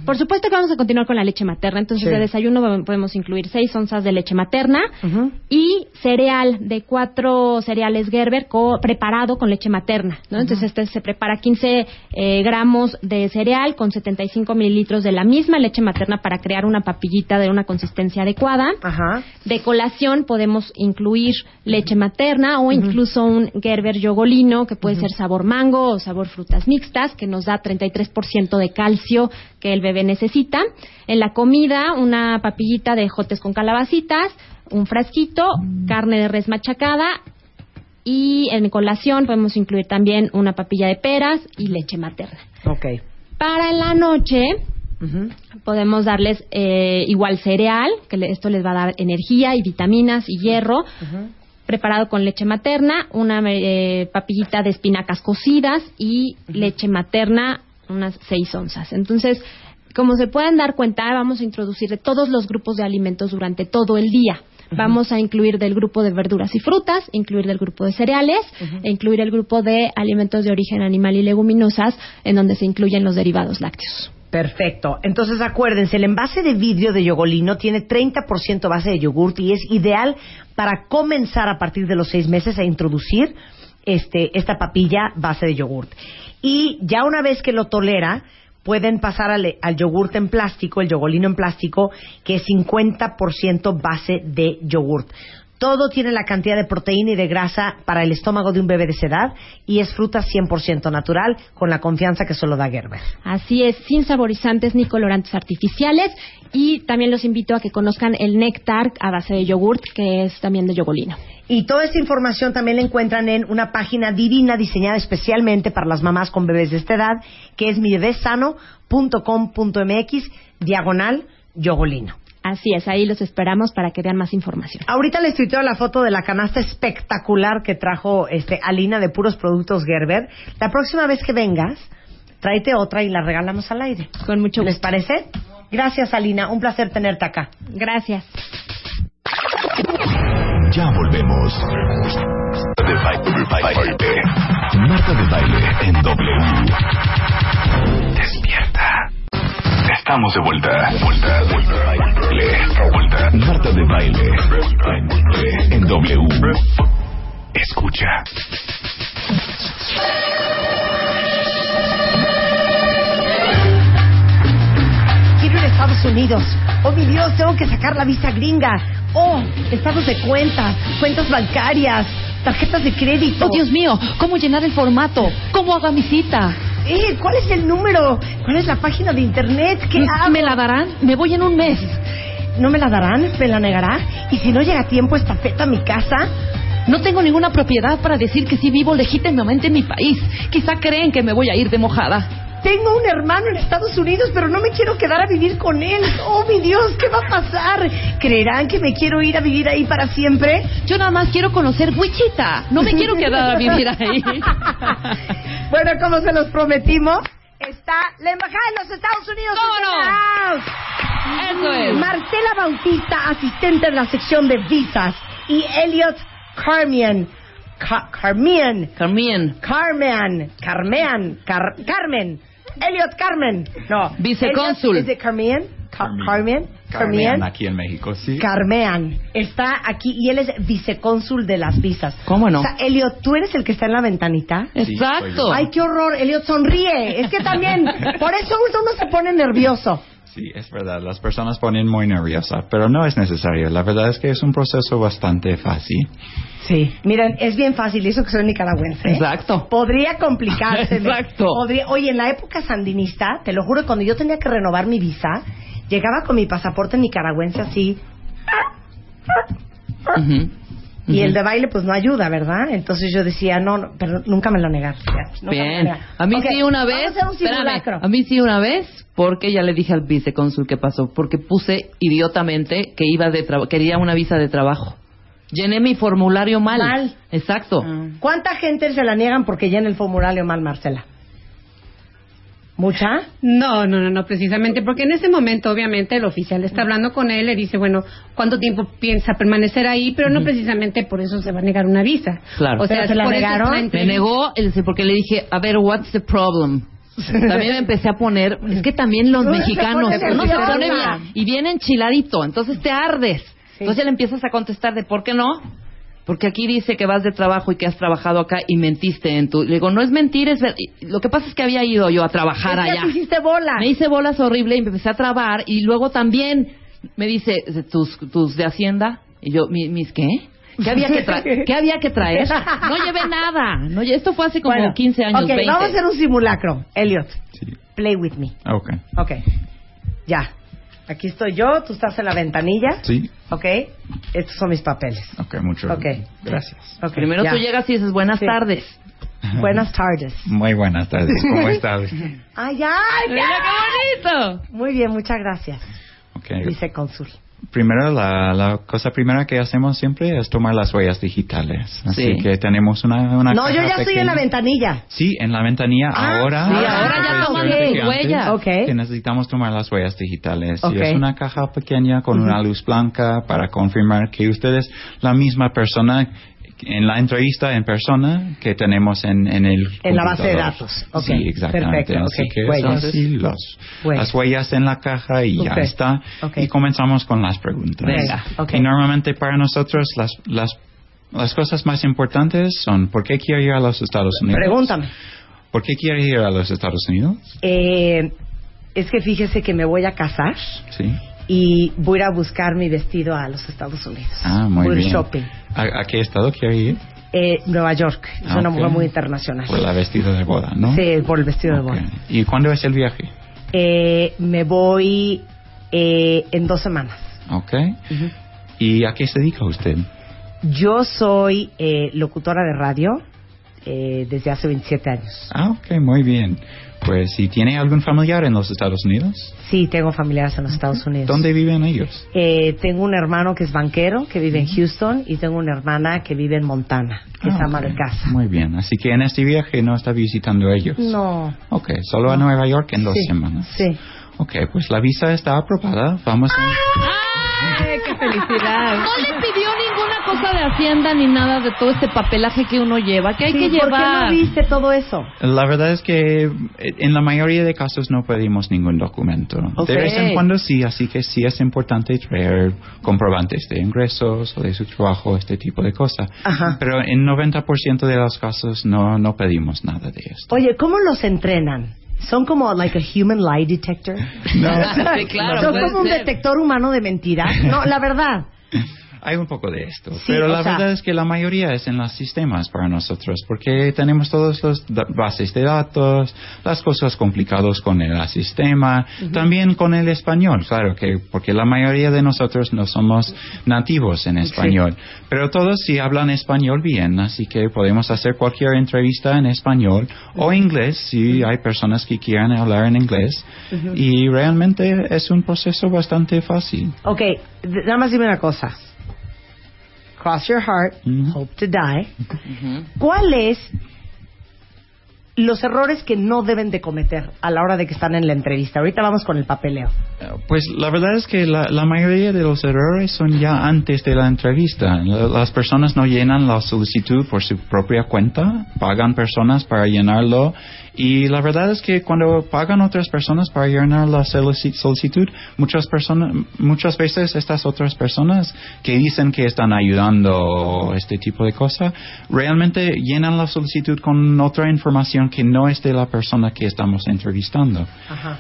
Speaker 11: Por supuesto que vamos a continuar con la leche materna, entonces
Speaker 3: Sí.
Speaker 11: de desayuno va- podemos incluir 6 onzas de leche materna y cereal de cuatro cereales Gerber co- preparado con leche materna. ¿no? Entonces este se prepara 15 eh, gramos de cereal con 75 mililitros de la misma leche materna para crear una papillita de una consistencia adecuada. De colación podemos incluir leche materna o incluso un Gerber yogolino que puede ser sabor mango o sabor frutas mixtas que nos da 33% de calcio que el bebé necesita. En la comida una papillita de jotes con calabacitas, un frasquito, carne de res machacada y en colación podemos incluir también una papilla de peras y leche materna.
Speaker 3: Ok.
Speaker 11: Para la noche podemos darles eh, igual cereal, que le- esto les va a dar energía y vitaminas y hierro, preparado con leche materna, una eh, papillita de espinacas cocidas y leche materna, unas 6 onzas. Entonces, como se pueden dar cuenta, vamos a introducir de todos los grupos de alimentos durante todo el día. Vamos a incluir del grupo de verduras y frutas, incluir del grupo de cereales, e incluir el grupo de alimentos de origen animal y leguminosas, en donde se incluyen los derivados lácteos.
Speaker 3: Perfecto. Entonces acuérdense, el envase de vidrio de yogolino tiene 30% base de yogurt y es ideal para comenzar a partir de los seis meses a introducir este, esta papilla base de yogurt. Y ya una vez que lo tolera, pueden pasar al, al yogurt en plástico, el yogolino en plástico, que es 50% base de yogurt. Todo tiene la cantidad de proteína y de grasa para el estómago de un bebé de esa edad y es fruta 100% natural con la confianza que solo da Gerber.
Speaker 11: Así es, sin saborizantes ni colorantes artificiales. Y también los invito a que conozcan el néctar a base de yogurt, que es también de yogolino.
Speaker 3: Y toda esta información también la encuentran en una página divina diseñada especialmente para las mamás con bebés de esta edad, que es mibebesano.com.mx, diagonal yogolino.
Speaker 11: Así es, Pues ahí los esperamos para que vean más información.
Speaker 3: Ahorita les tuiteo la foto de la canasta espectacular que trajo este, Alina de puros productos Gerber. La próxima vez que vengas, tráete otra y la regalamos al aire.
Speaker 11: Con mucho
Speaker 3: gusto. ¿Les parece? Gracias, Alina. Un placer tenerte acá.
Speaker 11: Gracias.
Speaker 12: Ya volvemos. De baile, baile. Marta de baile en W. Despierta. Estamos de vuelta. Vuelta, vuelta, baile, vuelta. Marta de baile en W. Escucha.
Speaker 3: Quiero ir a Estados Unidos. Oh, mi Dios, tengo que sacar la visa gringa. Oh, estados de cuentas, cuentas bancarias, tarjetas de crédito.
Speaker 14: Oh, Dios mío, ¿cómo llenar el formato? ¿Cómo hago mi cita?
Speaker 3: hacer? Eh, ¿Cuál es el número? ¿Cuál es la página de internet? ¿Qué ¿Me la darán? Me voy en un mes. ¿No me la darán? ¿Me la negará? ¿Y si no llega a tiempo esta feta a mi casa?
Speaker 14: No tengo ninguna propiedad para decir que sí vivo legítimamente en mi país. Quizá creen que me voy a ir de mojada.
Speaker 3: Tengo un hermano en Estados Unidos, pero no me quiero quedar a vivir con él. Oh, mi Dios, ¿qué va a pasar? ¿Creerán que me quiero ir a vivir ahí para siempre?
Speaker 14: Yo nada más quiero conocer Wichita. No me quiero quedar a vivir ahí.
Speaker 3: bueno, como se los prometimos, está la embajada de los Estados Unidos.
Speaker 10: ¿Cómo no?
Speaker 3: Eso
Speaker 10: es.
Speaker 3: Marcela Bautista, asistente en la sección de visas, y Elliot Carmian. Ca- Carmian.
Speaker 4: Carmian.
Speaker 3: Carmen. Carmen. Car- Carmen. Elliot Carmen. No.
Speaker 4: Vicecónsul.
Speaker 3: Elliot- ¿Es de Carmian? Ca- Carmen. Carmian.
Speaker 15: Aquí en México, sí.
Speaker 3: Carmean está aquí y él es vicecónsul de las visas.
Speaker 15: ¿Cómo no?
Speaker 3: O sea, Elliot, ¿tú eres el que está en la ventanita?
Speaker 15: Sí, Exacto. soy yo.
Speaker 3: Ay, qué horror. Elliot, sonríe. Es que también, por eso uno se pone nervioso.
Speaker 15: Sí, es verdad, las personas ponen muy nerviosas, pero no es necesario. La verdad es que es un proceso bastante fácil.
Speaker 3: Sí. Miren, es bien fácil, y eso que soy nicaragüense. ¿eh?
Speaker 15: Exacto.
Speaker 3: Podría complicarse. ¿me?
Speaker 15: Exacto.
Speaker 3: Podría- oye, en la época sandinista, te lo juro, cuando yo tenía que renovar mi visa, llegaba con mi pasaporte nicaragüense así, y el de baile pues no ayuda, ¿verdad? Entonces yo decía, no, no, pero nunca me lo negaron. Nunca me lo
Speaker 4: Bien.
Speaker 3: negaron.
Speaker 4: A mí
Speaker 3: Ok,
Speaker 4: sí una
Speaker 3: vamos
Speaker 4: vez.
Speaker 3: a hacer un
Speaker 4: espérame,
Speaker 3: simulacro.
Speaker 4: a mí sí una vez, porque ya le dije al vicecónsul que pasó, porque puse idiotamente que iba de traba- quería una visa de trabajo. Llené mi formulario mal.
Speaker 3: Mal.
Speaker 4: Exacto.
Speaker 16: Ah.
Speaker 3: ¿Cuánta gente se la niegan porque llena el formulario mal, Marcela? ¿Mucha?
Speaker 16: No, no, no, no, precisamente, porque en ese momento, obviamente, el oficial está hablando con él, le dice, bueno, ¿cuánto tiempo piensa permanecer ahí? Pero no precisamente por eso se va a negar una visa.
Speaker 4: Claro.
Speaker 16: O sea, por eso es la
Speaker 4: Me
Speaker 16: entrevista.
Speaker 4: negó, el- porque le dije, a ver, what's the problem? También me empecé a poner, es que también los
Speaker 14: Uno se
Speaker 4: mexicanos
Speaker 14: pone
Speaker 4: uno se
Speaker 14: nerviosa.
Speaker 4: pone bien y viene enchiladito, entonces te ardes. Entonces ya le empiezas a contestar de por qué no. Porque aquí dice que vas de trabajo y que has trabajado acá y mentiste en tu. Le digo, no es mentir, es ver- y Lo que pasa es que había ido yo a trabajar
Speaker 3: Es que
Speaker 4: allá.
Speaker 3: te hiciste bola.
Speaker 4: Me hice bolas horrible y me empecé a trabar y luego también me dice tus tus de hacienda y yo mi- mis qué qué había que traer qué había que traer no llevé nada no lle- esto fue hace como
Speaker 3: Bueno,
Speaker 4: 15 años
Speaker 3: ok,
Speaker 4: 20.
Speaker 3: vamos a hacer un simulacro. Elliot, play with me.
Speaker 15: Ok.
Speaker 3: Ok, ya. Aquí estoy yo, tú estás en la ventanilla.
Speaker 15: Sí.
Speaker 3: Ok, estos son mis papeles.
Speaker 15: Ok, mucho.
Speaker 3: Ok.
Speaker 15: Gracias.
Speaker 3: Ok,
Speaker 4: primero
Speaker 3: ya.
Speaker 4: tú llegas y dices buenas
Speaker 3: Sí.
Speaker 4: tardes
Speaker 3: Buenas tardes.
Speaker 15: Muy buenas tardes, ¿cómo estás?
Speaker 3: ¡Ay, ay,
Speaker 4: Mira
Speaker 3: qué bonito! Muy bien, muchas gracias,
Speaker 15: Okay.
Speaker 3: vicecónsul.
Speaker 15: Primero, la, la cosa primera que hacemos siempre es tomar las huellas digitales. Así
Speaker 3: Sí.
Speaker 15: que tenemos una, una
Speaker 3: No, yo
Speaker 15: caja
Speaker 3: ya estoy en la
Speaker 15: pequeña.
Speaker 3: ventanilla.
Speaker 15: Sí, en la ventanilla ahora.
Speaker 3: Ah, sí, ahora ya toman
Speaker 15: diferente
Speaker 3: las
Speaker 15: que antes,
Speaker 3: huellas. Ok.
Speaker 15: Que necesitamos tomar las huellas digitales.
Speaker 3: Ok.
Speaker 15: Y es una caja pequeña con una luz blanca para confirmar que usted es la misma persona en la entrevista en persona que tenemos en, en el
Speaker 3: En la base de
Speaker 15: computador.
Speaker 3: datos. Ok.
Speaker 15: Sí, exactamente.
Speaker 3: Perfecto,
Speaker 15: Así
Speaker 3: ok.
Speaker 15: que
Speaker 3: Huellas.
Speaker 15: son así los- las huellas en la caja y
Speaker 3: Ok.
Speaker 15: ya está. Y comenzamos con las preguntas.
Speaker 3: Venga, ok.
Speaker 15: Y normalmente para nosotros las, las, las cosas más importantes son ¿por qué quiero ir a los Estados Unidos?
Speaker 3: Pregúntame.
Speaker 15: ¿Por qué quieres ir a los Estados Unidos?
Speaker 3: Eh, es que fíjese que me voy a casar
Speaker 15: Sí.
Speaker 3: y voy a ir a buscar mi vestido a los Estados Unidos.
Speaker 15: Ah, muy
Speaker 3: Voy
Speaker 15: bien.
Speaker 3: shopping.
Speaker 15: ¿A, a qué estado quieres ir?
Speaker 3: Eh, Nueva York. Es
Speaker 15: Ah,
Speaker 3: una
Speaker 15: ok.
Speaker 3: mujer muy internacional.
Speaker 15: Por la vestida de boda, ¿no?
Speaker 3: Sí, por el vestido de boda.
Speaker 15: ¿Y cuándo es el viaje?
Speaker 3: Eh, me voy eh, en dos semanas.
Speaker 15: ¿Ok? ¿Y a qué se dedica usted?
Speaker 3: Yo soy eh, locutora de radio eh, desde hace 27 años.
Speaker 15: Ah, ok, muy bien. Pues, ¿y tiene algún familiar en los Estados Unidos?
Speaker 3: Sí, tengo familiares en los Estados Unidos.
Speaker 15: ¿Dónde viven ellos?
Speaker 3: Eh, tengo un hermano que es banquero, que vive en Houston, y tengo una hermana que vive en Montana,
Speaker 15: Ah,
Speaker 3: que es ama de casa.
Speaker 15: Muy bien, así que en este viaje no está visitando a ellos.
Speaker 3: No.
Speaker 15: Ok, solo a Nueva York en dos
Speaker 3: Sí,
Speaker 15: semanas.
Speaker 3: Sí.
Speaker 15: Ok, pues la visa está aprobada. Vamos a...
Speaker 14: ¡Qué felicidad! No le pidió ninguna cosa de así.
Speaker 11: Hacienda ni nada de todo este papelaje que uno lleva, que hay
Speaker 14: Sí,
Speaker 11: que
Speaker 14: ¿por qué
Speaker 11: llevar.
Speaker 14: no
Speaker 3: viste todo eso?
Speaker 15: La verdad es que eh, en la mayoría de casos no pedimos ningún documento.
Speaker 3: Ok.
Speaker 15: De vez en cuando sí, así que sí es importante traer comprobantes de ingresos o de su trabajo, este tipo de cosas. Pero en 90% de los casos no, no pedimos nada de eso.
Speaker 3: Oye, ¿cómo los entrenan? ¿Son como like a human lie detector?
Speaker 15: No.
Speaker 3: O sea,
Speaker 15: Sí, claro,
Speaker 3: ¿Son
Speaker 15: puede
Speaker 3: como un
Speaker 15: ser.
Speaker 3: detector humano de mentiras? No, la verdad.
Speaker 15: Hay un poco de esto,
Speaker 10: Sí,
Speaker 15: pero
Speaker 10: o
Speaker 15: la
Speaker 10: sea-
Speaker 15: verdad es que la mayoría es en los sistemas para nosotros, porque tenemos todas las bases de datos, las cosas complicadas con el sistema, también con el español, claro que, porque la mayoría de nosotros no somos nativos en español, pero todos sí hablan español bien, así que podemos hacer cualquier entrevista en español o inglés si hay personas que quieran hablar en inglés, y realmente es un proceso bastante fácil.
Speaker 3: Ok, d- nada más dime una cosa. Cross your heart, hope to die. ¿Cuáles los errores que no deben de cometer a la hora de que están en la entrevista? Ahorita vamos con el papeleo.
Speaker 15: Pues la verdad es que la, la mayoría de los errores son ya antes de la entrevista. La- Las personas no llenan la solicitud por su propia cuenta, pagan personas para llenarlo y la verdad es que cuando pagan otras personas para llenar la solici- solicitud, muchas personas, muchas veces estas otras personas que dicen que están ayudando o este tipo de cosas, realmente llenan la solicitud con otra información que no es de la persona que estamos entrevistando.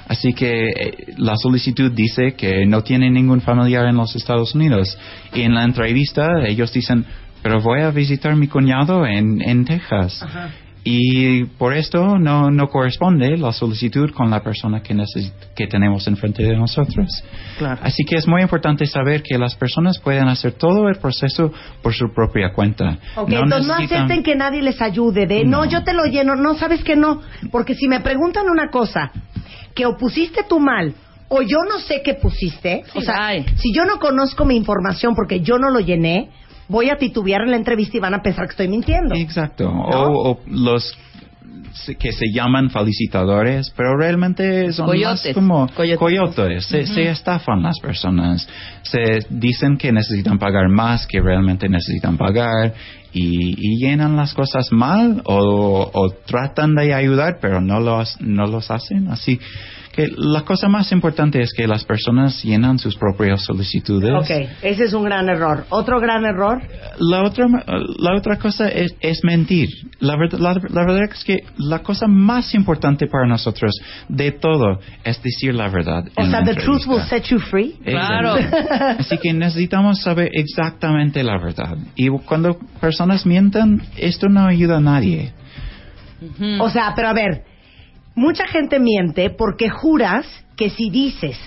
Speaker 15: Así que eh, la solicitud dice que no tiene ningún familiar en los Estados Unidos. Y en la entrevista ellos dicen, pero voy a visitar mi cuñado en, en Texas. Y por esto no, no corresponde la solicitud con la persona que, neces- que tenemos enfrente de nosotros. Así que es muy importante saber que las personas pueden hacer todo el proceso por su propia cuenta.
Speaker 3: Ok,
Speaker 15: No
Speaker 3: entonces este no
Speaker 15: necesitan-
Speaker 3: acepten que nadie les ayude. De no. yo te lo lleno. No, sabes que no. Porque si me preguntan una cosa que o pusiste tú mal o yo no sé qué pusiste, o sea, si yo no conozco mi información porque yo no lo llené, voy a titubear en la entrevista y van a pensar que estoy mintiendo.
Speaker 15: Exacto. O, o los se- que se llaman felicitadores, pero realmente son
Speaker 4: Coyotes.
Speaker 15: más como coyotes. Se,
Speaker 4: Ujú.
Speaker 15: se estafan las personas. Se dicen que necesitan pagar más que realmente necesitan pagar y, y llenan las cosas mal o, o tratan de ayudar, pero no los, no los hacen. Así que la cosa más importante es que las personas llenan sus propias solicitudes.
Speaker 3: Ok, ese es un gran error. Otro gran error.
Speaker 15: La otra, la otra cosa es, es mentir. La verdad, la, la verdad es que la cosa más importante para nosotros de todo es decir la verdad.
Speaker 3: O
Speaker 15: en
Speaker 3: sea,
Speaker 15: la
Speaker 3: the truth
Speaker 15: entrevista.
Speaker 3: will set you free.
Speaker 15: Claro. Así que necesitamos saber exactamente la verdad. Y cuando personas mientan, esto no ayuda a nadie.
Speaker 3: O sea, pero a ver, mucha gente miente porque juras que si dices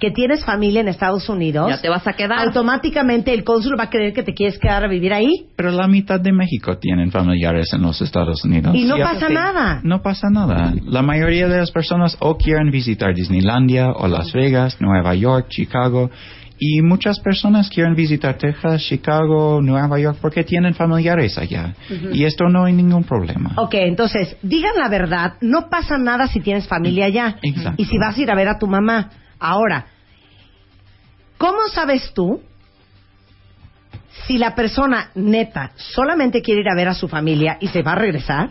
Speaker 3: que tienes familia en Estados Unidos,
Speaker 4: Ya te vas a quedar.
Speaker 3: Automáticamente el cónsul va a creer que te quieres quedar a vivir ahí
Speaker 15: Pero la mitad de México tienen familiares en los Estados Unidos.
Speaker 3: y no
Speaker 15: Y-
Speaker 3: pasa nada.
Speaker 15: No pasa nada. Ah, La mayoría de las personas o quieren visitar Disneylandia o Las Vegas, Nueva York, Chicago. Y muchas personas quieren visitar Texas, Chicago, Nueva York porque tienen familiares allá.
Speaker 3: Ujú.
Speaker 15: Y esto no hay ningún problema.
Speaker 3: Ok, entonces, digan la verdad, no pasa nada si tienes familia allá
Speaker 15: Exacto.
Speaker 3: y si vas a ir a ver a tu mamá. Ahora, ¿cómo sabes tú si la persona neta solamente quiere ir a ver a su familia y se va a regresar?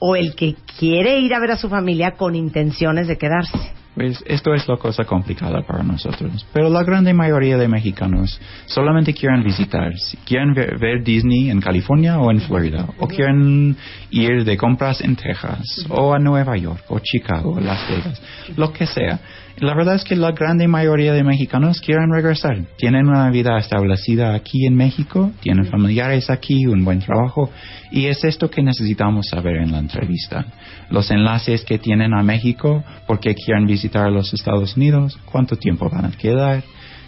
Speaker 3: o el que quiere ir a ver a su familia con intenciones de quedarse.
Speaker 15: Pues esto es la cosa complicada para nosotros. Pero la grande mayoría de mexicanos solamente quieren visitar. Si quieren ver, ver Disney en California o en Florida. O quieren ir de compras en Texas. O a Nueva York. O Chicago. O Las Vegas. Lo que sea. La verdad es que la grande mayoría de mexicanos quieren regresar. Tienen una vida establecida aquí en México. Tienen familiares aquí. Un buen trabajo. Y es esto que necesitamos saber en la entrevista los enlaces que tienen a México, por qué quieren visitar los Estados Unidos, cuánto tiempo van a quedar,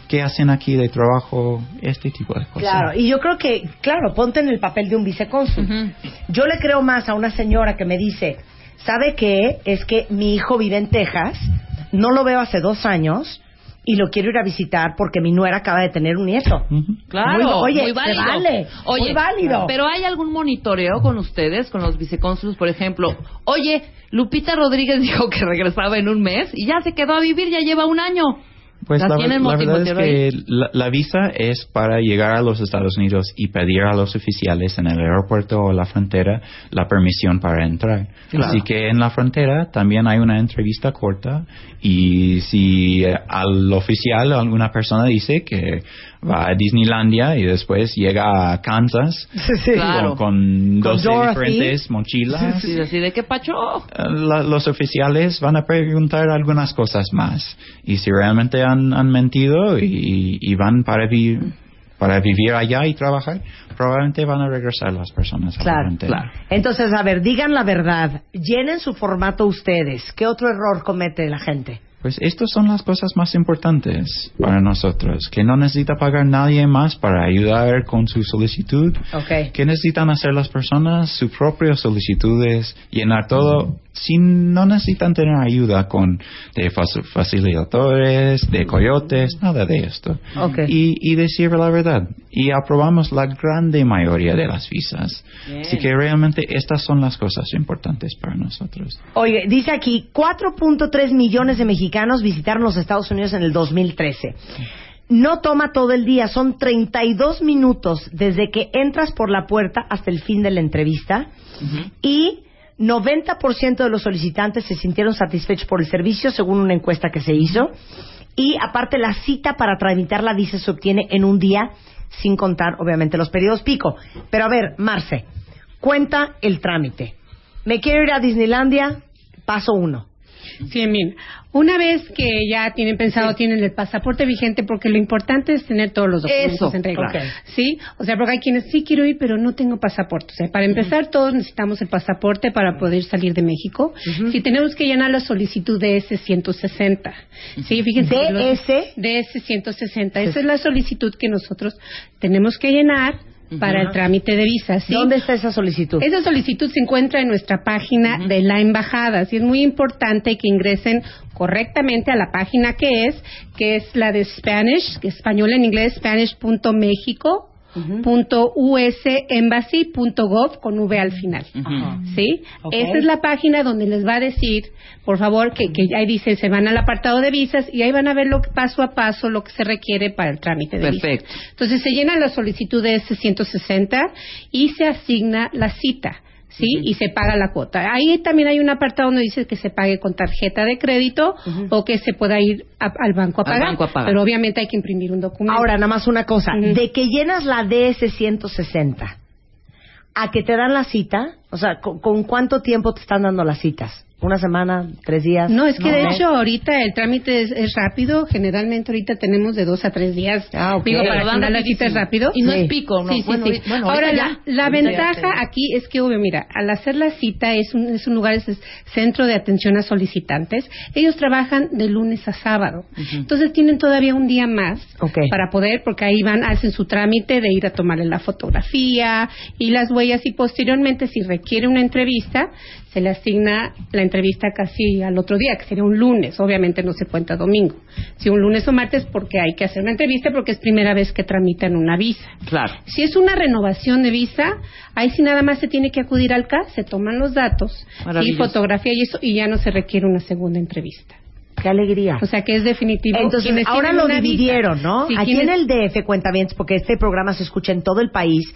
Speaker 15: qué hacen aquí de trabajo, este tipo de cosas.
Speaker 3: Claro, y yo creo que, claro, ponte en el papel de un vicecónsul. Yo le creo más a una señora que me dice, ¿sabe qué? Es que mi hijo vive en Texas, no lo veo hace dos años y lo quiero ir a visitar porque mi nuera acaba de tener un nieto.
Speaker 4: Claro,
Speaker 3: Muy- oye,
Speaker 4: muy
Speaker 3: se
Speaker 4: válido.
Speaker 3: vale,
Speaker 4: Oye,
Speaker 3: muy válido.
Speaker 4: Pero hay algún monitoreo con ustedes, con los vicecónsulos, por ejemplo. Oye, Lupita Rodríguez dijo que regresaba en un mes y ya se quedó a vivir, ya lleva un año.
Speaker 15: Pues
Speaker 4: la,
Speaker 15: la,
Speaker 4: tienen
Speaker 15: la verdad es
Speaker 4: monitoreo ahí.
Speaker 15: que la, la visa es para llegar a los Estados Unidos y pedir a los oficiales en el aeropuerto o la frontera la permisión para entrar.
Speaker 7: Claro.
Speaker 15: Así que en la frontera también hay una entrevista corta y si eh, al oficial o alguna persona dice que va a Disneylandia y después llega a Kansas
Speaker 3: sí.
Speaker 15: con- con,
Speaker 4: Claro. Con
Speaker 15: 12
Speaker 4: Dorothy.
Speaker 15: diferentes mochilas,
Speaker 4: Sí, así de qué pacho.
Speaker 15: la- los oficiales van a preguntar algunas cosas más. Y si realmente han, han mentido y, y van para vi- para vivir allá y trabajar, probablemente van a regresar las personas. a la
Speaker 3: Claro,
Speaker 15: frontera.
Speaker 3: claro. Entonces, a ver, digan la verdad. Llenen su formato ustedes. ¿Qué otro error comete la gente?
Speaker 15: Pues estas son las cosas más importantes para nosotros, que no necesita pagar nadie más para ayudar con su solicitud,
Speaker 3: Ok.
Speaker 15: que necesitan hacer las personas sus propias solicitudes, llenar todo, sin, no necesitan tener ayuda con de fac- facilitadores, de coyotes, nada de esto. Y, y decir la verdad, y aprobamos la grande mayoría de las visas. Así que realmente estas son las cosas importantes para nosotros.
Speaker 3: Oye, dice aquí, 4.3 millones de mexicanos visitaron los Estados Unidos en el 2013. No toma todo el día, son 32 minutos desde que entras por la puerta hasta el fin de la entrevista y 90% de los solicitantes se sintieron satisfechos por el servicio según una encuesta que se hizo y aparte la cita para tramitar la visa se obtiene en un día sin contar obviamente los periodos pico. Pero a ver, Marce, cuenta el trámite. Me quiero ir a Disneylandia, paso uno.
Speaker 16: Sí, mira, una vez que ya tienen pensado, tienen el pasaporte vigente, porque lo importante es tener todos los documentos
Speaker 14: Eso,
Speaker 16: en regla.
Speaker 14: ok.
Speaker 16: Sí, o sea, porque hay quienes sí quiero ir, pero no tengo pasaporte. O sea, para empezar, todos necesitamos el pasaporte para poder salir de México. Si tenemos que llenar la solicitud DS-160. Sí, fíjense. que los- DS-160. Esa es la solicitud que nosotros tenemos que llenar para el
Speaker 3: Ajá.
Speaker 16: trámite de visa. ¿sí?
Speaker 3: ¿Dónde está esa solicitud?
Speaker 16: Esa solicitud se encuentra en nuestra página de la embajada, así es muy importante que ingresen correctamente a la página que es, que es la de Spanish, que es español en inglés, spanish.mexico.usembassy.gov con V al final. ¿Sí?
Speaker 14: Ok.
Speaker 16: Esa es la página donde les va a decir, por favor, que, que ahí dice, se van al apartado de visas y ahí van a ver lo que, paso a paso lo que se requiere para el trámite de visas.
Speaker 4: Perfecto.
Speaker 16: Entonces se llena la solicitud de ese 160 y se asigna la cita. ¿Sí? Y se paga la cuota. Ahí también hay un apartado donde dice que se pague con tarjeta de crédito o que se pueda ir a- al banco a
Speaker 3: Al
Speaker 16: pagar.
Speaker 3: banco a pagar.
Speaker 16: Pero obviamente hay que imprimir un documento.
Speaker 3: Ahora, nada más una cosa. De que llenas la DS-160 a que te dan la cita, o sea, ¿con, con cuánto tiempo te están dando las citas? ¿Una semana? ¿Tres días?
Speaker 16: No, es que de
Speaker 3: ¿no?
Speaker 16: hecho ahorita el trámite es, es rápido. Generalmente ahorita tenemos de dos a tres días. Digo,
Speaker 14: Ah, Pero
Speaker 16: para
Speaker 14: van
Speaker 16: agendar la
Speaker 14: rapidísimo.
Speaker 16: cita es rápido.
Speaker 14: Y no es pico, ¿no?
Speaker 16: Sí, sí,
Speaker 14: Bueno,
Speaker 16: sí.
Speaker 14: ahorita- bueno,
Speaker 16: Ahora,
Speaker 14: ahorita
Speaker 16: la,
Speaker 14: ya.
Speaker 16: la
Speaker 14: Ahorita ya
Speaker 16: ventaja
Speaker 14: te-
Speaker 16: aquí es que, obvio, mira, al hacer la cita es un, es un lugar, es, es centro de atención a solicitantes. Ellos trabajan de lunes a sábado. Entonces tienen todavía un día más
Speaker 3: Ok.
Speaker 16: para poder, porque ahí van, hacen su trámite de ir a tomarle la fotografía y las huellas y posteriormente si requiere una entrevista, se le asigna la entrevista casi al otro día, que sería un lunes, obviamente no se cuenta domingo, si un lunes o martes porque hay que hacer una entrevista porque es primera vez que tramitan una visa.
Speaker 4: Claro.
Speaker 16: Si es una renovación de visa, ahí sí nada más se tiene que acudir al CAS, se toman los datos y
Speaker 3: Maravilloso.
Speaker 16: fotografía y eso y ya no se requiere una segunda entrevista.
Speaker 3: ¡Qué alegría!
Speaker 16: O sea que es definitivo.
Speaker 3: Entonces,
Speaker 16: Quienes
Speaker 3: ahora
Speaker 16: tienen
Speaker 3: lo
Speaker 16: una visa-
Speaker 3: dividieron, ¿no?
Speaker 16: Sí,
Speaker 3: Aquí
Speaker 16: quienes-
Speaker 3: en el DF, cuenta bien, porque este programa se escucha en todo el país.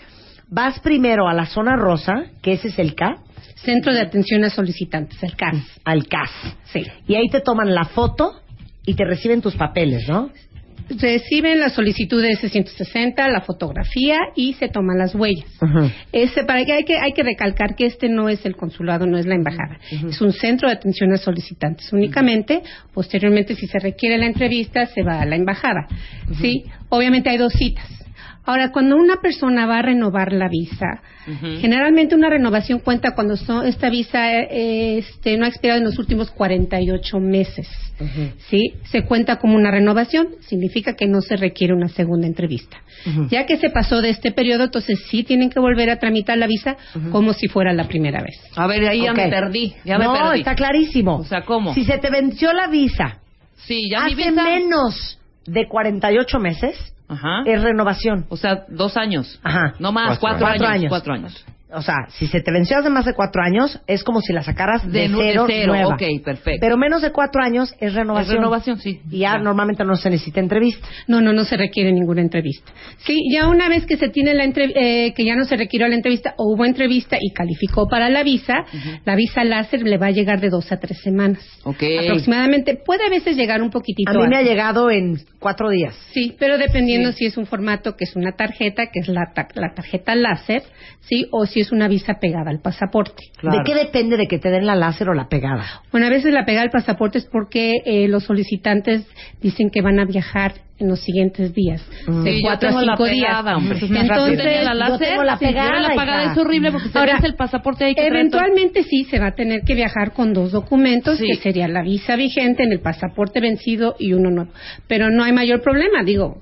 Speaker 3: Vas primero a la zona rosa, que ese es el CAS.
Speaker 16: Centro de Atención a Solicitantes, el CAS.
Speaker 3: Mm, Al CAS.
Speaker 16: Sí.
Speaker 3: Y ahí te toman la foto y te reciben tus papeles, ¿no?
Speaker 16: Reciben la solicitud de S-160, la fotografía y se toman las huellas. Este, para que hay, que hay que recalcar que este no es el consulado, no es la embajada. Es un centro de atención a solicitantes únicamente. Posteriormente, si se requiere la entrevista, se va a la embajada. ¿sí? Obviamente hay dos citas. Ahora, cuando una persona va a renovar la visa, generalmente una renovación cuenta cuando so- esta visa eh, este, no ha expirado en los últimos 48 meses. ¿sí? Se cuenta como una renovación, significa que no se requiere una segunda entrevista. Ya que se pasó de este periodo, entonces sí tienen que volver a tramitar la visa como si fuera la primera vez.
Speaker 4: A ver, ahí ya
Speaker 16: Ok.
Speaker 4: me perdí. Ya me
Speaker 16: No,
Speaker 4: perdí.
Speaker 16: está
Speaker 3: clarísimo.
Speaker 4: O sea, ¿cómo?
Speaker 3: Si se te venció la visa
Speaker 4: Sí, ya
Speaker 3: hace
Speaker 4: mi visa.
Speaker 3: menos de 48 meses,
Speaker 4: Ajá.
Speaker 3: es renovación.
Speaker 4: O sea, dos años.
Speaker 3: Ajá.
Speaker 4: No más, cuatro,
Speaker 3: Cuatro años.
Speaker 4: Cuatro años.
Speaker 3: O sea, si se te venció hace más de cuatro años, es como si la sacaras de,
Speaker 4: De nu- de
Speaker 3: cero,
Speaker 4: cero,
Speaker 3: nueva.
Speaker 4: ok, perfecto.
Speaker 3: Pero menos de cuatro años es renovación.
Speaker 16: Es renovación,
Speaker 3: sí. Y ya normalmente no se necesita entrevista.
Speaker 16: No, no, no se requiere ninguna entrevista. Sí, ya una vez que se tiene la entrev- eh, que ya no se requirió la entrevista o hubo entrevista y calificó para la visa, la visa láser le va a llegar de dos a tres semanas.
Speaker 4: Ok.
Speaker 16: Aproximadamente, puede a veces llegar un poquitito.
Speaker 3: A mí me ha
Speaker 16: antes.
Speaker 3: llegado en cuatro días.
Speaker 16: Sí, pero dependiendo
Speaker 3: Sí.
Speaker 16: si es un formato que es una tarjeta, que es la, ta- la tarjeta láser, sí, o si es una visa pegada al pasaporte.
Speaker 3: ¿De qué depende de que te den la láser o la pegada?
Speaker 16: Bueno, a veces la pegada al pasaporte es porque eh, los solicitantes dicen que van a viajar en los siguientes días, de
Speaker 4: Sí, yo
Speaker 16: cuatro a
Speaker 4: tengo la
Speaker 16: cinco
Speaker 4: pegada,
Speaker 16: días.
Speaker 4: hombre, es más rápido. Yo tenía la láser, sí, yo era la pegada,
Speaker 16: hija.
Speaker 4: es horrible porque se vence el pasaporte, hay que traer todo.
Speaker 16: eventualmente sí se va a tener que viajar con dos documentos,
Speaker 4: Sí.
Speaker 16: que sería la visa vigente en el pasaporte vencido y uno nuevo. Pero no hay mayor problema, digo.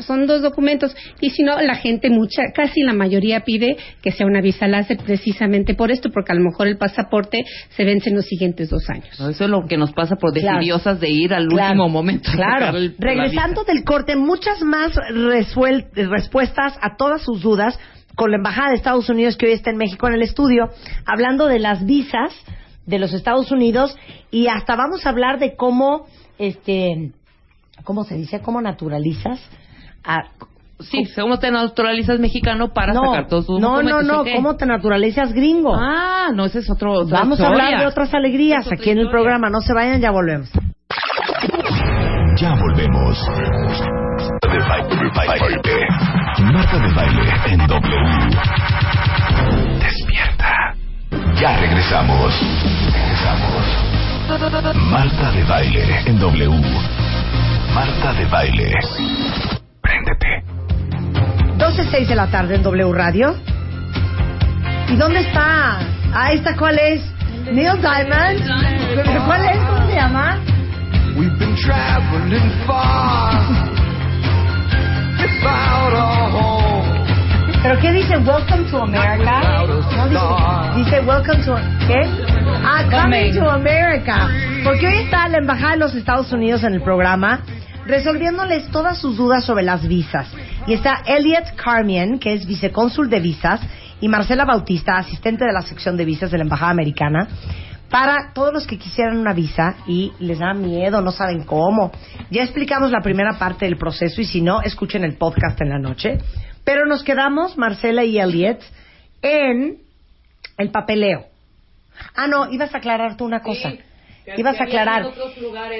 Speaker 16: Son dos documentos y si no la gente mucha, casi la mayoría pide que sea una visa láser precisamente por esto, porque a lo mejor el pasaporte se vence en los siguientes dos años.
Speaker 4: No, Eso es lo que nos pasa por
Speaker 16: Claro.
Speaker 4: decidiosas de ir al
Speaker 16: Claro.
Speaker 4: último momento. a sacar
Speaker 3: Claro.
Speaker 4: el- la
Speaker 3: Regresando del corte, muchas más resuel- respuestas a todas sus dudas con la Embajada de Estados Unidos que hoy está en México en el estudio, hablando de las visas de los Estados Unidos y hasta vamos a hablar de cómo, este, ¿cómo se dice? ¿Cómo naturalizas? A,
Speaker 4: Sí, según te naturalizas mexicano para sacar todos tus
Speaker 3: no, no,
Speaker 4: documentos.
Speaker 3: no,
Speaker 4: ¿o qué?
Speaker 3: ¿cómo te naturalizas gringo?
Speaker 4: Ah, no, ese es otro. otra
Speaker 3: Vamos a
Speaker 4: historia.
Speaker 3: hablar de otras alegrías aquí en el programa, no se vayan, ya volvemos.
Speaker 12: Ya volvemos. Marta de baile. Marta de baile en W. Despierta. Ya regresamos. Regresamos. Marta de baile en W. Marta de baile. Préndete.
Speaker 3: 12.06 de la tarde en W Radio. ¿Y dónde está? Ah, ¿esta cuál es? Neil Diamond. ¿Pero cuál es? ¿Cómo se llama?
Speaker 10: We've been traveling far. Without a home.
Speaker 3: ¿Pero qué dice Welcome to America? No, dice, dice Welcome to... ¿Qué? Ah, Coming to America. Porque hoy está la Embajada de los Estados Unidos en el programa resolviéndoles todas sus dudas sobre las visas. Y está Elliot Carmian, que es vicecónsul de visas, y Marcela Bautista, asistente de la sección de visas de la Embajada Americana, para todos los que quisieran una visa y les da miedo, no saben cómo. Ya explicamos la primera parte del proceso y si no, escuchen el podcast en la noche. Pero nos quedamos, Marcela y Elliot, en el papeleo. Ah, no, ibas a aclarar tú una cosa. ibas a aclarar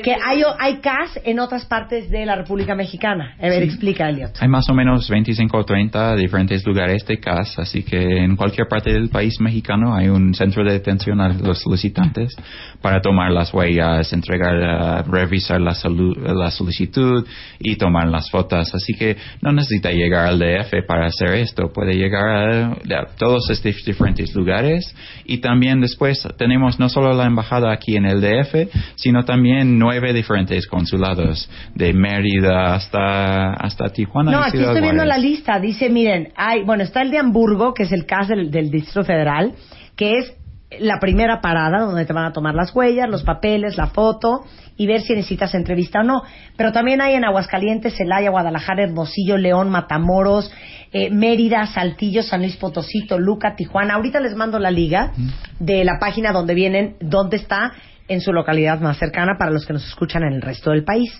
Speaker 3: que hay, o- hay CAS en otras partes de la República Mexicana. A ver,
Speaker 15: Sí.
Speaker 3: explica, Elliot.
Speaker 15: Hay más o menos 25 o 30 diferentes lugares de CAS, así que en cualquier parte del país mexicano hay un centro de detención a los solicitantes para tomar las huellas, entregar, eh, revisar la, salu- la solicitud y tomar las fotos. Así que no necesita llegar al DF para hacer esto, puede llegar a, a todos estos diferentes lugares y también después tenemos no solo la embajada aquí en el DF, sino también nueve diferentes consulados de Mérida hasta, hasta Tijuana.
Speaker 3: No,
Speaker 15: y
Speaker 3: aquí
Speaker 15: Ciudad
Speaker 3: estoy viendo
Speaker 15: Juárez.
Speaker 3: la lista. Dice, miren, hay, bueno, está el de Hamburgo, que es el CAS del, del Distrito Federal, que es la primera parada donde te van a tomar las huellas, los papeles, la foto y ver si necesitas entrevista o no. Pero también hay en Aguascalientes, Celaya, Guadalajara, Hermosillo, León, Matamoros, eh, Mérida, Saltillo, San Luis Potosí, Toluca, Tijuana. Ahorita les mando la liga de la página donde vienen, dónde está en su localidad más cercana para los que nos escuchan en el resto del país.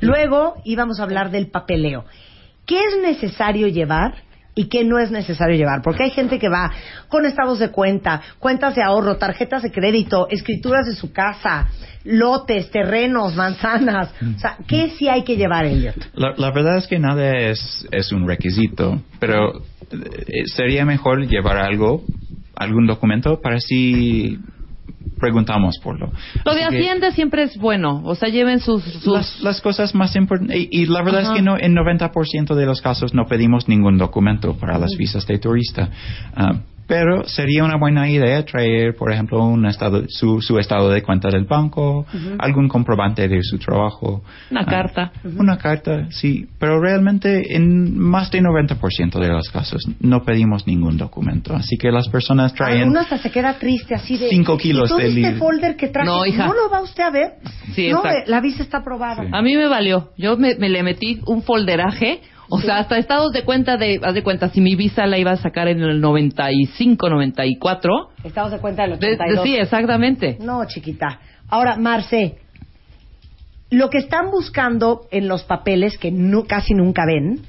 Speaker 3: Luego íbamos a hablar del papeleo. ¿Qué es necesario llevar y qué no es necesario llevar? Porque hay gente que va con estados de cuenta, cuentas de ahorro, tarjetas de crédito, escrituras de su casa, lotes, terrenos, manzanas.
Speaker 15: Mm.
Speaker 3: O sea, ¿qué sí hay que llevar, Elliot?
Speaker 15: La, la verdad es que nada es, es un requisito, pero eh, sería mejor llevar algo, algún documento, para si preguntamos por lo.
Speaker 4: Lo de
Speaker 15: Así que-
Speaker 4: Hacienda siempre es bueno. O sea, lleven sus. sus...
Speaker 15: las, las cosas más importantes. Y, y la verdad
Speaker 4: Ajá.
Speaker 15: es que no, en 90% de los casos no pedimos ningún documento para las visas de turista. Ah, pero sería una buena idea traer, por ejemplo, un estado, su, su estado de cuenta del banco, algún comprobante de su trabajo.
Speaker 4: Una
Speaker 15: Ah,
Speaker 4: carta.
Speaker 15: Una carta, sí. Pero realmente en más de 90% de los casos no pedimos ningún documento. Así que las personas traen...
Speaker 3: Uno hasta se queda triste así de...
Speaker 15: Cinco kilos
Speaker 3: ¿Y todo
Speaker 15: de
Speaker 3: este
Speaker 15: libro.
Speaker 3: folder que traje,
Speaker 4: No, hija.
Speaker 3: lo va usted a ver?
Speaker 4: Sí,
Speaker 3: no,
Speaker 4: exacto.
Speaker 3: eh, la visa está aprobada.
Speaker 4: A mí me valió. Yo me, me le metí un folderaje. O sea, hasta estados de cuenta de, haz de cuenta, si mi visa la iba a sacar en el 95, 94.
Speaker 3: Estados de cuenta del
Speaker 4: De- de-
Speaker 3: 82.
Speaker 4: sí, exactamente.
Speaker 3: No, chiquita. Ahora, Marce, lo que están buscando en los papeles que no, casi nunca ven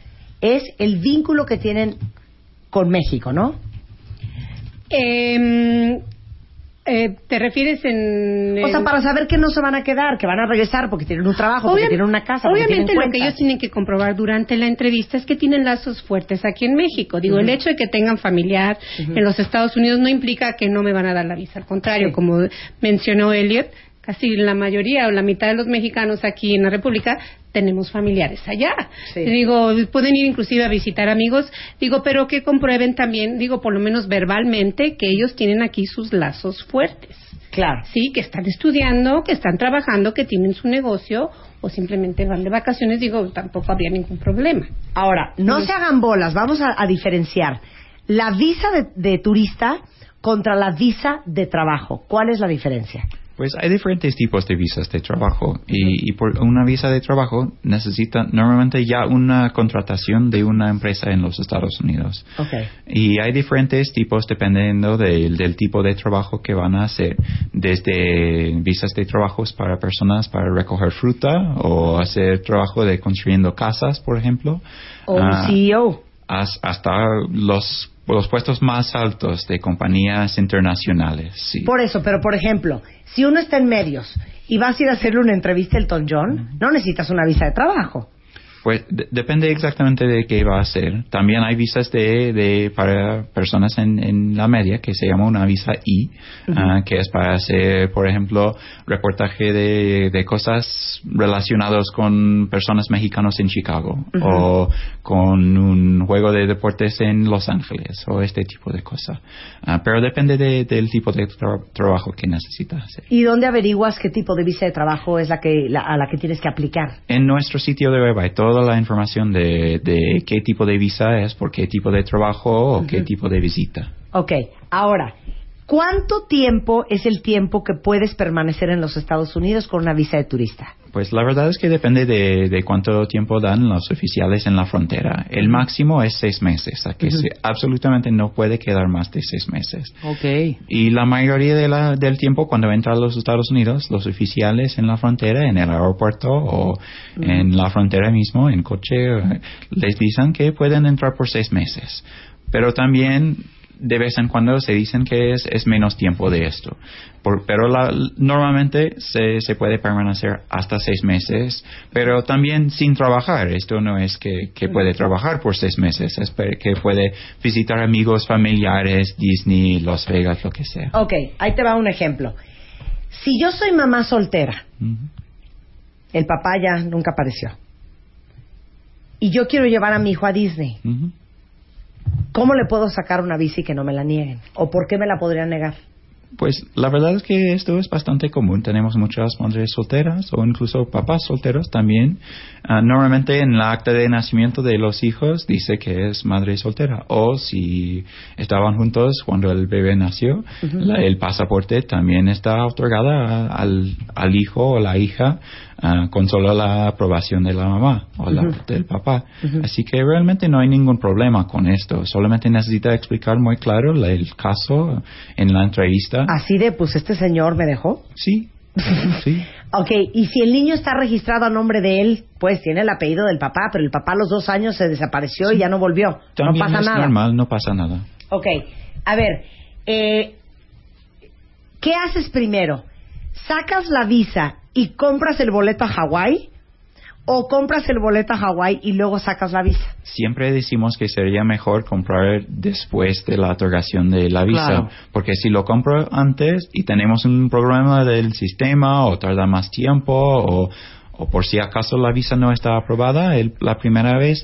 Speaker 3: es el vínculo que tienen con México, ¿no?
Speaker 16: Em, eh, ¿te refieres en...?
Speaker 3: O sea,
Speaker 16: en-
Speaker 3: para saber que no se van a quedar, que van a regresar porque tienen un trabajo, porque
Speaker 16: Obvia-
Speaker 3: tienen una casa, porque
Speaker 16: Obviamente
Speaker 3: tienen
Speaker 16: lo que
Speaker 3: cuentas.
Speaker 16: ellos tienen que comprobar durante la entrevista es que tienen lazos fuertes aquí en México. Digo, el
Speaker 3: Ujú.
Speaker 16: hecho de que tengan familiar
Speaker 3: Ujú.
Speaker 16: en los Estados Unidos no implica que no me van a dar la visa. Al contrario, como mencionó Elliot, casi la mayoría o la mitad de los mexicanos aquí en la República tenemos familiares allá.
Speaker 3: Sí.
Speaker 16: Digo, pueden ir inclusive a visitar amigos, digo, pero que comprueben también, digo, por lo menos verbalmente, que ellos tienen aquí sus lazos fuertes.
Speaker 3: Claro.
Speaker 16: Sí, que están estudiando, que están trabajando, que tienen su negocio o simplemente van de vacaciones, digo, tampoco habría ningún problema.
Speaker 3: Ahora, no
Speaker 16: Ujú.
Speaker 3: se hagan bolas, vamos a, a diferenciar la visa de, de turista contra la visa de trabajo. ¿Cuál es la diferencia?
Speaker 15: Pues hay diferentes tipos de visas de trabajo y, y por una visa de trabajo necesita normalmente ya una contratación de una empresa en los Estados Unidos. Y hay diferentes tipos dependiendo del, del tipo de trabajo que van a hacer, desde visas de trabajos para personas para recoger fruta o hacer trabajo de construyendo casas, por ejemplo,
Speaker 3: O un
Speaker 15: Ah.
Speaker 3: CEO.
Speaker 15: has- hasta los, los puestos más altos de compañías internacionales. sí.
Speaker 3: Por eso, pero por ejemplo, si uno está en medios y vas a ir a hacerle una entrevista al Elton John, no necesitas una visa de trabajo.
Speaker 15: Pues de- depende exactamente de qué va a hacer. También hay visas de, de para personas en, en la media que se llama una visa I, ah, que es para hacer, por ejemplo, reportaje de, de cosas relacionadas con personas mexicanas en Chicago
Speaker 17: Ujú.
Speaker 15: o con un juego de deportes en Los Ángeles o este tipo de cosas. Ah, pero depende de- del tipo de tra- trabajo que necesitas hacer.
Speaker 3: ¿Y dónde averiguas qué tipo de visa de trabajo es la que la- a la que tienes que aplicar?
Speaker 15: En nuestro sitio de web hay toda la información de, de qué tipo de visa es, por qué tipo de trabajo o qué tipo de visita.
Speaker 3: Ok, ahora, ¿cuánto tiempo es el tiempo que puedes permanecer en los Estados Unidos con una visa de turista?
Speaker 15: Pues la verdad es que depende de, de cuánto tiempo dan los oficiales en la frontera. El máximo es seis meses, a que
Speaker 4: Ujú.
Speaker 15: se- absolutamente no puede quedar más de seis meses.
Speaker 4: Ok.
Speaker 15: Y la mayoría de la- del tiempo cuando entra a los Estados Unidos, los oficiales en la frontera, en el aeropuerto o en la frontera mismo, en coche, eh, les dicen que pueden entrar por seis meses. Pero también de vez en cuando se dicen que es, es menos tiempo de esto. Por- pero la- normalmente se, se puede permanecer hasta seis meses, pero también sin trabajar. Esto no es que, que puede trabajar por seis meses, es pe- que puede visitar amigos, familiares, Disney, Las Vegas, lo que sea.
Speaker 3: Ok, ahí te va un ejemplo. Si yo soy mamá soltera, el papá ya nunca apareció, y yo quiero llevar a mi hijo a Disney,
Speaker 15: Ujú.
Speaker 3: ¿cómo le puedo sacar una visa y que no me la nieguen? ¿O por qué me la podrían negar?
Speaker 15: Pues la verdad es que esto es bastante común. Tenemos muchas madres solteras o incluso papás solteros también. Ah, normalmente en la acta de nacimiento de los hijos dice que es madre soltera o si estaban juntos cuando el bebé nació,
Speaker 17: Ujú.
Speaker 15: la- el pasaporte también está otorgada a- al, al hijo o la hija ah, con solo la aprobación de la mamá o la,
Speaker 17: Ujú.
Speaker 15: del papá. Así que realmente no hay ningún problema con esto. Solamente necesita explicar muy claro la- el caso en la entrevista.
Speaker 3: Así de, pues este señor me dejó.
Speaker 15: Sí. sí.
Speaker 3: Ok, y si el niño está registrado a nombre de él, pues tiene el apellido del papá, pero el papá a los dos años se desapareció y ya no volvió.
Speaker 15: También
Speaker 3: no pasa
Speaker 15: es
Speaker 3: nada.
Speaker 15: normal, no pasa nada.
Speaker 3: Ok, a ver, eh, ¿qué haces primero? ¿Sacas la visa y compras el boleto a Hawái? ¿O compras el boleto a Hawái y luego sacas la visa?
Speaker 15: Siempre decimos que sería mejor comprar después de la otorgación de la visa,
Speaker 17: Claro.
Speaker 15: porque si lo compro antes y tenemos un problema del sistema o tarda más tiempo o, o por si acaso la visa no está aprobada el- la primera vez,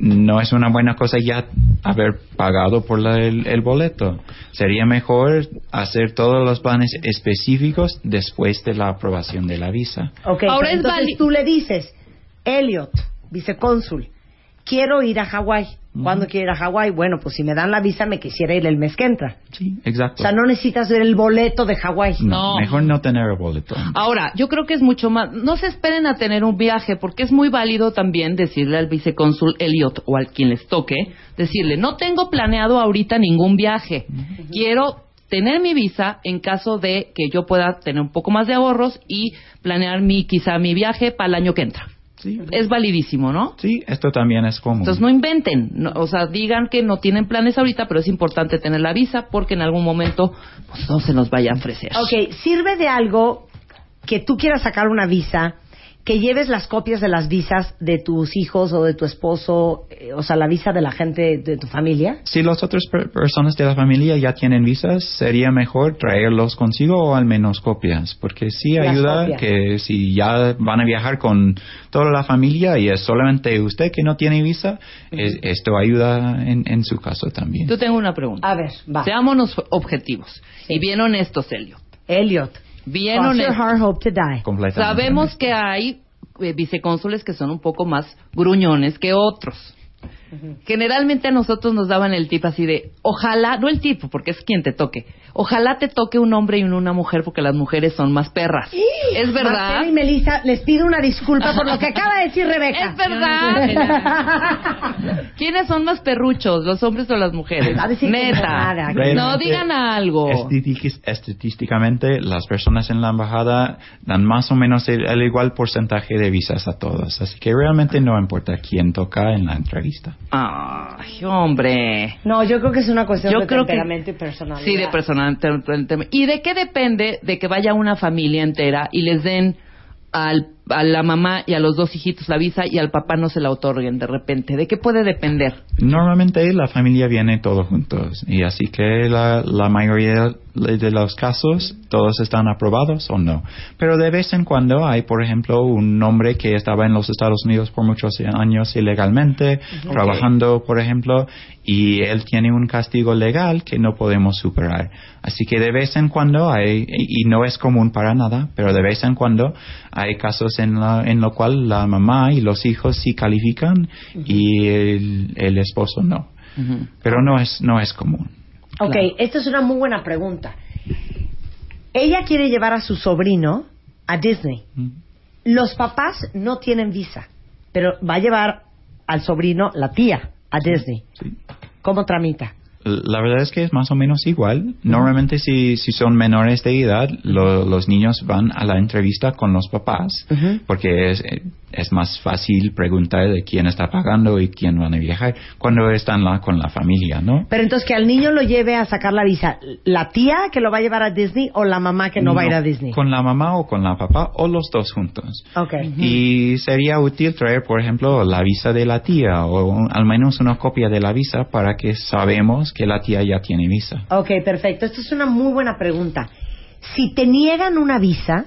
Speaker 15: no es una buena cosa ya haber pagado por la- el, el boleto. Sería mejor hacer todos los planes específicos después de la aprobación de la visa.
Speaker 3: Ok,
Speaker 14: Ahora
Speaker 3: Ahora
Speaker 14: es
Speaker 3: entonces
Speaker 14: vali-
Speaker 3: tú le dices, Elliot, vicecónsul, quiero ir a Hawái. ¿Cuándo quiero ir a Hawái? Bueno, pues si me dan la visa me quisiera ir el mes que entra. O
Speaker 15: Exacto.
Speaker 3: sea, no necesitas ver el boleto de Hawái.
Speaker 15: No, Mejor no tener el boleto.
Speaker 4: Ahora, yo creo que es mucho más. No se esperen a tener un viaje, porque es muy válido también decirle al vicecónsul Elliot o al quien les toque, decirle: No tengo planeado ahorita ningún viaje. Quiero tener mi visa en caso de que yo pueda tener un poco más de ahorros y planear mi quizá mi viaje para el año que entra. es validísimo, ¿no?
Speaker 15: Sí, esto también es común.
Speaker 4: Entonces no inventen, no- o sea, digan que no tienen planes ahorita, pero es importante tener la visa porque en algún momento pues, no se nos vaya a ofrecer.
Speaker 3: Ok, ¿sirve de algo que tú quieras sacar una visa, que lleves las copias de las visas de tus hijos o de tu esposo, eh, o sea, la visa de la gente de tu familia?
Speaker 15: Si las otras per- personas de la familia ya tienen visas, sería mejor traerlos consigo o al menos copias, porque sí
Speaker 17: Las
Speaker 15: ayuda
Speaker 17: copias.
Speaker 15: que si ya van a viajar con toda la familia y es solamente usted que no tiene visa, es- esto ayuda en, en su caso también.
Speaker 4: Yo tengo una pregunta.
Speaker 3: A ver, va.
Speaker 4: Seámonos objetivos y bien honestos, Elliot.
Speaker 3: Elliot.
Speaker 4: Bien
Speaker 3: Cross your
Speaker 4: honestos.
Speaker 3: heart, hope to die.
Speaker 15: Completamente.
Speaker 4: Sabemos que hay eh, vicecónsules que son un poco más gruñones que otros. Generalmente a nosotros nos daban el tip así de, ojalá, no el tip, porque es quien te toque, ojalá te toque un hombre y no una mujer porque las mujeres son más perras. Es verdad.
Speaker 3: Marcela y Melissa, les pido una disculpa por lo que acaba de decir Rebeca.
Speaker 4: Es verdad. ¿Quiénes son más perruchos, los hombres o las mujeres?
Speaker 3: Va a decir que
Speaker 4: Neta.
Speaker 3: nada,
Speaker 15: que
Speaker 4: No
Speaker 15: Realmente-
Speaker 4: digan algo.
Speaker 15: Estatis- Estadísticamente, las personas en la embajada dan más o menos el, el igual porcentaje de visas a todos, así que realmente no importa quién toca en la entrevista.
Speaker 4: Ay, hombre.
Speaker 3: No, yo creo que es una cuestión
Speaker 4: Yo
Speaker 3: de
Speaker 4: creo que-
Speaker 3: temperamento y personalidad.
Speaker 4: Sí, de personal. tem- tem- tem- ¿Y de qué depende de que vaya una familia entera y les den al, a la mamá y a los dos hijitos la visa y al papá no se la otorguen de repente? ¿De qué puede depender?
Speaker 15: Normalmente la familia viene todos juntos y así que la, la mayoría de los casos todos están aprobados o no. Pero de vez en cuando hay, por ejemplo, un hombre que estaba en los Estados Unidos por muchos años ilegalmente,
Speaker 17: Ujú.
Speaker 15: trabajando, por ejemplo, y él tiene un castigo legal que no podemos superar. Así que de vez en cuando hay, y y no es común para nada, pero de vez en cuando hay casos en, la, en lo cual la mamá y los hijos sí califican y el, el esposo no. Pero no es, no es común.
Speaker 3: Ok, esta es una muy buena pregunta. Ella quiere llevar a su sobrino a Disney. Los papás no tienen visa, pero va a llevar al sobrino, la tía, a Disney. ¿Cómo tramita?
Speaker 15: La verdad es que es más o menos igual. Normalmente si, si son menores de edad, lo- los niños van a la entrevista con los papás porque es, es más fácil preguntar de quién está pagando y quién van a viajar cuando están la, con la familia, ¿no?
Speaker 3: Pero entonces que al niño lo lleve a sacar la visa, ¿la tía que lo va a llevar a Disney o la mamá que no, va a ir a Disney?
Speaker 15: Con la mamá o con la papá o los dos juntos.
Speaker 3: Ok.
Speaker 15: Y sería útil traer, por ejemplo, la visa de la tía o un- al menos una copia de la visa para que sabemos que la tía ya tiene visa.
Speaker 3: Ok, perfecto. Esta es una muy buena pregunta. Si te niegan una visa,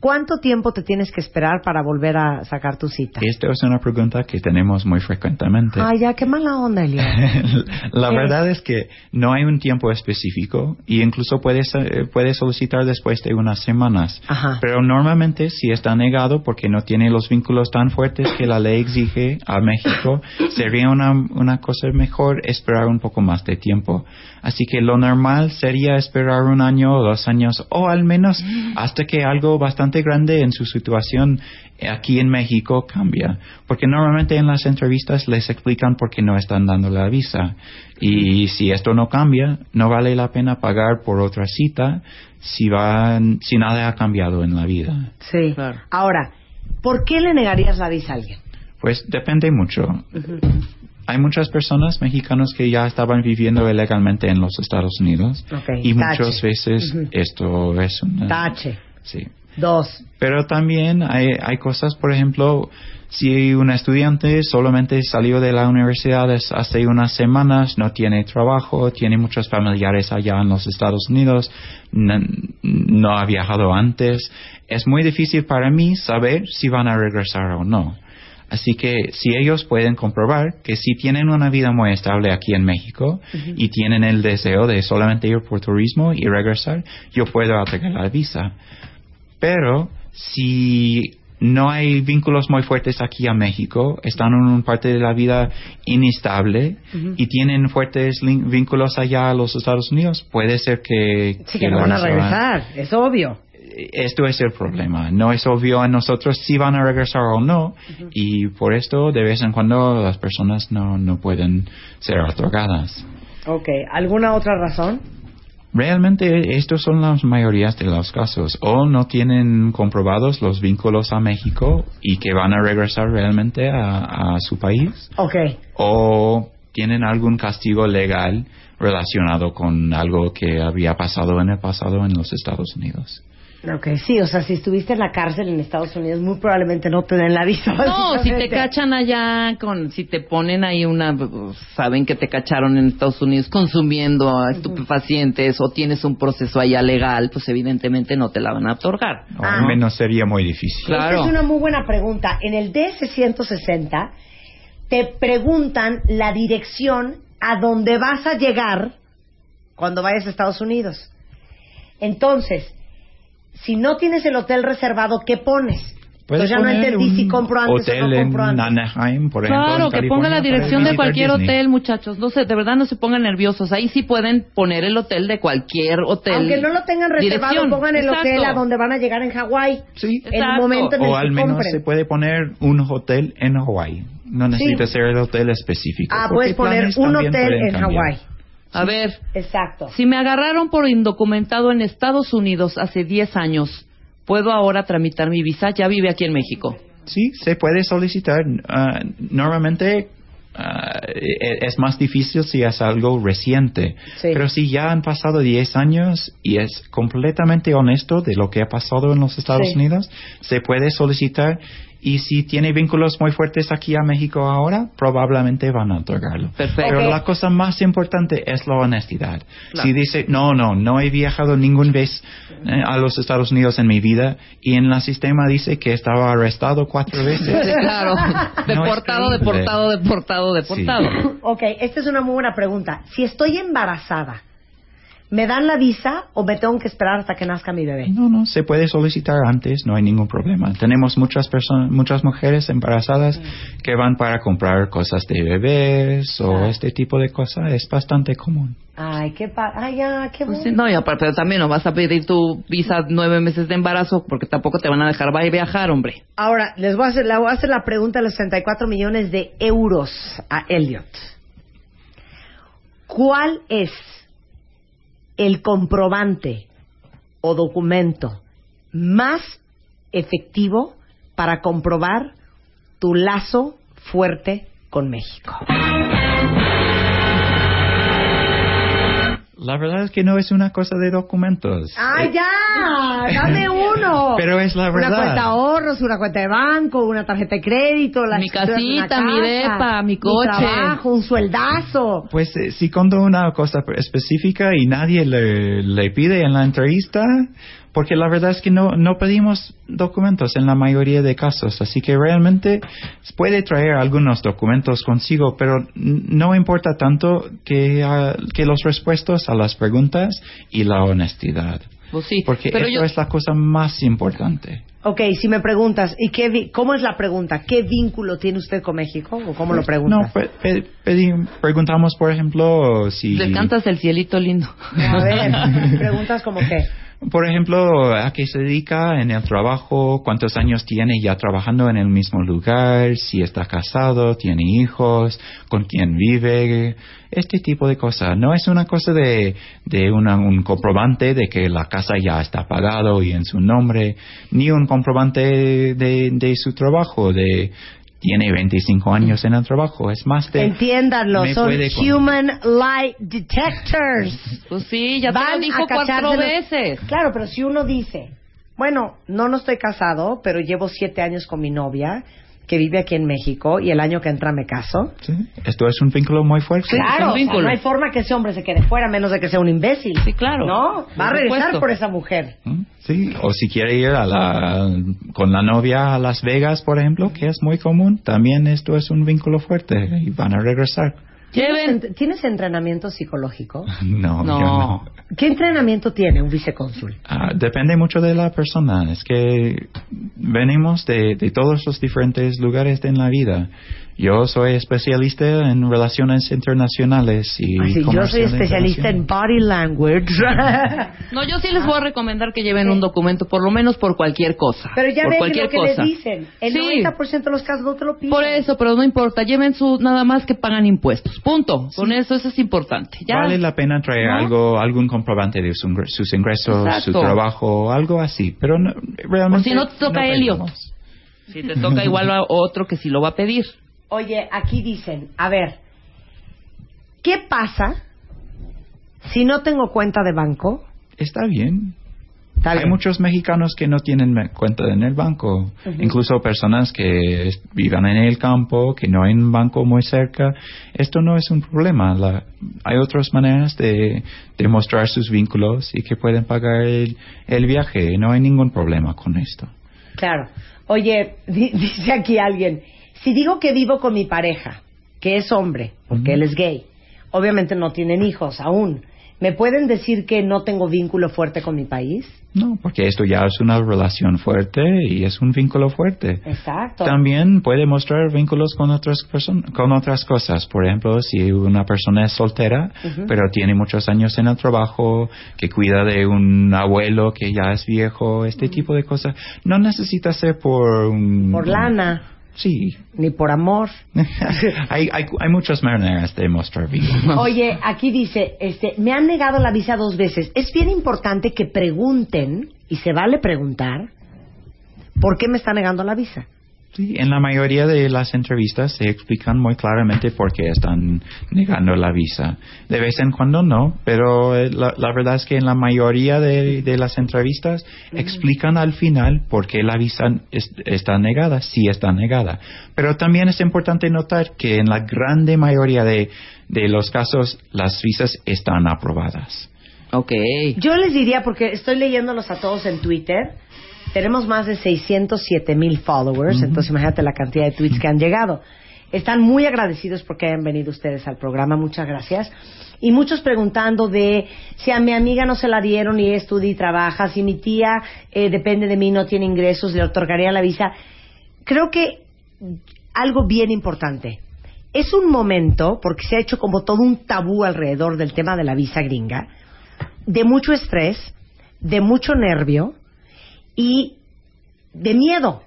Speaker 3: ¿cuánto tiempo te tienes que esperar para volver a sacar tu cita?
Speaker 15: Esta es una pregunta que tenemos muy frecuentemente.
Speaker 3: Ay, ya, qué mala onda, Elia.
Speaker 15: La
Speaker 3: Sí.
Speaker 15: verdad es que no hay un tiempo específico y incluso puedes, eh, puedes solicitar después de unas semanas. Pero normalmente si está negado porque no tiene los vínculos tan fuertes que la ley exige a México, sería una, una cosa mejor esperar un poco más de tiempo. Así que lo normal sería esperar un año o dos años o al menos hasta que algo bastante grande en su situación aquí en México cambia. Porque normalmente en las entrevistas les explican por qué no están dando la visa. Y si esto no cambia, no vale la pena pagar por otra cita si, va, si nada ha cambiado en la vida.
Speaker 3: Sí. Ahora, ¿por qué le negarías la visa a alguien?
Speaker 15: Pues depende mucho. Hay muchas personas mexicanos que ya estaban viviendo ilegalmente en los Estados Unidos
Speaker 3: Ok,
Speaker 15: y
Speaker 3: tache.
Speaker 15: muchas veces
Speaker 3: Ujú.
Speaker 15: esto es una...
Speaker 3: Tache.
Speaker 15: Sí.
Speaker 3: Dos.
Speaker 15: Pero también hay, hay cosas, por ejemplo, si un estudiante solamente salió de la universidad es- hace unas semanas, no tiene trabajo, tiene muchos familiares allá en los Estados Unidos, no, no ha viajado antes, es muy difícil para mí saber si van a regresar o no. Así que si ellos pueden comprobar que si tienen una vida muy estable aquí en México y tienen el deseo de solamente ir por turismo y regresar, yo puedo atacar la visa. Pero si no hay vínculos muy fuertes aquí a México, están en una parte de la vida inestable y tienen fuertes lin- vínculos allá a los Estados Unidos, puede ser que...
Speaker 3: Sí, que no van a
Speaker 15: los-
Speaker 3: regresar, es obvio.
Speaker 15: Esto es el problema. No es obvio a nosotros si van a regresar o no y por esto de vez en cuando las personas no, no pueden ser otorgadas.
Speaker 3: Ok, ¿alguna otra razón?
Speaker 15: Realmente estos son las mayorías de los casos. O no tienen comprobados los vínculos a México y que van a regresar realmente a, a su país.
Speaker 3: Ok.
Speaker 15: O tienen algún castigo legal relacionado con algo que había pasado en el pasado en los Estados Unidos.
Speaker 3: Ok, sí, o sea, si estuviste en la cárcel en Estados Unidos, muy probablemente no te den la visa.
Speaker 4: No, si te
Speaker 3: básicamente.
Speaker 4: cachan allá, con, si te ponen ahí una, saben que te cacharon en Estados Unidos consumiendo a estupefacientes o tienes un proceso allá legal, pues evidentemente no te la van a otorgar.
Speaker 15: O al menos sería muy difícil.
Speaker 3: Esta es una muy buena pregunta. En el DS-160 te preguntan la dirección a donde vas a llegar cuando vayas a Estados Unidos. Entonces, si no tienes el hotel reservado, ¿qué pones?
Speaker 15: Puedes
Speaker 3: Entonces ya no
Speaker 15: poner
Speaker 3: entendí
Speaker 15: un
Speaker 3: si compro antes o
Speaker 15: hotel
Speaker 3: no compro
Speaker 15: en
Speaker 3: antes.
Speaker 15: Anaheim, por ejemplo.
Speaker 4: Claro,
Speaker 15: en
Speaker 4: que
Speaker 15: California,
Speaker 4: ponga la
Speaker 15: para
Speaker 4: dirección de
Speaker 15: visitar
Speaker 4: cualquier
Speaker 15: Disney.
Speaker 4: hotel, muchachos. No sé, de verdad no se pongan nerviosos. Ahí sí pueden poner el hotel de cualquier hotel.
Speaker 3: Aunque no lo tengan reservado,
Speaker 4: Dirección.
Speaker 3: pongan el
Speaker 4: Exacto.
Speaker 3: hotel a donde van a llegar en Hawái.
Speaker 15: Sí.
Speaker 3: En el momento en el
Speaker 15: O
Speaker 3: que
Speaker 15: al menos
Speaker 3: compren.
Speaker 15: se puede poner un hotel en Hawái. No necesita ser el hotel específico.
Speaker 3: Ah,
Speaker 15: porque
Speaker 3: puedes poner
Speaker 15: planes
Speaker 3: un
Speaker 15: también
Speaker 3: hotel
Speaker 15: pueden
Speaker 3: en
Speaker 15: cambiar.
Speaker 3: Hawái.
Speaker 4: A ver.
Speaker 3: Exacto.
Speaker 4: Si me agarraron por indocumentado en Estados Unidos hace 10 años, ¿puedo ahora tramitar mi visa? Ya vive aquí en México.
Speaker 15: Sí, se puede solicitar. Ah, normalmente ah, e- es más difícil si es algo reciente. Pero si ya han pasado 10 años y es completamente honesto de lo que ha pasado en los Estados
Speaker 17: Sí.
Speaker 15: Unidos, se puede solicitar. Y si tiene vínculos muy fuertes aquí a México ahora, probablemente van a otorgarlo.
Speaker 4: Perfecto.
Speaker 15: Pero
Speaker 4: Ok.
Speaker 15: la cosa más importante es la honestidad.
Speaker 4: Claro.
Speaker 15: Si dice, no, no, no he viajado ninguna vez eh, a los Estados Unidos en mi vida y en la sistema dice que estaba arrestado cuatro veces.
Speaker 4: claro. Deportado,
Speaker 15: creíble.
Speaker 4: deportado, deportado, deportado.
Speaker 3: Ok, esta es una muy buena pregunta. Si estoy embarazada, ¿me dan la visa o me tengo que esperar hasta que nazca mi bebé?
Speaker 15: No, no, se puede solicitar antes, no hay ningún problema. Tenemos muchas personas, muchas mujeres embarazadas que van para comprar cosas de bebés o este tipo de cosas. Es bastante común.
Speaker 3: Ay, qué pa Ay, ya, qué
Speaker 4: Pues sí,
Speaker 3: bueno.
Speaker 4: no, y aparte pero también no vas a pedir tu visa nueve meses de embarazo porque tampoco te van a dejar va- viajar, hombre.
Speaker 3: Ahora, les voy a hacer, le voy a hacer la pregunta de los 64 millones de euros a Elliot. ¿Cuál es el comprobante o documento más efectivo para comprobar tu lazo fuerte con México?
Speaker 15: La verdad es que no es una cosa de documentos.
Speaker 3: ¡Ay, ya! ¡Dame uno!
Speaker 15: Pero es la
Speaker 3: Una
Speaker 15: verdad.
Speaker 3: cuenta de ahorros, una cuenta de banco, una tarjeta de crédito, la
Speaker 4: Mi
Speaker 3: escritura de una
Speaker 4: casita, mi
Speaker 3: casa,
Speaker 4: depa, mi coche.
Speaker 3: trabajo, un sueldazo.
Speaker 15: Pues eh, si contó una cosa específica y nadie le, le pide en la entrevista, porque la verdad es que no, no pedimos documentos en la mayoría de casos, así que realmente puede traer algunos documentos consigo, pero n- no importa tanto que, ah, que los respuestas a las preguntas y la honestidad,
Speaker 4: Pues sí.
Speaker 15: porque
Speaker 3: Pero
Speaker 15: eso
Speaker 3: yo-
Speaker 15: es la cosa más importante.
Speaker 3: Ok, si me preguntas, ¿y qué vi- cómo es la pregunta? ¿Qué vínculo tiene usted con México? ¿O cómo lo preguntas?
Speaker 15: Pues, No, pe- pe- pedi- preguntamos, por ejemplo, si...
Speaker 4: Le cantas el cielito lindo.
Speaker 3: A ver, preguntas como qué.
Speaker 15: Por ejemplo, ¿a qué se dedica en el trabajo? ¿Cuántos años tiene ya trabajando en el mismo lugar? ¿Si está casado? ¿Tiene hijos? ¿Con quién vive? Este tipo de cosas. No es una cosa de, de una- un comprobante de que la casa ya está pagado y en su nombre, ni un comprobante de, de su trabajo, de tiene 25 años en el trabajo. Es más de...
Speaker 3: Entiéndanlo,
Speaker 15: Me
Speaker 3: son
Speaker 15: puede con-
Speaker 3: Human Lie Detectors.
Speaker 4: Pues sí, ya te lo dijo cuatro veces.
Speaker 3: Claro, pero si uno dice, bueno, no, no estoy casado, pero llevo siete años con mi novia que vive aquí en México y el año que entra me caso.
Speaker 15: Esto es un vínculo muy fuerte.
Speaker 3: claro, o sea, no hay forma que ese hombre se quede fuera, a menos de que sea un imbécil. Sí, claro. No, va a
Speaker 15: Por
Speaker 3: regresar
Speaker 15: supuesto.
Speaker 3: por esa mujer.
Speaker 15: Sí, o si quiere ir a la, con la novia a Las Vegas, por ejemplo, que es muy común, también esto es un vínculo fuerte y van a regresar.
Speaker 3: ¿Tienes, ent- ¿Tienes entrenamiento psicológico?
Speaker 15: No, yo no.
Speaker 3: ¿Qué entrenamiento tiene un vicecónsul?
Speaker 15: Ah, depende mucho de la persona. Es que venimos de, de todos los diferentes lugares en la vida Yo soy especialista en relaciones internacionales y
Speaker 3: Ah, Sí, yo soy
Speaker 15: comercial
Speaker 3: especialista en body language.
Speaker 4: No, yo sí les voy a recomendar que lleven un documento, por lo menos por cualquier cosa.
Speaker 3: Pero ya
Speaker 4: por
Speaker 3: ven
Speaker 4: cualquier
Speaker 3: lo que
Speaker 4: cosa.
Speaker 3: le dicen. El 90% de los casos no te lo piden.
Speaker 4: Por eso, pero no importa, lleven su nada más que pagan impuestos. Punto. Con eso, eso es importante. Ya.
Speaker 15: Vale la pena traer
Speaker 4: ¿No?
Speaker 15: algo, algún comprobante de su ingre- sus ingresos, su
Speaker 4: Exacto.
Speaker 15: trabajo, algo así. Pero no-
Speaker 4: Por
Speaker 15: realmente.
Speaker 4: si no te toca Helio. Si te toca igual a otro que si lo va a pedir.
Speaker 3: Oye, aquí dicen, a ver, ¿qué pasa si no tengo cuenta de banco?
Speaker 15: Está bien. Hay muchos mexicanos que no tienen me- cuenta en el banco,
Speaker 3: Ujú.
Speaker 15: incluso personas que es- vivan en el campo, que no hay un banco muy cerca. Esto no es un problema. La- hay otras maneras de, de mostrar sus vínculos y que pueden pagar el, el viaje. No hay ningún problema con esto.
Speaker 3: Claro. Oye, di- dice aquí alguien, si digo que vivo con mi pareja, que es hombre, porque él es gay, obviamente no tienen hijos aún, ¿me pueden decir que no tengo vínculo fuerte con mi país?
Speaker 15: No, porque esto ya es una relación fuerte y es un vínculo fuerte.
Speaker 3: Exacto.
Speaker 15: También puede mostrar vínculos con otras personas, con otras cosas. Por ejemplo, si una persona es soltera,
Speaker 17: Ujú.
Speaker 15: pero tiene muchos años en el trabajo, que cuida de un abuelo que ya es viejo, este tipo de cosas, no necesita ser por un-
Speaker 3: Por lana.
Speaker 15: Sí.
Speaker 3: Ni por amor.
Speaker 15: hay, hay, hay muchas maneras de mostrar vínculos.
Speaker 3: Oye, aquí dice, este, me han negado la visa dos veces. Es bien importante que pregunten, y se vale preguntar, ¿por qué me está negando la visa?
Speaker 15: Sí, en la mayoría de las entrevistas se explican muy claramente por qué están negando la visa. De vez en cuando no, pero eh, la, la verdad es que en la mayoría de, de las entrevistas explican al final por qué la visa es- está negada, si está negada. Pero también es importante notar que en la grande mayoría de, de los casos las visas están aprobadas.
Speaker 4: Ok.
Speaker 3: Yo les diría, porque estoy leyéndolos a todos en Twitter, tenemos más de 607 mil followers, entonces imagínate la cantidad de tweets que han llegado. Están muy agradecidos porque hayan venido ustedes al programa, muchas gracias. Y muchos preguntando de si a mi amiga no se la dieron y estudia y trabaja, si mi tía eh, depende de mí, no tiene ingresos, le otorgaría la visa. Creo que algo bien importante. Es un momento, porque se ha hecho como todo un tabú alrededor del tema de la visa gringa, de mucho estrés, de mucho nervio y de miedo.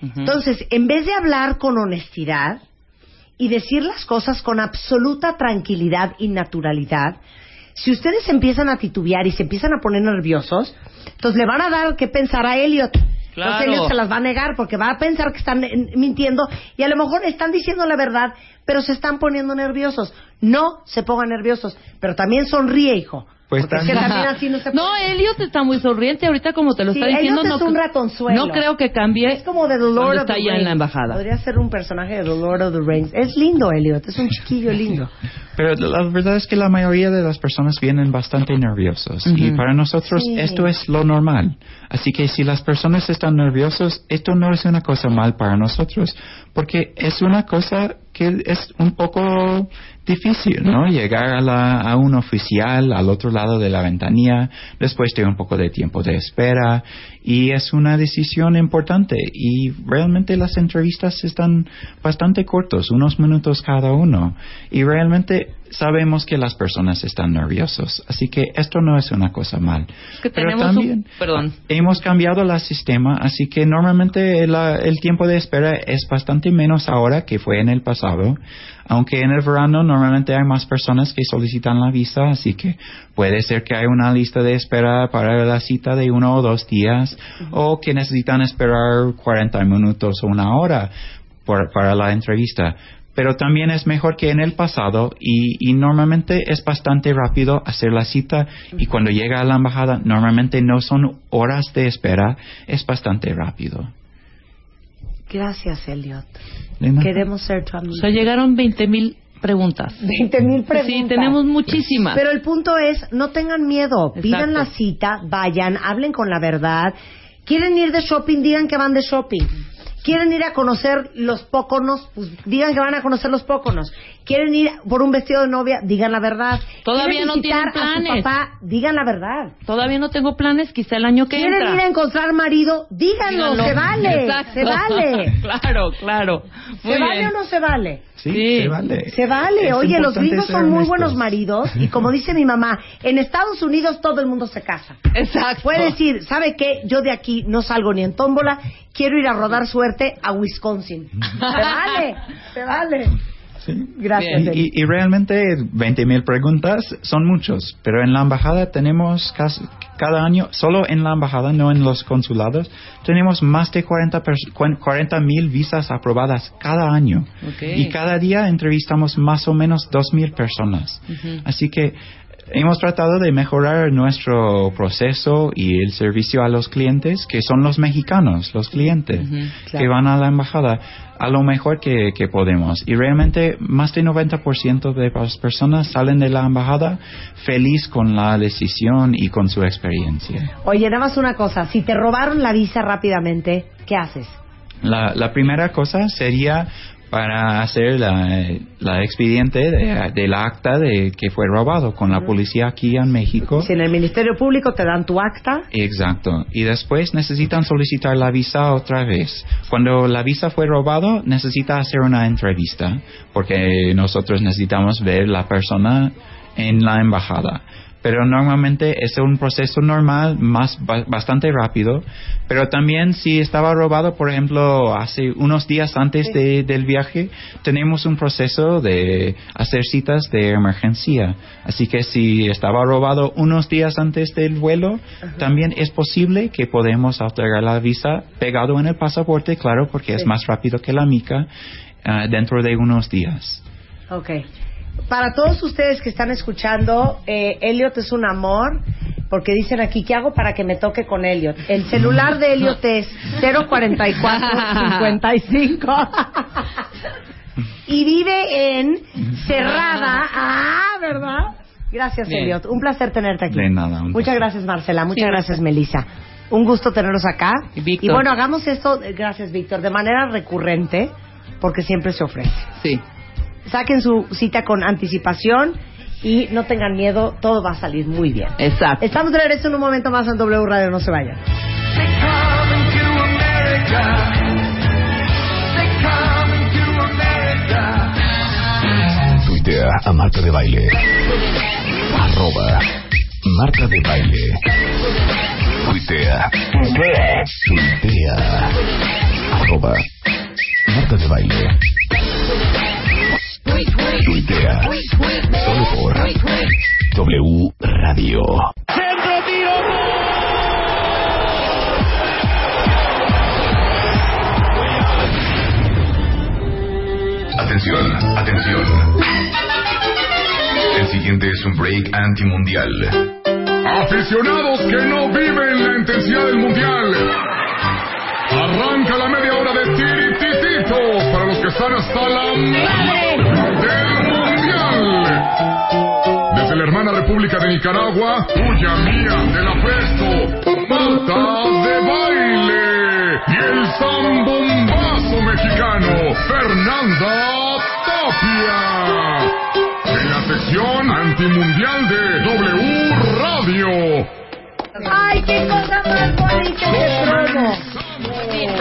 Speaker 3: Entonces, en vez de hablar con honestidad y decir las cosas con absoluta tranquilidad y naturalidad, si ustedes empiezan a titubear y se empiezan a poner nerviosos, entonces le van a dar que pensar a Elliot.
Speaker 4: Claro.
Speaker 3: Entonces Elliot se las va a negar porque va a pensar que están eh, mintiendo y a lo mejor están diciendo la verdad, pero se están poniendo nerviosos. No se pongan nerviosos, pero también sonríe, hijo.
Speaker 15: Pues
Speaker 3: Porque es que
Speaker 15: también-
Speaker 3: también así no se
Speaker 4: No, Elliot está muy sonriente ahorita como te lo
Speaker 3: Sí,
Speaker 4: está diciendo.
Speaker 3: Elliot
Speaker 4: no,
Speaker 3: es un ratonzuelo.
Speaker 4: no creo que cambie.
Speaker 3: Es como de Dolor
Speaker 4: cuando
Speaker 3: of
Speaker 4: está
Speaker 3: the
Speaker 4: allá en la
Speaker 3: Rings.
Speaker 4: embajada.
Speaker 3: Podría ser un personaje de Dolor of the Rings. Es lindo, Elliot. Es un chiquillo lindo.
Speaker 15: Pero la verdad es que la mayoría de las personas vienen bastante nerviosos y
Speaker 3: Ujú.
Speaker 15: para nosotros
Speaker 3: Sí.
Speaker 15: esto es lo normal. Así que si las personas están nerviosos, esto no es una cosa mal para nosotros porque es una cosa que es un poco difícil, ¿no? Llegar a, la- a un oficial al otro lado de la ventanilla después de un poco de tiempo de espera y es una decisión importante y realmente las entrevistas están bastante cortos, unos minutos cada uno y realmente sabemos que las personas están nerviosos, así que esto no es una cosa mal.
Speaker 4: Es que
Speaker 15: Pero
Speaker 4: tenemos
Speaker 15: también
Speaker 4: un... Perdón.
Speaker 15: hemos cambiado el sistema, así que normalmente la- el tiempo de espera es bastante menos ahora que fue en el pasado, aunque en el verano normalmente hay más personas que solicitan la visa, así que puede ser que hay una lista de espera para la cita de uno o dos días o que necesitan esperar 40 minutos o una hora por- para la entrevista. Pero también es mejor que en el pasado y, y normalmente es bastante rápido hacer la cita y cuando llega a la embajada normalmente no son horas de espera, es bastante rápido.
Speaker 3: Gracias, Elliot.
Speaker 15: De nada.
Speaker 3: Queremos ser tu amigo.
Speaker 4: O sea, llegaron 20 mil preguntas.
Speaker 3: 20 mil preguntas.
Speaker 4: Sí, tenemos muchísimas.
Speaker 3: Pero el punto es, no tengan miedo. Pidan la cita, vayan, hablen con la verdad. ¿Quieren ir de shopping? Digan que van de shopping. Quieren ir a conocer los póconos, pues digan que van a conocer los póconos. Quieren ir por un vestido de novia, digan la verdad.
Speaker 4: Todavía
Speaker 3: Quieren
Speaker 4: no
Speaker 3: visitar
Speaker 4: tienen
Speaker 3: A su
Speaker 4: planes.
Speaker 3: papá, digan la verdad.
Speaker 4: Todavía no tengo planes, quizá el año que
Speaker 3: Quieren
Speaker 4: entra.
Speaker 3: ir a encontrar marido, díganlo,
Speaker 4: Díganlo.
Speaker 3: se vale,
Speaker 4: Exacto.
Speaker 3: se vale.
Speaker 4: claro, claro.
Speaker 3: ¿Se
Speaker 4: Muy
Speaker 3: vale
Speaker 4: bien.
Speaker 3: o no se vale?
Speaker 15: Sí, se vale.
Speaker 3: Se vale,
Speaker 15: Es
Speaker 3: oye, los
Speaker 15: importante
Speaker 3: gringos
Speaker 15: ser
Speaker 3: son muy
Speaker 15: honestos.
Speaker 3: buenos maridos y como dice mi mamá, en Estados Unidos todo el mundo se casa.
Speaker 4: Exacto.
Speaker 3: Puede decir, ¿sabe qué? Yo de aquí no salgo ni en tómbola, quiero ir a rodar suerte a Wisconsin. Se vale, se vale. Gracias.
Speaker 15: Y-
Speaker 3: Eli.
Speaker 15: Y, y realmente 20.000 preguntas son muchos, pero en la embajada tenemos cas- cada año, solo en la embajada, no en los consulados, tenemos más de 40 pers- cuen- 40.000 visas aprobadas cada año.
Speaker 4: Ok.
Speaker 15: Y cada día entrevistamos más o menos 2.000 personas.
Speaker 4: Ujú.
Speaker 15: Así que hemos tratado de mejorar nuestro proceso y el servicio a los clientes, que son los mexicanos, los clientes que van a la embajada, a lo mejor que, que podemos. Y realmente más del 90% de las personas salen de la embajada feliz con la decisión y con su experiencia.
Speaker 3: Oye, nada más una cosa, si te robaron la visa rápidamente, ¿qué haces?
Speaker 15: La, la primera cosa sería para hacer la, la expediente de- del acta de que fue robado con la policía aquí en México.
Speaker 3: Si en el Ministerio Público te dan tu acta,
Speaker 15: Exacto. Y después necesitan solicitar la visa otra vez. Cuando la visa fue robado, necesita hacer una entrevista, porque nosotros necesitamos ver la persona en la embajada. Pero normalmente es un proceso normal, más ba- bastante rápido. Pero también si estaba robado, por ejemplo, hace unos días antes de- del viaje, tenemos un proceso de hacer citas de emergencia. Así que si estaba robado unos días antes del vuelo, también es posible que podemos otorgar la visa pegado en el pasaporte, claro, porque es
Speaker 3: Sí.
Speaker 15: más rápido que la mica, ah, dentro de unos días.
Speaker 3: Ok. Para todos ustedes que están escuchando, eh, Elliot es un amor, porque dicen aquí, ¿qué hago para que me toque con Elliot? El celular de Elliot es 044-55. y vive en Cerrada. Ah, ¿verdad? Gracias,
Speaker 15: Bien.
Speaker 3: Elliot. Un placer tenerte aquí.
Speaker 15: De nada, un
Speaker 3: Muchas gracias, Marcela. Muchas gracias, Melissa. Un gusto tenerlos acá. Y,
Speaker 4: Víctor.
Speaker 3: bueno, hagamos esto, eh, gracias, Víctor, de manera recurrente, porque siempre se ofrece.
Speaker 4: Sí.
Speaker 3: Saquen su cita con anticipación y no tengan miedo, todo va a salir muy bien.
Speaker 4: Exacto.
Speaker 3: Estamos de regreso en un momento más en W Radio, no se vayan.
Speaker 12: Tuitea a Marta de Baile. Arroba Marta de Baile. Tuitea. Tuitea. Arroba Marta de Baile. Tuitea. Solo por W Radio.
Speaker 10: Centro tiro.
Speaker 12: Atención, atención. El siguiente es un break antimundial.
Speaker 2: Aficionados que no viven la intensidad del mundial. Arranca la media hora de tiritititos para los que están hasta la madre del mundial. Desde la hermana República de Nicaragua, huya mía del apresto, Marta de baile y el zambombazo mexicano, Fernanda Tapia. En la sección antimundial de W Radio.
Speaker 10: Ay, qué cosa más bonita.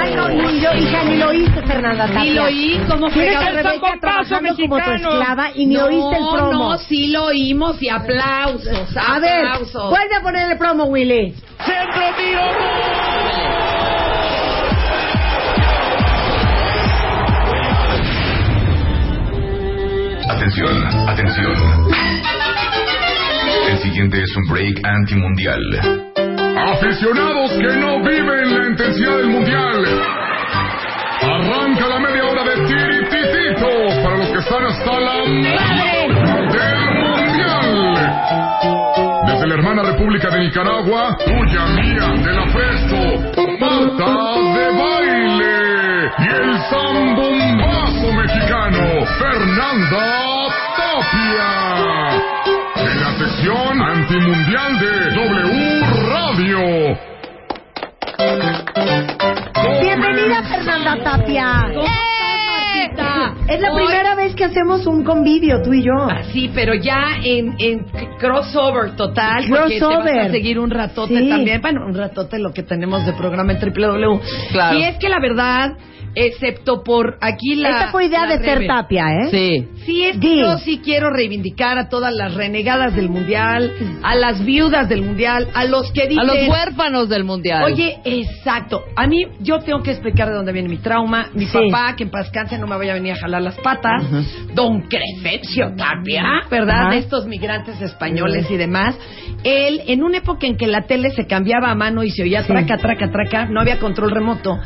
Speaker 3: Ay, no, ni lo, hija, ni lo oíste, Fernanda Tapia.
Speaker 9: Ni lo oí, como
Speaker 3: Tienes a
Speaker 9: fregado,
Speaker 3: Rebeca
Speaker 9: Rebeca,
Speaker 3: trabajando
Speaker 9: trabajando
Speaker 3: como tu esclava y ni
Speaker 9: no,
Speaker 3: oíste el promo.
Speaker 9: No, sí lo oímos y aplausos,
Speaker 3: A ver,
Speaker 9: aplausos.
Speaker 3: vuelve a poner el promo, Willy.
Speaker 10: Centro tiro.
Speaker 12: Atención, atención. El siguiente es un break antimundial.
Speaker 2: Aficionados que no viven la intensidad del mundial. Arranca la media hora de tiritititos para los que están hasta la madre del mundial. Desde la hermana República de Nicaragua, huya mía del apresto, Marta de baile y el zambombazo mexicano, Fernanda Tapia. En la sección antimundial de W Radio.
Speaker 3: Siempre Bienvenida Fernanda Tapia. Eh, Es la
Speaker 17: Hoy-
Speaker 3: primera vez que hacemos un convivio tú y yo.
Speaker 17: Sí, pero ya en, en crossover total. porque te vas a
Speaker 3: Crossover.
Speaker 17: seguir un ratote
Speaker 3: Sí.
Speaker 17: también. Bueno, un ratote lo que tenemos de programa en W.
Speaker 4: Claro.
Speaker 17: Y es que la verdad, excepto por aquí la.
Speaker 3: Esta fue idea
Speaker 17: la
Speaker 3: de Ter
Speaker 17: Rebe.
Speaker 3: Tapia, ¿eh?
Speaker 4: Sí.
Speaker 17: Sí, es que yo sí quiero reivindicar a todas las renegadas del mundial, a las viudas del mundial, a los que dicen.
Speaker 4: A los huérfanos del mundial.
Speaker 17: Oye, exacto. A mí, yo tengo que explicar de dónde viene mi trauma. Mi papá, que en paz canse, no me vaya a venir a jalar las patas. Don Crescencio Tapia, ¿verdad?
Speaker 3: Ajá.
Speaker 17: De estos migrantes españoles y demás. Él, en una época en que la tele se cambiaba a mano y se oía traca, traca, traca, no había control remoto.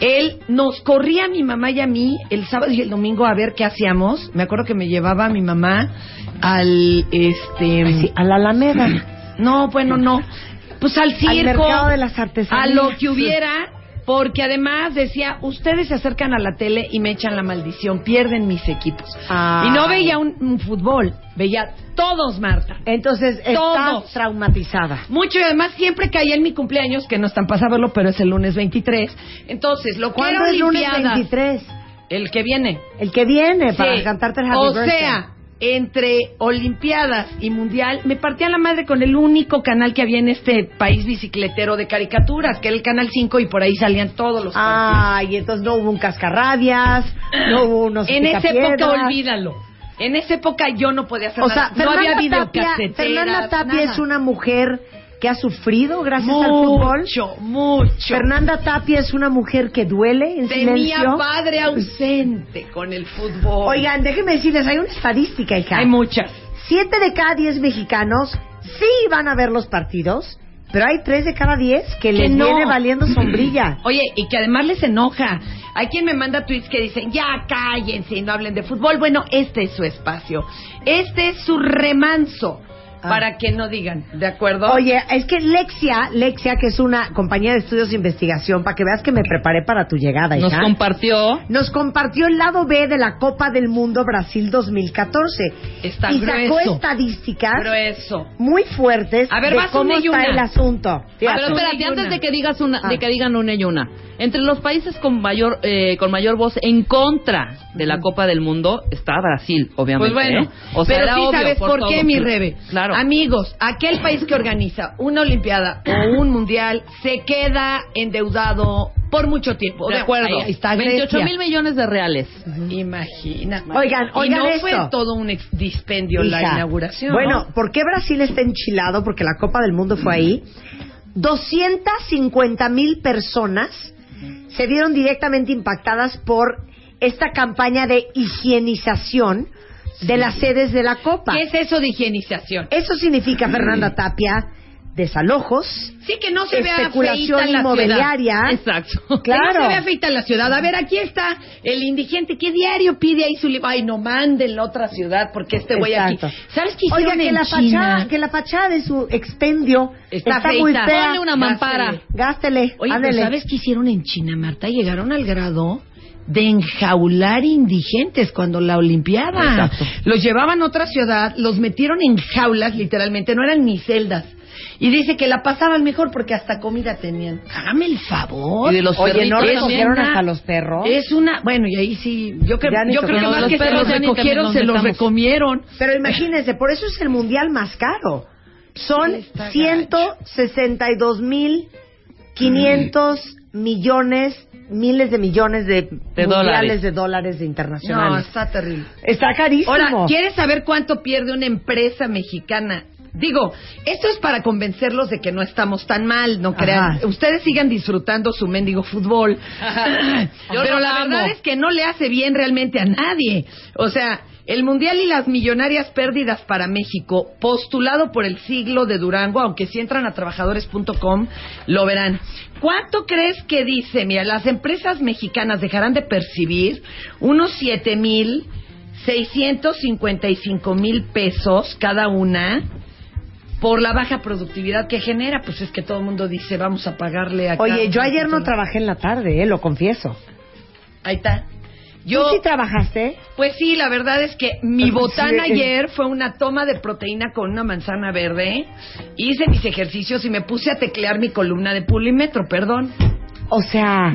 Speaker 17: Él nos corría a mi mamá y a mí el sábado y el domingo a ver qué hacíamos. Me acuerdo que me llevaba a mi mamá al este a la Alameda. No, bueno, no. Pues al circo,
Speaker 3: Al mercado de las artesanías.
Speaker 17: a lo que hubiera, porque además decía, ustedes se acercan a la tele y me echan la maldición, pierden mis equipos. Y no veía un, un fútbol, veía todos, Marta.
Speaker 3: Entonces, estás
Speaker 17: Todos.
Speaker 3: traumatizada.
Speaker 17: Mucho y además siempre caía en mi cumpleaños, que no están para saberlo, pero es el lunes 23. Entonces, lo que
Speaker 3: ¿Cuándo
Speaker 17: era
Speaker 3: es lunes
Speaker 17: Olimpiadas,
Speaker 3: 23?
Speaker 17: El que viene.
Speaker 3: El que viene para
Speaker 17: Sí.
Speaker 3: cantarte el Happy
Speaker 17: O
Speaker 3: Birthday.
Speaker 17: sea, entre Olimpiadas y Mundial, me partía la madre con el único canal que había en este país bicicletero de caricaturas, que era el Canal 5, y por ahí salían todos los
Speaker 3: Ay, entonces no hubo un cascarrabias, no hubo unos
Speaker 17: En esa
Speaker 3: picapiedras.
Speaker 17: época, olvídalo. En esa época yo no podía hacer
Speaker 3: O sea,
Speaker 17: nada. No había
Speaker 3: Fernanda Tapia,
Speaker 17: videocaseteras,
Speaker 3: Fernanda Tapia
Speaker 17: nada.
Speaker 3: es una mujer que ha sufrido gracias al
Speaker 17: Mucho,
Speaker 3: fútbol.
Speaker 17: mucho.
Speaker 3: Fernanda Tapia es una mujer que duele en
Speaker 17: Tenía
Speaker 3: silencio.
Speaker 17: padre ausente con el fútbol.
Speaker 3: Oigan, déjenme decirles, hay una estadística, hija.
Speaker 17: Hay muchas.
Speaker 3: Siete de cada diez mexicanos sí van a ver los partidos, pero hay tres de cada diez que les
Speaker 17: no.
Speaker 3: viene valiendo sombrilla.
Speaker 17: Oye, y que además les enoja. Hay quien me manda tweets que dicen, ya cállense y no hablen de fútbol. Bueno, este es su espacio. Este es su remanso. Para que no digan, ¿de acuerdo?
Speaker 3: Ah. Oye, es que Lexia, Lexia, que es una compañía de estudios de investigación, para que veas que me preparé para tu llegada,
Speaker 4: Nos
Speaker 3: hija.
Speaker 4: compartió.
Speaker 3: Nos compartió el lado B de la Copa del Mundo Brasil 2014.
Speaker 17: Está
Speaker 3: y sacó
Speaker 17: grueso.
Speaker 3: estadísticas
Speaker 17: Grueso.
Speaker 3: muy fuertes
Speaker 17: A ver,
Speaker 3: de
Speaker 17: vas
Speaker 3: cómo
Speaker 17: una y
Speaker 3: está
Speaker 17: una.
Speaker 3: el asunto.
Speaker 17: Fíjate.
Speaker 4: Pero espérate,
Speaker 17: Una y
Speaker 4: antes
Speaker 17: una.
Speaker 4: de que digas una, de
Speaker 17: Ah.
Speaker 4: que digan una y una. Entre los países con mayor eh, con mayor voz en contra de la Copa del Mundo está Brasil, obviamente.
Speaker 17: Pues bueno,
Speaker 4: ¿eh? O sea,
Speaker 17: pero
Speaker 4: era
Speaker 17: sí
Speaker 4: obvio
Speaker 17: sabes por, qué,
Speaker 4: todos,
Speaker 17: mi
Speaker 4: pero-
Speaker 17: Rebe.
Speaker 4: Claro.
Speaker 17: Amigos, aquel país que organiza una Olimpiada o un Mundial se queda endeudado por mucho tiempo.
Speaker 4: de
Speaker 17: Vean,
Speaker 4: acuerdo.
Speaker 17: ahí está Grecia.
Speaker 4: 28 mil millones de reales.
Speaker 17: Imagina.
Speaker 3: Oigan,
Speaker 17: y
Speaker 3: oigan
Speaker 17: no fue
Speaker 3: esto.
Speaker 17: todo un ex- dispendio la
Speaker 3: Hija.
Speaker 17: inauguración.
Speaker 3: Bueno,
Speaker 17: ¿no?
Speaker 3: ¿por qué Brasil está enchilado? Porque la Copa del Mundo fue ahí. 250 mil personas se vieron directamente impactadas por esta campaña de higienización de las sedes de la Copa.
Speaker 17: ¿qué es eso de higienización?
Speaker 3: Eso significa, Fernanda Tapia, desalojos,
Speaker 17: Sí, que no se vea feita
Speaker 3: especulación
Speaker 17: en la
Speaker 3: inmobiliaria.
Speaker 17: ciudad.
Speaker 4: Exacto.
Speaker 3: Claro.
Speaker 17: Que no se vea feita en la ciudad. A ver, aquí está el indigente. ¿Qué diario pide ahí su libro? Ay, no, mándenlo a otra ciudad porque este güey aquí.
Speaker 3: Exacto.
Speaker 17: ¿Sabes qué hicieron
Speaker 3: Oiga, que
Speaker 17: en
Speaker 3: la,
Speaker 17: China?
Speaker 3: fachada, que la fachada de su expendio
Speaker 17: Está
Speaker 3: está, muy
Speaker 17: feita.
Speaker 3: fea.
Speaker 17: Ponle una mampara.
Speaker 3: Gástele.
Speaker 17: Oye, pero
Speaker 3: ándele.
Speaker 17: ¿sabes qué hicieron en China, Marta? Llegaron al grado de enjaular indigentes cuando la Olimpiada.
Speaker 4: Exacto.
Speaker 17: Los llevaban a otra ciudad, los metieron en jaulas, literalmente, no eran ni celdas. Y dice que la pasaban mejor porque hasta comida tenían. Hágame el favor.
Speaker 4: Y de los
Speaker 3: Oye, ¿no
Speaker 4: perritos
Speaker 3: recogieron
Speaker 4: también, ¿no?
Speaker 3: hasta los perros?
Speaker 17: Es una, bueno, y ahí sí, yo creo,
Speaker 3: Ya ni
Speaker 17: yo creo que
Speaker 3: tocamos.
Speaker 17: más
Speaker 3: Los
Speaker 17: que se
Speaker 3: perros
Speaker 17: los
Speaker 3: ya ni
Speaker 17: recogieron,
Speaker 3: también
Speaker 17: se
Speaker 3: dónde
Speaker 17: los
Speaker 3: estamos.
Speaker 17: recomieron.
Speaker 3: Pero imagínense, por eso es el mundial más caro. Son
Speaker 17: está
Speaker 3: 162 mil 500 millones, miles de millones de, mundiales
Speaker 4: dólares.
Speaker 3: de dólares de
Speaker 17: No,
Speaker 3: internacionales.
Speaker 17: está terrible.
Speaker 3: está carísimo.
Speaker 17: Ahora, ¿quieres saber cuánto pierde una empresa mexicana? Digo, esto es para convencerlos de que no estamos tan mal, no crean.
Speaker 3: Ajá.
Speaker 17: Ustedes sigan disfrutando su mendigo fútbol.
Speaker 4: Yo
Speaker 17: Pero
Speaker 4: lo
Speaker 17: la
Speaker 4: amo.
Speaker 17: verdad es que no le hace bien realmente a nadie. O sea, el Mundial y las millonarias pérdidas para México, postulado por el siglo de Durango, aunque si entran a trabajadores.com lo verán. ¿Cuánto crees que dice? Mira, las empresas mexicanas dejarán de percibir unos siete mil 655 mil pesos cada una por la baja productividad que genera. Pues es que todo el mundo dice, vamos a pagarle a
Speaker 3: Oye, yo ayer no trabajé en la tarde, eh, lo confieso.
Speaker 17: Ahí está.
Speaker 3: Yo...
Speaker 17: Yo,
Speaker 3: sí trabajaste?
Speaker 17: pues sí, la verdad es que mi
Speaker 3: Sí,
Speaker 17: botana
Speaker 3: eh.
Speaker 17: ayer fue una toma de proteína con una manzana verde. Hice mis ejercicios y me puse a teclear mi columna de pulimetro, perdón.
Speaker 3: O sea,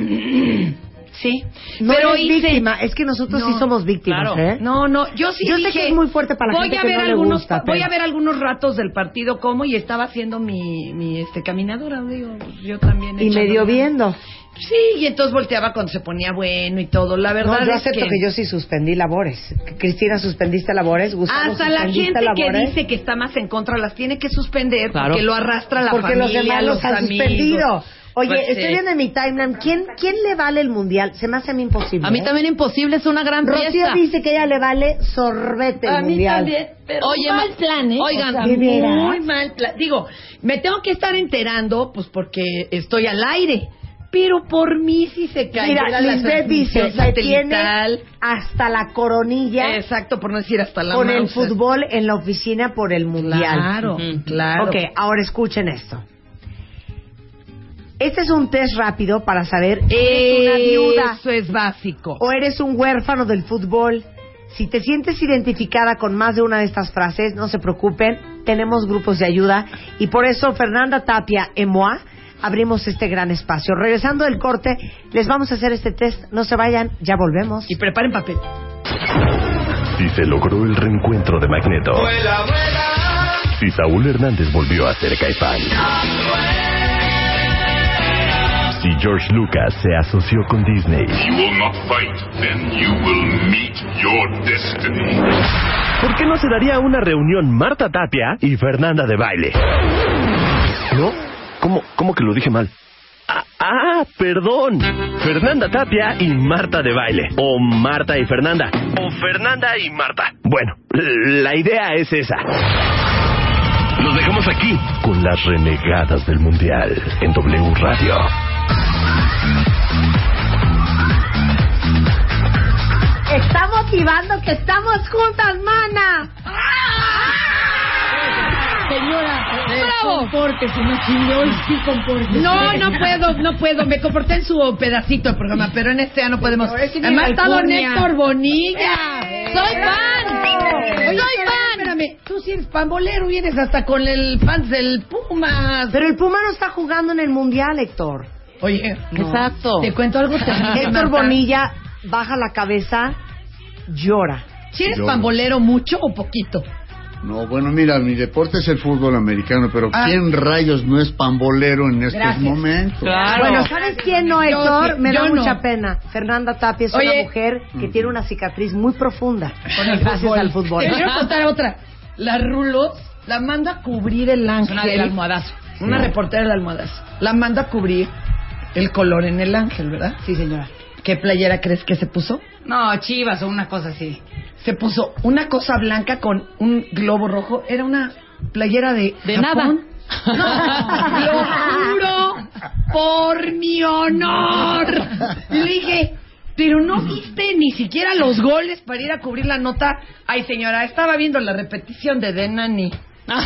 Speaker 17: Sí.
Speaker 3: no
Speaker 17: Pero
Speaker 3: eres
Speaker 17: hice-
Speaker 3: víctima. Es que nosotros sí
Speaker 17: No,
Speaker 3: somos víctimas,
Speaker 17: claro.
Speaker 3: ¿eh?
Speaker 17: No, no, yo sí
Speaker 3: Yo sé
Speaker 17: dije,
Speaker 3: que es muy fuerte para la
Speaker 17: voy
Speaker 3: gente
Speaker 17: a
Speaker 3: que
Speaker 17: ver
Speaker 3: no le
Speaker 17: algunos,
Speaker 3: gusta,
Speaker 17: Voy
Speaker 3: pero-
Speaker 17: a ver algunos ratos del partido como y estaba haciendo mi, mi este, caminadora, digo, yo también.
Speaker 3: Y
Speaker 17: echándole
Speaker 3: medio
Speaker 17: ganas.
Speaker 3: viendo.
Speaker 17: Sí, y entonces volteaba cuando se ponía bueno y todo. La verdad
Speaker 3: No, yo
Speaker 17: es
Speaker 3: acepto que... yo sí suspendí labores. Cristina, suspendiste labores. Gustavo,
Speaker 17: hasta la
Speaker 3: suspendiste
Speaker 17: gente que
Speaker 3: labores.
Speaker 17: dice que está más en contra las tiene que suspender
Speaker 3: Claro.
Speaker 17: porque lo arrastra la
Speaker 3: Porque los
Speaker 17: familia,
Speaker 3: demás los han
Speaker 17: amigos.
Speaker 3: suspendido. Oye,
Speaker 17: Pues,
Speaker 3: estoy
Speaker 17: sí.
Speaker 3: viendo en mi timeline, ¿quién, ¿quién le vale el mundial? Se me hace a mí imposible.
Speaker 17: A mí también
Speaker 3: imposible, es una gran Rocío
Speaker 17: fiesta.
Speaker 3: dice que a ella le vale sorbete el
Speaker 17: A mí
Speaker 3: mundial.
Speaker 17: también, pero Oye, mal ma-
Speaker 11: plan, ¿eh?
Speaker 17: Oigan,
Speaker 3: O sea, ¿de veras?
Speaker 17: muy mal plan. Digo, me tengo que estar enterando, pues porque estoy al aire. Pero por mí si se cae.
Speaker 3: Mira, Lisbeth dice, se tiene hasta la coronilla.
Speaker 17: Exacto, por no decir hasta la
Speaker 3: Con el
Speaker 17: mouse.
Speaker 3: fútbol en la oficina por el mundial.
Speaker 17: Claro,
Speaker 3: Ujú.
Speaker 17: claro.
Speaker 3: Ok, ahora escuchen esto. Este es un test rápido para saber si eres una viuda
Speaker 17: Eso es básico.
Speaker 3: o eres un huérfano del fútbol. Si te sientes identificada con más de una de estas frases, no se preocupen, tenemos grupos de ayuda y por eso Fernanda Tapia Emoa abrimos este gran espacio. Regresando del corte, les vamos a hacer este test, no se vayan, ya volvemos. Y
Speaker 17: preparen papel.
Speaker 18: Si se logró el reencuentro de Magneto. Si Saúl Hernández volvió a ser Caifán. Si George Lucas se asoció con Disney.
Speaker 2: You will not fight, then you will meet your destiny.
Speaker 18: ¿Por qué no se daría una reunión Marta Tapia y Fernanda de baile? ¿No? ¿Cómo, cómo que lo dije mal? Ah, ah, perdón. Fernanda Tapia y Marta de baile. O Marta y Fernanda. O Fernanda y Marta. Bueno, la idea es esa. Nos dejamos aquí con las renegadas del Mundial en W Radio.
Speaker 3: Está motivando que estamos juntas, mana.
Speaker 17: Ah.
Speaker 16: Señora,
Speaker 17: ¡Bravo!
Speaker 16: compórtese, no señor, sí compórtese.
Speaker 17: No, no puedo, no puedo. Me comporté en su pedacito del programa, pero en este ya no podemos.
Speaker 16: tiene
Speaker 17: Además, ha estado
Speaker 16: alcurnia.
Speaker 17: Néstor Bonilla. ¡Soy fan!
Speaker 16: Oye,
Speaker 17: ¡Soy fan! Eh, Espérame, tú sí eres pambolero, vienes hasta con el fans del Pumas.
Speaker 3: Pero el Puma no está jugando en el Mundial, Héctor.
Speaker 17: Oye,
Speaker 3: No.
Speaker 17: exacto. Te cuento algo. terrible,
Speaker 3: Héctor
Speaker 17: Marta.
Speaker 3: Bonilla baja la cabeza, llora.
Speaker 17: ¿Sí eres
Speaker 19: Yo-
Speaker 17: pambolero mucho o poquito?
Speaker 19: No, bueno, mira, mi deporte es el fútbol americano, pero
Speaker 17: Ah.
Speaker 19: ¿quién rayos no es pambolero en estos
Speaker 3: Gracias.
Speaker 19: momentos?
Speaker 3: Bueno, ¿sabes quién no,
Speaker 17: Yo
Speaker 3: Héctor?
Speaker 17: sí,
Speaker 3: Me da
Speaker 17: yo no.
Speaker 3: mucha pena. Fernanda Tapia es una
Speaker 17: Oye.
Speaker 3: mujer que
Speaker 19: Ujú.
Speaker 3: tiene una cicatriz muy profunda.
Speaker 17: Con el
Speaker 3: gracias
Speaker 17: fútbol.
Speaker 3: al fútbol.
Speaker 17: Te quiero contar otra. La Rulos la manda a cubrir el ángel.
Speaker 4: Una del almohadazo.
Speaker 17: Una
Speaker 4: Sí.
Speaker 17: reportera del almohadazo. La manda a cubrir el color en el ángel, ¿verdad? Sí, señora. ¿Qué playera crees que se puso?
Speaker 20: No, chivas o una cosa así.
Speaker 17: Se puso una cosa blanca con un globo rojo. Era una playera de.
Speaker 20: De
Speaker 17: Japón. No, lo juro por mi honor. Y le dije, pero no viste ni siquiera los goles para ir a cubrir la nota. Ay, señora, estaba viendo la repetición de Denani. No,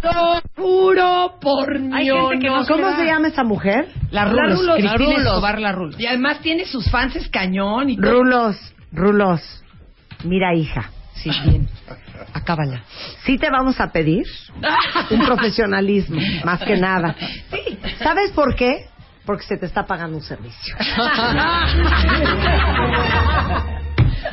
Speaker 17: lo juro por mi
Speaker 3: Hay gente que no-
Speaker 17: honor.
Speaker 3: ¿Cómo se llama esa mujer?
Speaker 17: La Rulos.
Speaker 3: La
Speaker 17: Cristina
Speaker 3: Rulos.
Speaker 17: Escobar La Rulos. Y además tiene sus fans es cañón y todo.
Speaker 3: Rulos, Rulos. Mira, hija.
Speaker 17: Sí, bien. Acábala.
Speaker 3: Sí te vamos a pedir un profesionalismo, más que nada. ¿Sabes por qué? Porque se te está pagando un servicio.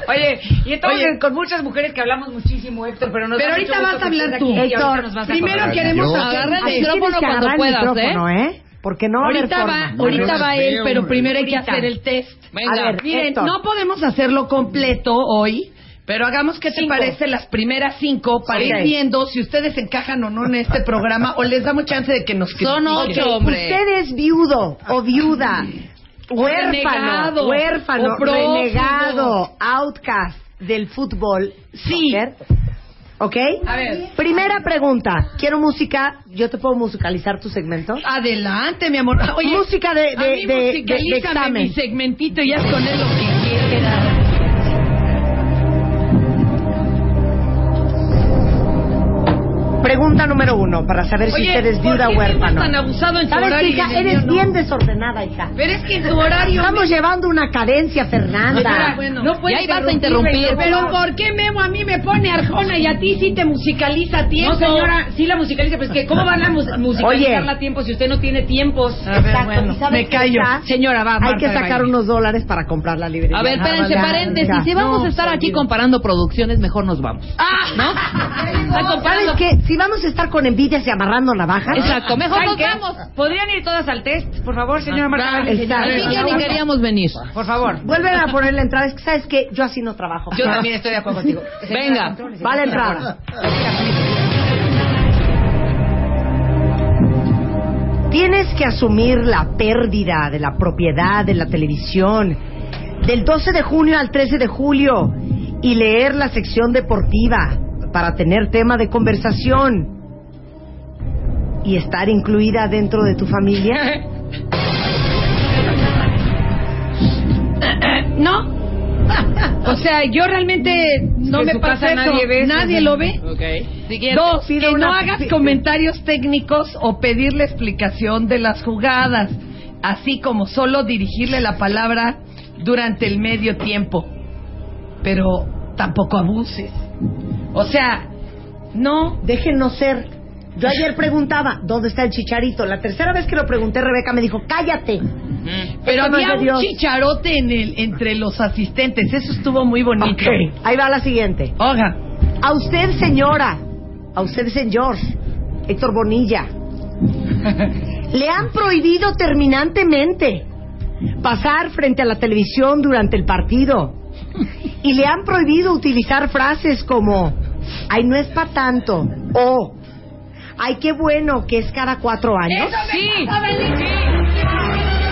Speaker 20: Oye, y estamos
Speaker 17: Oye.
Speaker 20: en- con muchas mujeres que hablamos muchísimo, Héctor, pero nos
Speaker 17: Pero
Speaker 20: da
Speaker 17: ahorita
Speaker 20: mucho
Speaker 17: vas
Speaker 20: gusto
Speaker 17: a
Speaker 20: que
Speaker 17: hablar
Speaker 20: estés
Speaker 17: tú.
Speaker 20: aquí y ahorita
Speaker 17: Héctor,
Speaker 20: nos vas a
Speaker 17: primero
Speaker 20: contar.
Speaker 17: queremos Yo- saber-
Speaker 20: Agarra
Speaker 17: Así
Speaker 20: el micrófono
Speaker 3: Tienes que
Speaker 20: cuando
Speaker 3: agarrar
Speaker 20: puedas,
Speaker 3: el micrófono,
Speaker 20: ¿eh?
Speaker 3: ¿eh? Porque no va a haber
Speaker 17: ahorita va,
Speaker 3: forma.
Speaker 17: ahorita va él, pero primero hay que
Speaker 20: Ahorita.
Speaker 17: hacer el test.
Speaker 20: Venga.
Speaker 17: a ver, miren,
Speaker 20: Héctor.
Speaker 17: no podemos hacerlo completo hoy, pero hagamos qué te
Speaker 20: Cinco.
Speaker 17: parece las primeras cinco para
Speaker 20: Ok.
Speaker 17: ir viendo si ustedes encajan o no en este programa o les damos chance de que nos critiquen.
Speaker 3: Ok, Usted es viudo o viuda, huérfano,
Speaker 17: Renegado,
Speaker 3: huérfano,
Speaker 17: o prófugo.
Speaker 3: renegado, outcast del fútbol. Sí. ¿Ok?
Speaker 17: A ver.
Speaker 3: Primera pregunta. Quiero música. ¿Yo te puedo musicalizar tu segmento?
Speaker 17: Adelante, mi amor. Oye,
Speaker 3: música de, de,
Speaker 17: a mí
Speaker 3: de- de- de
Speaker 17: musicalízame
Speaker 3: examen.
Speaker 17: mi segmentito y haz con él lo que quieras.
Speaker 3: pregunta número uno para saber si
Speaker 17: Oye,
Speaker 3: usted es
Speaker 17: ¿por
Speaker 3: viuda
Speaker 17: qué
Speaker 3: o huérfano.
Speaker 17: siempre tan abusado en su
Speaker 3: ¿Sabes,
Speaker 17: horario y
Speaker 3: hija?
Speaker 17: en el mío
Speaker 3: Eres
Speaker 17: no?
Speaker 3: bien desordenada, hija.
Speaker 17: Pero es que en su horario-
Speaker 3: Estamos llevando una cadencia,
Speaker 10: Ah,
Speaker 3: Fernanda.
Speaker 17: Señora, no puede interrumpirme, Pero ¿por qué Memo a mí me pone Arjona y a ti sí te musicaliza a
Speaker 10: No,
Speaker 17: tiempo?
Speaker 10: señora, sí la musicaliza, pero es que ¿cómo van a mus- musicalizarla
Speaker 3: Oye.
Speaker 10: a tiempo si usted no tiene tiempos? Exacto,
Speaker 3: ¿y sabes qué, hija? Hay que sacar unos dólares para comprar la librería.
Speaker 4: A ver,
Speaker 3: Nada
Speaker 4: espérense,
Speaker 3: más.
Speaker 4: paréntesis.
Speaker 3: Ya.
Speaker 4: Si vamos
Speaker 3: No,
Speaker 4: a estar aquí comparando producciones, mejor nos vamos.
Speaker 10: Ah.
Speaker 3: ¿Sabes qué? Si vamos a estar con envidias y amarrando navajas.
Speaker 4: Exacto, mejor
Speaker 10: ¿Saben
Speaker 4: nos
Speaker 10: qué?
Speaker 4: vamos.
Speaker 10: ¿Podrían ir todas al test, por favor, señora
Speaker 17: Ah,
Speaker 10: Marta?
Speaker 3: Claro, está.
Speaker 4: Así que ni queríamos venir.
Speaker 10: Por favor.
Speaker 3: Vuelven a poner la entrada. Es que sabes que yo así no trabajo.
Speaker 10: Yo también estoy de acuerdo contigo.
Speaker 3: Venga. Va la entrada. Tienes que asumir la pérdida de la propiedad de la televisión del 12 de junio al 13 de julio y leer la sección deportiva para tener tema de conversación y estar incluida dentro de tu familia.
Speaker 17: ¿No? O sea, yo realmente no
Speaker 10: En
Speaker 17: me
Speaker 10: su
Speaker 17: pasa
Speaker 10: casa
Speaker 17: eso.
Speaker 10: nadie ve eso.
Speaker 17: Nadie lo ve.
Speaker 10: Ok.
Speaker 17: Dos, que no
Speaker 10: una-
Speaker 17: hagas comentarios técnicos o pedirle explicación de las jugadas, así como solo dirigirle la palabra durante el medio tiempo. Pero tampoco abuses. O sea, no.
Speaker 3: Déjenos ser. Yo ayer preguntaba, ¿dónde está el chicharito? La tercera vez que lo pregunté, Rebeca me dijo, cállate.
Speaker 17: Pero
Speaker 3: Esto no es
Speaker 17: había
Speaker 3: de
Speaker 17: un
Speaker 3: Dios.
Speaker 17: chicharote en el, entre los asistentes. Eso estuvo muy bonito.
Speaker 3: Ok, Ahí va la siguiente.
Speaker 17: Oiga.
Speaker 3: A usted, señora. A usted, señor. Héctor Bonilla. Le han prohibido terminantemente pasar frente a la televisión durante el partido. Y le han prohibido utilizar frases como, ay, no es para tanto. O, ay, qué bueno que es cada cuatro años.
Speaker 17: Eso me pasó, Belinda.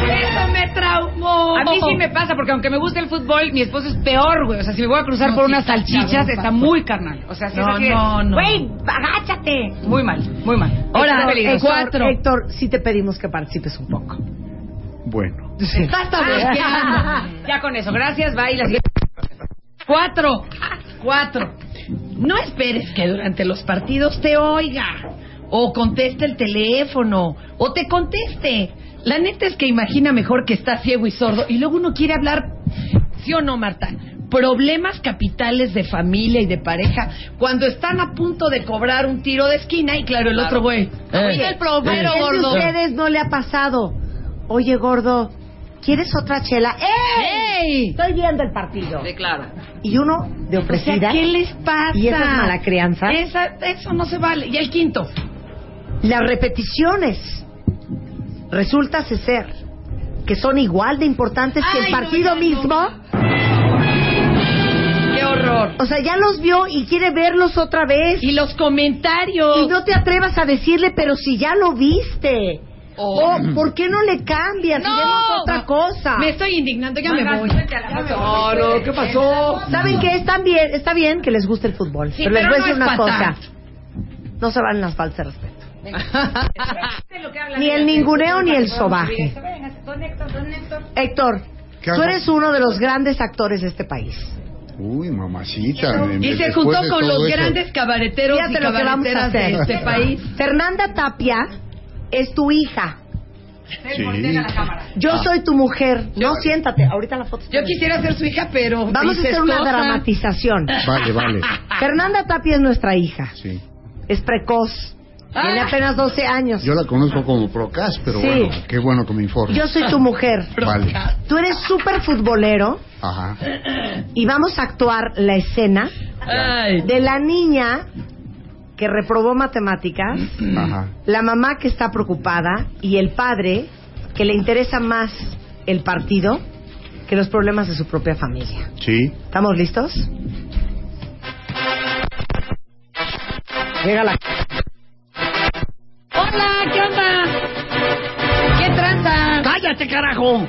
Speaker 17: Eso me traumó.
Speaker 10: A mí sí me pasa, porque aunque me gusta el fútbol, mi esposo es peor, güey. O sea, si me voy a cruzar por unas salchichas, está muy carnal. O sea, si
Speaker 17: No,
Speaker 10: es así de,
Speaker 17: no, no.
Speaker 10: Güey, agáchate. Muy mal, muy mal. Está peligroso.
Speaker 3: Héctor, Héctor, sí te pedimos que participes un poco.
Speaker 19: Bueno.
Speaker 3: Estás tabuleando.
Speaker 10: Ya con eso, gracias, bye. La siguiente.
Speaker 17: Cuatro. Cuatro. No esperes que durante los partidos te oiga. O conteste el teléfono. O te conteste. La neta es que imagina mejor que está ciego y sordo. Y luego uno quiere hablar. ¿Sí o no, Marta? Problemas capitales de familia y de pareja cuando están a punto de cobrar un tiro de esquina y claro, el
Speaker 4: Claro.
Speaker 17: otro güey.
Speaker 4: Eh.
Speaker 17: Oye, el
Speaker 3: ¿A
Speaker 17: plomero,
Speaker 3: quién de
Speaker 17: gordo.
Speaker 3: ustedes no le ha pasado? Oye, gordo, ¿quieres otra chela? ¡Ey! Estoy viendo el partido.
Speaker 4: claro.
Speaker 3: Y uno de
Speaker 17: O
Speaker 3: ofrecida.
Speaker 17: sea, Pues, ¿qué les pasa?
Speaker 3: ¿Y esa es mala crianza?
Speaker 17: Esa- eso no se vale. Y el quinto.
Speaker 3: Las repeticiones resulta ser que son igual de importantes que el
Speaker 17: Ay, no,
Speaker 3: partido
Speaker 17: ya no.
Speaker 3: mismo.
Speaker 17: ¡Qué horror!
Speaker 3: O sea, ya los vio y quiere verlos otra vez.
Speaker 17: Y los comentarios.
Speaker 3: Y no te atrevas a decirle, pero si ya lo viste. O, ¿por qué no le cambias? Y
Speaker 17: Oh. No.
Speaker 3: vemos otra cosa.
Speaker 17: Me estoy indignando, ya
Speaker 3: Oigan,
Speaker 17: me voy.
Speaker 10: súbete a la moto.
Speaker 17: No, no, ¿qué pasó?
Speaker 3: ¿Saben qué? Están bien, está bien que les guste el fútbol.
Speaker 17: Sí,
Speaker 3: pero les
Speaker 17: pero
Speaker 3: voy a
Speaker 17: no
Speaker 3: decir
Speaker 17: es
Speaker 3: una
Speaker 17: patar.
Speaker 3: cosa. No se van las falsas de respeto.
Speaker 10: Lo que hablan
Speaker 3: Ni
Speaker 10: de-
Speaker 3: el ninguneo ni el sobaje.
Speaker 10: Venga, Don Héctor, don Héctor.
Speaker 3: Héctor,
Speaker 19: ¿Qué
Speaker 3: tú
Speaker 19: hago?
Speaker 3: eres uno de los grandes actores de este país.
Speaker 19: Uy, mamacita. me-
Speaker 17: Y se
Speaker 19: después
Speaker 17: juntó
Speaker 19: de
Speaker 17: con
Speaker 19: todo
Speaker 17: los
Speaker 19: eso.
Speaker 17: grandes cabareteros
Speaker 3: Fíjate
Speaker 17: y
Speaker 3: lo que vamos a
Speaker 17: cabareteras de
Speaker 3: hacer.
Speaker 17: este país.
Speaker 3: Fernanda Tapia es tu hija.
Speaker 19: Sí.
Speaker 3: Yo
Speaker 19: Ah.
Speaker 3: soy tu mujer. No, siéntate. Ahorita la foto. está
Speaker 17: Yo
Speaker 3: bien.
Speaker 17: quisiera ser su hija, pero...
Speaker 3: Vamos a hacer una
Speaker 17: incestuosa.
Speaker 3: dramatización.
Speaker 19: Vale, vale.
Speaker 3: Fernanda Tapia es nuestra hija.
Speaker 19: Sí.
Speaker 3: Es precoz. Tiene
Speaker 17: Ah.
Speaker 3: apenas 12 años.
Speaker 19: Yo la conozco como Procas, pero
Speaker 3: Sí.
Speaker 19: bueno, qué bueno que me informe.
Speaker 3: Yo soy tu mujer.
Speaker 19: Vale.
Speaker 3: Tú eres súper futbolero
Speaker 19: Ajá.
Speaker 3: y vamos a actuar la escena
Speaker 17: Ay.
Speaker 3: de la niña que reprobó matemáticas,
Speaker 19: Ajá.
Speaker 3: la mamá que está preocupada y el padre que le interesa más el partido que los problemas de su propia familia.
Speaker 19: Sí.
Speaker 3: ¿Estamos listos? Llega la...
Speaker 17: Hola, ¿qué onda? ¿Qué tranza?
Speaker 21: ¡Cállate, carajo!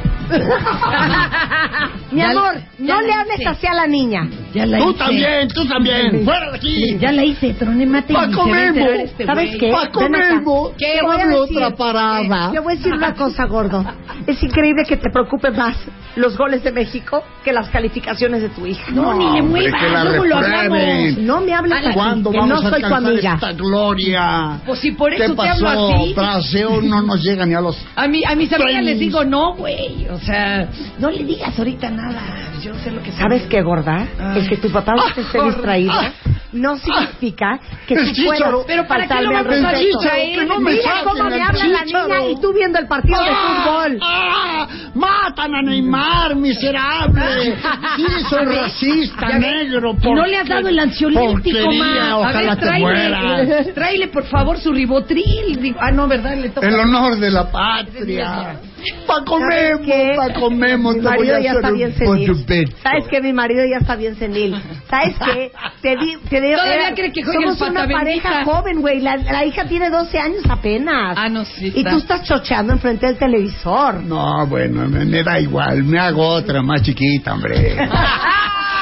Speaker 3: Mi
Speaker 17: Ya-
Speaker 3: amor,
Speaker 17: ya
Speaker 3: no le
Speaker 17: le-
Speaker 3: hables
Speaker 17: sí.
Speaker 3: así a la niña.
Speaker 17: Ya la
Speaker 22: Tú
Speaker 17: hice.
Speaker 22: también, tú también. Fuera de aquí.
Speaker 17: Ya la hice, troné mate. y
Speaker 22: Paco
Speaker 17: se va a
Speaker 22: Memo.
Speaker 17: enterar este
Speaker 22: ¿Sabes
Speaker 17: güey.
Speaker 22: qué? Paco
Speaker 17: Ven acá.
Speaker 22: Memo.
Speaker 17: Te voy a
Speaker 22: Hablo
Speaker 17: decir,
Speaker 22: otra parada.
Speaker 3: Te voy a decir una cosa, gordo. Es increíble que te preocupe más los goles de México que las calificaciones de tu hija.
Speaker 17: No, ni le
Speaker 22: hombre, muevas, que la luego lo hablamos. reprueben.
Speaker 3: Pues, No me hables así,
Speaker 22: ¿Cuándo
Speaker 3: que
Speaker 22: vamos
Speaker 3: no
Speaker 22: a
Speaker 3: soy tu
Speaker 22: alcanzar
Speaker 3: amiga.
Speaker 22: esta gloria?
Speaker 16: Pues si por
Speaker 22: ¿Qué
Speaker 16: eso te hablo
Speaker 22: pasó?
Speaker 16: así.
Speaker 22: Fraseo no nos llega ni a los...
Speaker 16: A, mi, a mis amigas
Speaker 22: Pues.
Speaker 16: les digo, no, güey. O sea,
Speaker 17: no le digas ahorita nada. Yo sé lo que
Speaker 3: ¿Sabes qué, gorda?
Speaker 17: Ay.
Speaker 3: El que tu papá no te esté
Speaker 17: Ah,
Speaker 3: distraído
Speaker 17: ah,
Speaker 3: no significa
Speaker 22: ah,
Speaker 3: que
Speaker 17: el
Speaker 3: tú puedas
Speaker 17: chícharo. Pero ¿para qué lo
Speaker 3: faltarme al
Speaker 17: vamos a
Speaker 3: respeto.
Speaker 17: distraer? Que no me
Speaker 3: Mira
Speaker 17: saquen
Speaker 3: cómo
Speaker 17: al
Speaker 3: me habla la niña
Speaker 22: chícharo.
Speaker 3: y tú viendo el partido de fútbol.
Speaker 22: ¡Ah! ¡Matan a Neymar, miserable! Sí, soy racista,
Speaker 17: Ya ves.
Speaker 22: negro.
Speaker 17: Y no
Speaker 22: porque-
Speaker 17: le has dado el ansiolítico,
Speaker 22: porquería,
Speaker 17: ma.
Speaker 22: ojalá
Speaker 17: a ver,
Speaker 22: te mueras.
Speaker 17: tráele, tráele, por favor, su ribotril. Digo, ah, no, ¿verdad? Le toca.
Speaker 22: El honor de la patria. Paco
Speaker 3: ¿Sabes
Speaker 22: Memo,
Speaker 3: qué?
Speaker 22: Paco Memo,
Speaker 3: Mi
Speaker 22: te voy
Speaker 3: marido
Speaker 22: a
Speaker 3: ya
Speaker 22: hacer
Speaker 3: está
Speaker 22: un
Speaker 3: bien senil.
Speaker 22: pollo
Speaker 3: ¿Sabes qué? Mi marido ya está bien senil. ¿Sabes qué? Te di, te di-
Speaker 16: Todavía
Speaker 3: era-
Speaker 16: cree que juega
Speaker 3: Somos
Speaker 16: el
Speaker 3: una
Speaker 16: patabendita.
Speaker 3: pareja joven, güey. La, la hija tiene 12 años apenas. Ah, no, sí. Y
Speaker 22: está.
Speaker 3: tú estás chocheando enfrente del televisor.
Speaker 22: No, bueno, me, me da igual, me hago otra más chiquita, hombre.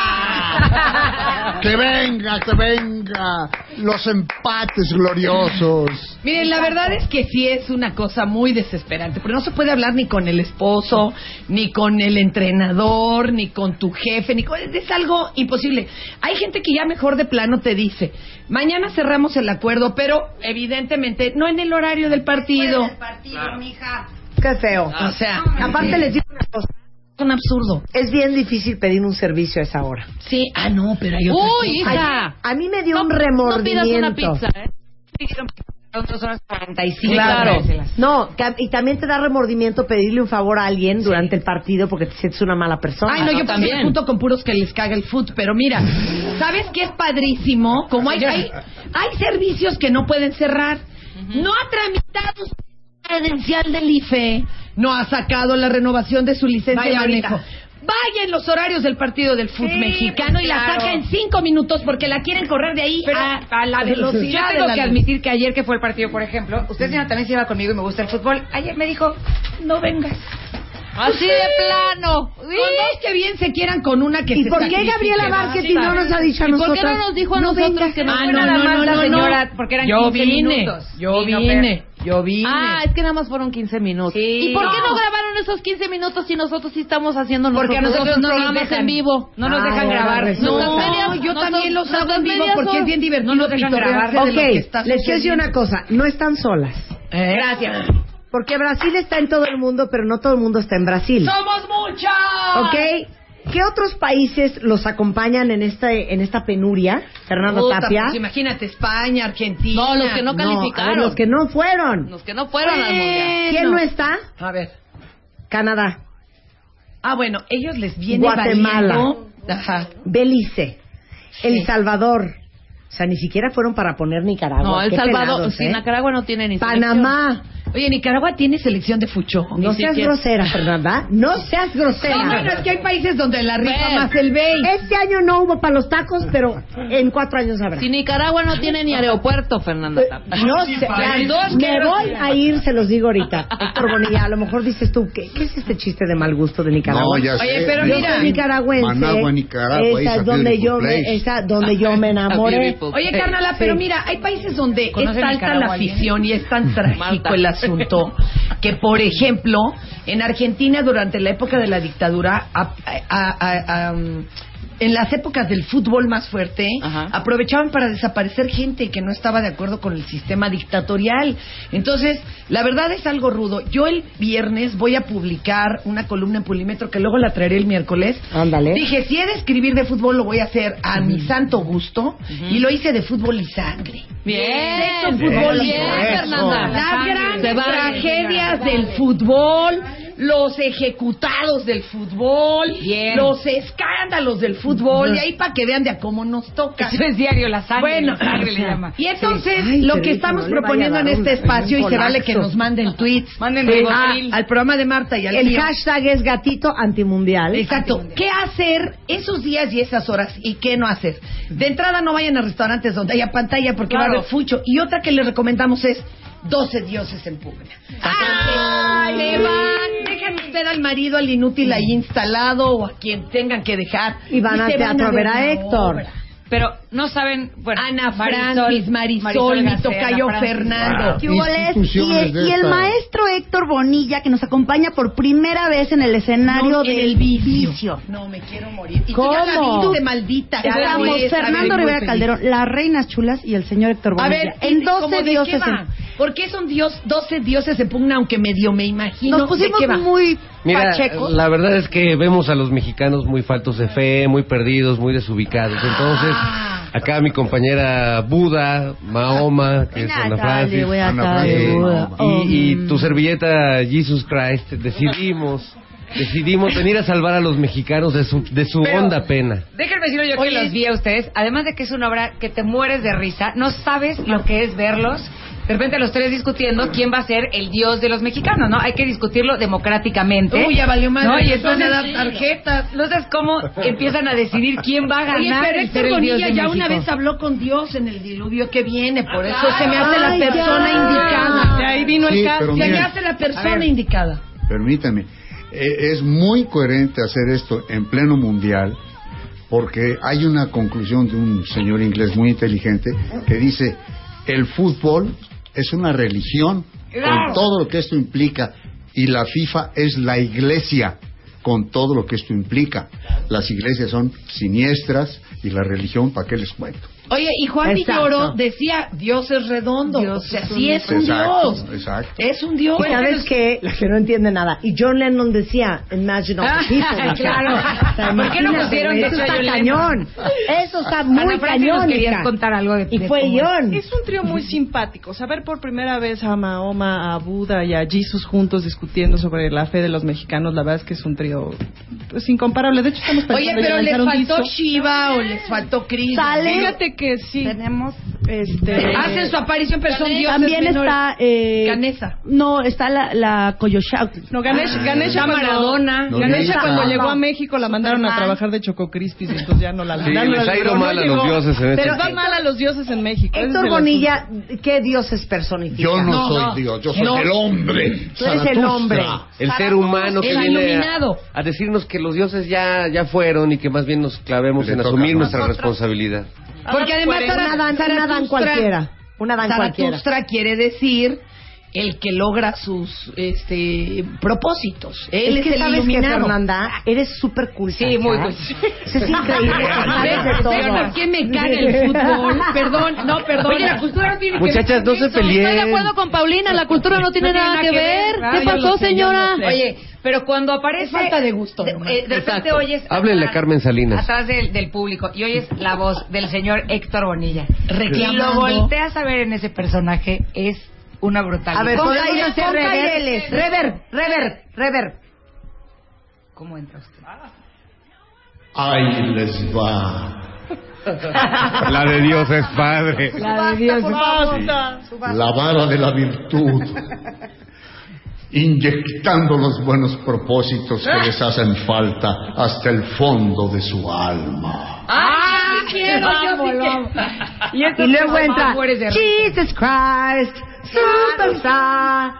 Speaker 19: Ah.
Speaker 22: que venga, que venga, los empates gloriosos.
Speaker 17: Miren, la verdad es que sí es una cosa muy desesperante, porque no se puede hablar ni con el esposo, ni con el entrenador, ni con tu jefe, ni con... es algo imposible. Hay gente que ya mejor de plano te dice, mañana cerramos el acuerdo, pero evidentemente no en el horario del partido.
Speaker 3: Qué feo.
Speaker 17: O sea,
Speaker 3: aparte les digo una cosa.
Speaker 17: Es un absurdo.
Speaker 3: Es bien difícil pedir un servicio a esa hora.
Speaker 17: Sí, ah, no, pero hay
Speaker 3: otras
Speaker 17: otras
Speaker 3: cosas.
Speaker 17: cosas.
Speaker 3: Ay, A mí me dio un
Speaker 17: no pidas
Speaker 3: remordimiento.
Speaker 17: una pizza,
Speaker 3: ¿eh?
Speaker 17: Dos horas cuarenta y
Speaker 3: Sí,
Speaker 17: cinco.
Speaker 3: claro. No, ca- y también te da remordimiento pedirle un favor a alguien durante el partido porque te sientes una mala persona.
Speaker 17: Ay, no, yo Ah, también junto con puros que les caga el food, pero mira, ¿sabes qué es padrísimo? Como hay, hay, hay servicios que no pueden cerrar. No ha tramitado su credencial del IFE, no ha sacado la renovación de su licencia
Speaker 16: Vaya
Speaker 17: de manejo.
Speaker 16: ahorita.
Speaker 17: Vaya en los horarios del partido del fútbol
Speaker 16: Sí,
Speaker 17: mexicano
Speaker 16: pues,
Speaker 17: y la
Speaker 16: claro.
Speaker 17: saca en cinco minutos porque la quieren correr de ahí
Speaker 16: Pero
Speaker 17: a,
Speaker 16: a la velocidad. Yo
Speaker 17: de
Speaker 16: tengo
Speaker 17: la
Speaker 16: que
Speaker 17: luz.
Speaker 16: admitir que ayer que fue el partido, por ejemplo, usted señora también se iba conmigo y me gusta el fútbol. Ayer me dijo, no vengas.
Speaker 17: Así de plano. Con dos que bien se quieran con una que
Speaker 3: ¿Y
Speaker 17: se
Speaker 3: por qué
Speaker 17: sacrifique,
Speaker 3: Gabriela
Speaker 17: ¿verdad?
Speaker 3: Márquez si no nos ha dicho a
Speaker 17: ¿Y por qué no
Speaker 3: nosotras?
Speaker 17: nos dijo a
Speaker 3: No
Speaker 17: nosotros
Speaker 3: vengas.
Speaker 17: que no
Speaker 3: Ah,
Speaker 17: fue
Speaker 3: no,
Speaker 17: nada
Speaker 3: no,
Speaker 17: más
Speaker 3: no,
Speaker 17: la
Speaker 3: no,
Speaker 17: señora?
Speaker 3: no.
Speaker 17: Porque eran
Speaker 16: Yo
Speaker 17: 15
Speaker 16: vine,
Speaker 17: minutos.
Speaker 16: yo
Speaker 17: Sí, no,
Speaker 16: vine,
Speaker 17: pero-
Speaker 16: yo vine.
Speaker 17: Ah,
Speaker 16: Ah,
Speaker 17: es que nada más fueron 15 minutos.
Speaker 16: Sí.
Speaker 17: ¿Y por qué no
Speaker 16: No.
Speaker 17: grabaron esos 15 minutos si nosotros sí estamos haciendo
Speaker 16: Porque a nosotros no nos
Speaker 17: programas
Speaker 16: dejan.
Speaker 17: en vivo? Ah, pues,
Speaker 16: No nos dejan grabar.
Speaker 17: No,
Speaker 16: Nuestras
Speaker 3: medias-
Speaker 17: yo
Speaker 3: nuestras-
Speaker 17: también los hago
Speaker 3: nuestras
Speaker 17: en vivo
Speaker 3: medias
Speaker 17: porque
Speaker 3: son-
Speaker 17: es bien divertido
Speaker 3: no nos dejan
Speaker 17: pitorearse
Speaker 3: grabar.
Speaker 17: de lo
Speaker 3: Ok,
Speaker 17: que está
Speaker 3: les quiero decir
Speaker 17: sucediendo.
Speaker 3: una cosa, no están solas.
Speaker 17: ¿Eh?
Speaker 3: Gracias. Porque Brasil está en todo el mundo, pero no todo el mundo está en Brasil.
Speaker 17: ¡Somos muchas!
Speaker 3: ¿Ok? ¿Qué otros países los acompañan en este en esta penuria, Fernando
Speaker 17: Puta,
Speaker 3: Tapia?
Speaker 17: pues imagínate, España, Argentina. No, los que no
Speaker 3: No, a ver, los que no fueron.
Speaker 17: Los que no fueron al mundial.
Speaker 3: ¿Quién no está?
Speaker 17: A ver.
Speaker 3: Canadá,
Speaker 17: Ah, bueno, ellos les viene
Speaker 3: Guatemala,
Speaker 17: valiendo. Ajá.
Speaker 3: Belice, El Salvador. O sea, ni siquiera fueron para poner Nicaragua.
Speaker 17: No, El
Speaker 3: Qué
Speaker 17: Salvador,
Speaker 3: pelados,
Speaker 17: sí,
Speaker 3: ¿eh?
Speaker 17: Nicaragua no tiene ni
Speaker 3: Panamá.
Speaker 17: Oye, Nicaragua tiene selección de fucho.
Speaker 3: No seas grosera, Fernanda. No seas grosera.
Speaker 17: No, bueno, es que hay países donde la rifa más el
Speaker 3: BEI. Este año no hubo para los tacos, pero en cuatro años habrá.
Speaker 4: Si Nicaragua no tiene ni aeropuerto, Fernanda Tapia.
Speaker 3: No sé,
Speaker 4: Las dos que
Speaker 3: me
Speaker 4: no
Speaker 3: voy
Speaker 4: tienen.
Speaker 3: a ir, se los digo ahorita. Héctor Bonilla, a lo mejor dices tú, ¿qué, qué es este chiste de mal gusto de Nicaragua?
Speaker 22: No, ya sé. Oye, pero
Speaker 3: Yo
Speaker 22: mira.
Speaker 3: soy nicaragüense.
Speaker 22: Managua, Nicaragua,
Speaker 3: Esa
Speaker 22: it's a
Speaker 3: es donde
Speaker 22: beautiful
Speaker 3: yo, me,
Speaker 22: place.
Speaker 3: esa donde yo me enamoré.
Speaker 17: Oye, carnala, pero mira, hay países donde es
Speaker 3: ¿Conoce
Speaker 17: alta la
Speaker 3: Nicaragua alguien?
Speaker 17: afición y es tan trágico el asunto que, por ejemplo, en Argentina durante la época de la dictadura, a- a- a- a- um, en las épocas del fútbol más fuerte, aprovechaban para desaparecer gente que no estaba de acuerdo con el sistema dictatorial. Entonces, la verdad es algo rudo. Yo el viernes voy a publicar una columna en Pulímetro que luego la traeré el miércoles
Speaker 3: Ándale.
Speaker 17: Dije, si he de escribir de fútbol, lo voy a hacer a mi santo gusto. Y lo hice de fútbol y sangre.
Speaker 4: Bien,
Speaker 17: Sexo,
Speaker 4: bien,
Speaker 17: fútbol y
Speaker 4: bien,
Speaker 17: sangre.
Speaker 4: Fernanda.
Speaker 17: Las
Speaker 4: La sangre. Se
Speaker 17: grandes
Speaker 4: vale,
Speaker 17: tragedias
Speaker 4: se vale.
Speaker 17: del fútbol, los ejecutados del fútbol,
Speaker 16: Bien.
Speaker 17: los escándalos del fútbol.
Speaker 16: Ujú.
Speaker 17: Y ahí para que vean de a cómo nos toca.
Speaker 16: Eso es diario, la sangre,
Speaker 17: Bueno,
Speaker 16: la sangre le llama.
Speaker 17: y entonces
Speaker 16: Sí. Ay,
Speaker 17: lo
Speaker 16: qué
Speaker 17: que
Speaker 16: rico,
Speaker 17: estamos
Speaker 16: no le
Speaker 17: proponiendo
Speaker 16: vaya a
Speaker 17: en
Speaker 16: dar
Speaker 17: este
Speaker 16: un-
Speaker 17: espacio,
Speaker 16: un
Speaker 17: y se vale que
Speaker 16: colapso.
Speaker 17: nos manden tweets
Speaker 16: Manden
Speaker 17: Sí.
Speaker 16: ribotril.
Speaker 17: Ah, al programa de Marta y al
Speaker 3: El
Speaker 17: mío.
Speaker 3: hashtag es gatito antimundial.
Speaker 17: Exacto. ¿Qué hacer esos días y esas horas y qué no hacer? De entrada no vayan a restaurantes donde haya pantalla porque va a haber fucho. Y otra que les recomendamos es 12 dioses en pugna. ¡Ay!
Speaker 16: se van,
Speaker 17: dejan usted al marido, al inútil ahí instalado o a quien tengan que dejar.
Speaker 3: Y van al
Speaker 17: se
Speaker 3: teatro a ver a
Speaker 17: la
Speaker 3: Héctor.
Speaker 17: obra.
Speaker 4: Pero no saben, bueno,
Speaker 17: Ana Francis, Marisol, mi
Speaker 4: Marisol Gacé,
Speaker 17: tocayo
Speaker 4: Ana Francis.
Speaker 17: Fernando.
Speaker 10: ¿Qué hubo, Les? Y,
Speaker 17: Instituciones de
Speaker 10: y el
Speaker 17: esta.
Speaker 10: maestro Héctor Bonilla, que nos acompaña por primera vez en el escenario
Speaker 17: No, en
Speaker 10: del
Speaker 17: el
Speaker 10: vicio.
Speaker 17: No, me quiero morir. Y
Speaker 10: ¿Cómo?
Speaker 17: tú ya la viste, maldita. Ya la
Speaker 10: Estamos
Speaker 17: vi, esta
Speaker 10: Fernando
Speaker 17: vez muy
Speaker 10: Rivera
Speaker 17: feliz.
Speaker 10: Calderón, las reinas chulas y el señor Héctor
Speaker 17: A
Speaker 10: Bonilla.
Speaker 17: ver,
Speaker 10: en 12
Speaker 17: ¿cómo de qué
Speaker 10: dioses.
Speaker 17: va? ¿Por qué son dios, 12 dioses en pugna, aunque medio me imagino?
Speaker 10: Nos pusimos
Speaker 17: ¿De qué va?
Speaker 10: muy
Speaker 23: Mira,
Speaker 17: pachecos.
Speaker 23: la verdad es que vemos a los mexicanos muy faltos de fe, muy perdidos, muy desubicados. Entonces,
Speaker 17: Ah.
Speaker 23: acá mi compañera Buda, Mahoma, que es
Speaker 10: Buena
Speaker 23: Ana
Speaker 10: tarde,
Speaker 23: Francis,
Speaker 10: buena tarde,
Speaker 23: eh,
Speaker 10: Buda. Oh, mm.
Speaker 23: y, y tu servilleta Jesus Christ, decidimos, decidimos venir a salvar a los mexicanos de su, de su
Speaker 4: Pero-
Speaker 23: honda pena.
Speaker 4: Déjenme decirlo yo que los vi a ustedes. Además de que es una obra que te mueres de risa, no sabes lo que es verlos. De repente los tres discutiendo quién va a ser el dios de los mexicanos, ¿no? Hay que discutirlo democráticamente.
Speaker 17: Uy, ya valió madre,
Speaker 4: No, y
Speaker 17: les van a
Speaker 4: entonces
Speaker 17: dar tarjetas.
Speaker 4: Entonces, ¿cómo empiezan a decidir quién va a ganar?
Speaker 17: Oye, pero
Speaker 4: y ser
Speaker 17: Héctor
Speaker 4: el dios
Speaker 17: Bonilla
Speaker 4: de
Speaker 17: ya
Speaker 4: México?
Speaker 17: una vez habló con Dios en el diluvio que viene, por eso se me hace
Speaker 4: Ay,
Speaker 17: la persona
Speaker 4: ya.
Speaker 17: indicada.
Speaker 4: De ahí vino
Speaker 19: el Sí, caso. pero
Speaker 17: Se me
Speaker 19: mira.
Speaker 17: hace la
Speaker 19: A
Speaker 17: persona
Speaker 19: ver.
Speaker 17: indicada.
Speaker 19: permítame, e- es muy coherente hacer esto en pleno mundial porque hay una conclusión de un señor inglés muy inteligente que dice, el fútbol es una religión con
Speaker 12: Claro.
Speaker 19: todo lo que esto implica y la FIFA es la iglesia con todo lo que esto implica. Las iglesias son siniestras y la religión, ¿para qué les cuento?
Speaker 17: Oye, y Juan
Speaker 19: Exacto.
Speaker 17: Villoro decía, Dios es redondo. o sea, sí es un
Speaker 19: Exacto,
Speaker 17: Dios.
Speaker 19: Exacto.
Speaker 17: Es un Dios.
Speaker 3: Y sabes que la que no entiende nada. Y John Lennon decía, imagine all the people.
Speaker 4: Claro.
Speaker 3: O sea,
Speaker 4: ¿Por qué no
Speaker 3: imagínate,
Speaker 4: pusieron
Speaker 3: güey,
Speaker 4: de
Speaker 3: Eso
Speaker 4: hecho a
Speaker 3: está
Speaker 4: John
Speaker 3: cañón.
Speaker 4: Lennon?
Speaker 3: Eso está muy
Speaker 4: Ana Francis, nos
Speaker 3: cañón.
Speaker 4: querías
Speaker 3: hija.
Speaker 4: contar algo de-
Speaker 3: Y
Speaker 4: de
Speaker 3: fue
Speaker 4: cómo
Speaker 3: John.
Speaker 13: Es un trío muy simpático. O sea, ver por primera vez a Mahoma, a Buda y a Jesus juntos discutiendo sobre la fe de los mexicanos, la verdad es que es un trío pues, incomparable. De hecho, estamos pensando
Speaker 17: pues, Oye,
Speaker 13: en
Speaker 17: pero les
Speaker 13: lanzar un
Speaker 17: faltó
Speaker 13: disco.
Speaker 17: Shiva o les faltó Krishna.
Speaker 13: Fíjate que sí. Tenemos, este...
Speaker 17: Hacen su aparición, pero son dioses
Speaker 10: También
Speaker 17: menores.
Speaker 10: está. Eh,
Speaker 17: Ganesa.
Speaker 10: No, está la, la Coyoshautl.
Speaker 13: No, Ganesh, Ganesha
Speaker 10: Está
Speaker 13: cuando,
Speaker 10: Maradona.
Speaker 13: Ganesha
Speaker 10: Lolita.
Speaker 13: cuando llegó a México la mandaron a trabajar de Choco Crispis, entonces ya no la
Speaker 23: Sí,
Speaker 13: ya no
Speaker 23: les
Speaker 13: la
Speaker 23: ha ido
Speaker 13: libró, no
Speaker 23: mal a los
Speaker 13: llegó.
Speaker 23: dioses en este
Speaker 13: Pero va
Speaker 23: país.
Speaker 13: mal a los dioses en México. ese es
Speaker 3: Héctor
Speaker 13: el
Speaker 3: Bonilla, ¿qué dios es personificado?
Speaker 23: Yo no No, soy no. Dios, yo soy No. el hombre.
Speaker 3: Tú eres el
Speaker 23: Zaratustra.
Speaker 3: hombre.
Speaker 23: El ser humano que
Speaker 3: El
Speaker 23: viene a,
Speaker 3: iluminado.
Speaker 23: a decirnos que los dioses ya, ya fueron y que más bien nos clavemos en asumir nuestra responsabilidad.
Speaker 17: Porque además
Speaker 3: una dan, una dan
Speaker 17: Zaratustra-
Speaker 3: cualquiera. Una dan cualquiera.
Speaker 17: Zaratustra quiere decir el que logra sus este propósitos. Él es,
Speaker 3: que
Speaker 17: el
Speaker 3: sabes que
Speaker 17: iluminado.
Speaker 3: Fernanda, eres súper culta. Sí,
Speaker 17: muy
Speaker 3: ¿verdad?
Speaker 17: culta.
Speaker 3: Sí, Es increíble.
Speaker 17: A ver,
Speaker 3: sabes de todo.
Speaker 17: pero ¿por qué me caga el fútbol? Perdón, no, perdón.
Speaker 13: Oye, la
Speaker 17: cultura tiene
Speaker 23: Muchachas, no se
Speaker 13: Estoy de
Speaker 23: peleen.
Speaker 13: acuerdo con Paulina, la cultura no tiene nada que ver. ¿Qué
Speaker 17: Ah,
Speaker 4: yo
Speaker 13: pasó,
Speaker 4: lo sé, yo
Speaker 13: señora?
Speaker 4: lo sé. Oye, pero cuando aparece...
Speaker 17: Es falta de gusto,
Speaker 4: De,
Speaker 17: nomás.
Speaker 4: eh, de repente
Speaker 23: Exacto.
Speaker 4: oyes...
Speaker 23: Háblenle a
Speaker 4: atrás-
Speaker 23: Carmen Salinas.
Speaker 4: Atrás del, del público. Y oyes la voz del señor Héctor Bonilla.
Speaker 23: Reclamando.
Speaker 4: Y lo volteas a ver en ese personaje. Es una brutalidad.
Speaker 3: A ver,
Speaker 4: Póngale-
Speaker 3: podemos hacer
Speaker 4: póngale-
Speaker 3: rever, rever, rever, rever.
Speaker 4: ¿Cómo entra usted?
Speaker 12: Ahí les va.
Speaker 23: La de Dios es padre.
Speaker 12: La de Dios
Speaker 13: por
Speaker 12: La vara de la virtud. Inyectando los buenos propósitos que les hacen falta hasta el fondo de su alma.
Speaker 17: ¡Ah, sí quiero!
Speaker 4: Amo,
Speaker 17: yo
Speaker 4: lo amo.
Speaker 17: sí que...
Speaker 4: Y esto
Speaker 3: Y
Speaker 4: es
Speaker 3: luego
Speaker 4: como
Speaker 3: entra
Speaker 4: Juárez de
Speaker 3: Jesus Christ, superstar.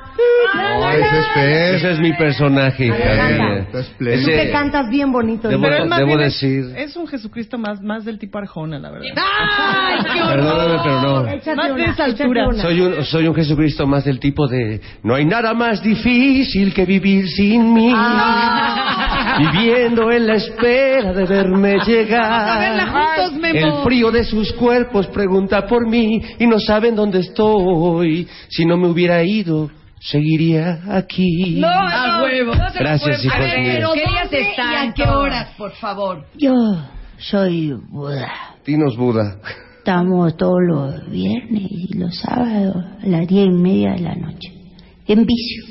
Speaker 23: No, ese es Fer. Ese es mi personaje. hija mía.
Speaker 3: Tú
Speaker 23: Ese-
Speaker 3: te cantas bien bonito.
Speaker 23: Debo-
Speaker 13: Pero él más
Speaker 23: debo
Speaker 13: bien es-
Speaker 23: decir-
Speaker 13: Es un Jesucristo más, más del tipo Arjona, la verdad.
Speaker 17: ¡Ay,
Speaker 23: qué horror! Perdóname, pero no.
Speaker 13: Más de esa altura.
Speaker 23: Soy un, soy un Jesucristo más del tipo de no hay nada más difícil que vivir sin mí.
Speaker 17: Ah.
Speaker 23: Viviendo en la espera de verme llegar.
Speaker 17: juntos,
Speaker 23: El frío de sus cuerpos pregunta por mí y no saben dónde estoy. Si no me hubiera ido, seguiría aquí.
Speaker 17: No,
Speaker 3: Ah,
Speaker 10: Ah,
Speaker 17: a huevo. No se lo
Speaker 23: Gracias,
Speaker 17: pueden-
Speaker 23: hijos
Speaker 17: A ver,
Speaker 23: míos.
Speaker 17: pero
Speaker 4: Querías
Speaker 17: ¿dónde
Speaker 4: estar
Speaker 17: ¿Y a
Speaker 4: en
Speaker 17: qué
Speaker 4: todo.
Speaker 17: horas, por favor?
Speaker 10: Yo soy Buda.
Speaker 23: Dinos Buda.
Speaker 10: Estamos todos los viernes y los sábados a las diez y media de la noche. En vicio.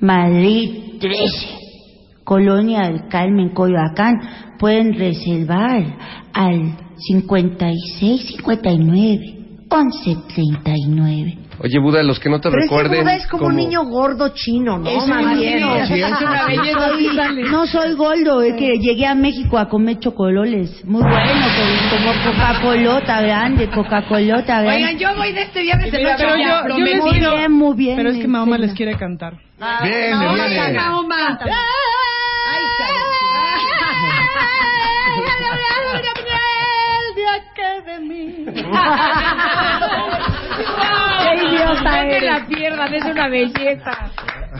Speaker 10: Madrid 13. Colonia del Carmen, Coyoacán. Pueden reservar al 56 59 11 39.
Speaker 23: Oye, Buda, los que no te
Speaker 3: Pero ese
Speaker 23: recuerden.
Speaker 3: Buda es como, un niño gordo chino, ¿no?
Speaker 23: Es
Speaker 3: Más
Speaker 23: un
Speaker 3: bien.
Speaker 23: niño.
Speaker 3: Ay,
Speaker 23: Sí, es una belleza,
Speaker 1: Soy-
Speaker 23: sí sale.
Speaker 1: no soy gordo, es que llegué a México a comer chocololes. Muy bueno, con- como Coca-Colota grande, Coca-Colota grande.
Speaker 20: Oigan, yo voy de este viernes de
Speaker 1: Mira,
Speaker 20: noche
Speaker 1: pero yo-
Speaker 20: ya,
Speaker 1: yo
Speaker 20: prometido.
Speaker 1: les quiero- Muy bien,
Speaker 24: Pero es que
Speaker 1: me
Speaker 24: Mahoma
Speaker 1: encanta.
Speaker 24: les quiere cantar.
Speaker 23: Viene,
Speaker 24: Mahoma
Speaker 23: viene.
Speaker 24: canta.
Speaker 17: Ah.
Speaker 20: ¡Qué
Speaker 17: idiota
Speaker 20: No te
Speaker 17: eres.
Speaker 20: la pierdan, es una belleza.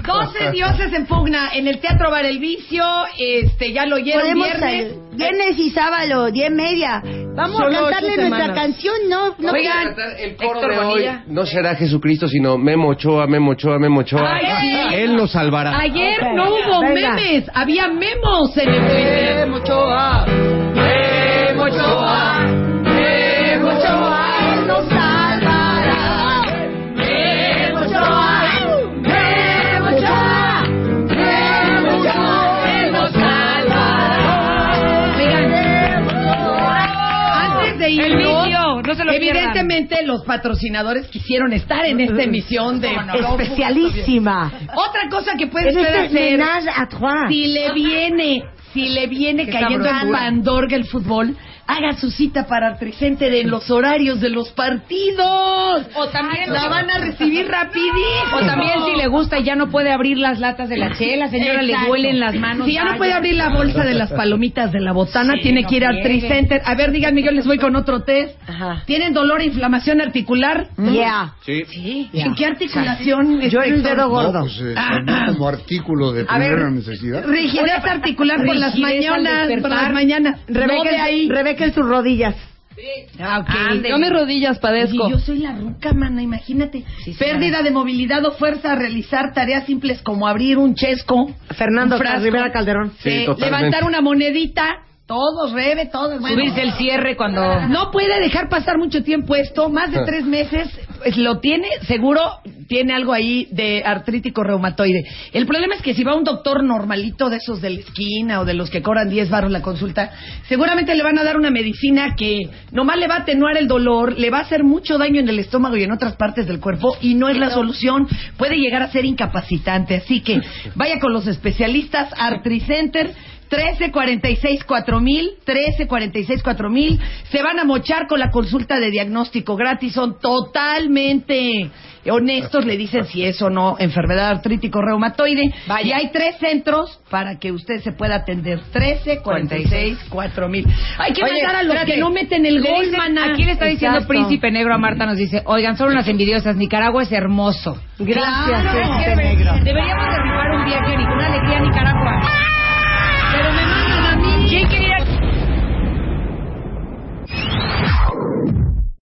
Speaker 17: 12 dioses en pugna en el Teatro Bar El Vicio. Este, ya lo oyeron
Speaker 1: Podemos
Speaker 17: viernes. eh,
Speaker 1: salir. Viernes y sábado, diez y media. Vamos
Speaker 17: Solo
Speaker 1: a cantarle
Speaker 17: ocho
Speaker 1: nuestra
Speaker 17: semanas.
Speaker 1: canción, no, no
Speaker 17: Oigan,
Speaker 23: el coro de hoy no será Jesucristo, sino Memo Ochoa, Memo Ochoa, Memo Ochoa.
Speaker 17: Ay, sí.
Speaker 23: Él nos salvará.
Speaker 17: Ayer no hubo
Speaker 23: Venga.
Speaker 17: memes, había memos en el Twitter. Memochoa, Memochoa, Memochoa nos salvará. Memochoa, Memochoa, Memochoa nos salvará. Oigan, antes de
Speaker 20: El
Speaker 17: irnos,
Speaker 20: vicio, no se lo pierdan.
Speaker 17: evidentemente los patrocinadores quisieron estar en esta emisión de
Speaker 3: Especialísima.
Speaker 17: otra cosa que puede
Speaker 3: En
Speaker 17: usted
Speaker 3: este
Speaker 17: hacer
Speaker 3: menage a trois.
Speaker 17: si le viene, si le viene
Speaker 3: Qué
Speaker 17: cayendo en
Speaker 3: sabrosura.
Speaker 17: pandorga el fútbol, haga su cita para Tricente de los horarios de los partidos.
Speaker 20: O también
Speaker 17: la van a recibir rapidísimo.
Speaker 20: O también si le gusta y ya no puede abrir las latas de la chela, señora, le
Speaker 17: Exacto.
Speaker 20: huelen las manos.
Speaker 17: Si ya no puede
Speaker 20: vaya.
Speaker 17: abrir la bolsa de las palomitas de la botana,
Speaker 20: Sí,
Speaker 17: tiene
Speaker 20: no
Speaker 17: que ir al
Speaker 20: quiere.
Speaker 17: Tricenter. A ver, díganme, yo les voy con otro test. ¿Tienen dolor e inflamación articular? Mm.
Speaker 3: Yeah.
Speaker 23: Sí.
Speaker 17: ¿En qué articulación?
Speaker 3: Yo el
Speaker 17: Strudel?
Speaker 3: dedo gordo.
Speaker 19: No, pues eh, también como artículo de
Speaker 17: A ver,
Speaker 19: primera necesidad.
Speaker 17: Rigidez articular por las
Speaker 3: Rigidez al
Speaker 17: mañanas, por
Speaker 3: despertar.
Speaker 17: las mañanas.
Speaker 3: Rebeca,
Speaker 17: No de ahí.
Speaker 3: Rebeca en sus rodillas.
Speaker 17: Ah, ok.
Speaker 3: Ándele.
Speaker 17: Yo mis rodillas
Speaker 3: padezco.
Speaker 17: Y yo soy la ruca, mana, imagínate. Pérdida de movilidad o fuerza a realizar tareas simples como abrir un chesco.
Speaker 3: Fernando
Speaker 17: un frasco,
Speaker 3: Rivera Calderón.
Speaker 17: sí,
Speaker 3: Sí, totalmente.
Speaker 17: levantar una monedita. Todos, Rebe, todos. Bueno.
Speaker 20: Subirse el cierre cuando...
Speaker 17: No puede dejar pasar mucho tiempo esto, más de tres meses, pues, lo tiene, seguro tiene algo ahí de artrítico reumatoide. El problema es que si va un doctor normalito de esos de la esquina o de los que cobran 10 baros la consulta, seguramente le van a dar una medicina que nomás le va a atenuar el dolor, le va a hacer mucho daño en el estómago y en otras partes del cuerpo y no es la solución, puede llegar a ser incapacitante. Así que vaya con los especialistas, Artricenter. 1346-4000, 1346-4000. Se van a mochar con la consulta de diagnóstico gratis. Son totalmente honestos. Le dicen si es o no enfermedad artrítico reumatoide. Y hay tres centros para que usted se pueda atender. 1346-4000. Hay que
Speaker 20: Oye,
Speaker 17: mandar a los
Speaker 20: espérate.
Speaker 17: que no meten el
Speaker 20: Le
Speaker 17: gol,
Speaker 20: dicen-
Speaker 17: maná.
Speaker 20: Aquí le está diciendo
Speaker 17: Exacto.
Speaker 20: Príncipe Negro a Marta, nos dice, oigan, son unas envidiosas, Nicaragua es hermoso.
Speaker 17: Gracias,
Speaker 20: Claro,
Speaker 17: Príncipe
Speaker 20: es que
Speaker 17: Negro.
Speaker 20: Deberíamos de rifar un viaje a Nic- una alegría a Nicaragua.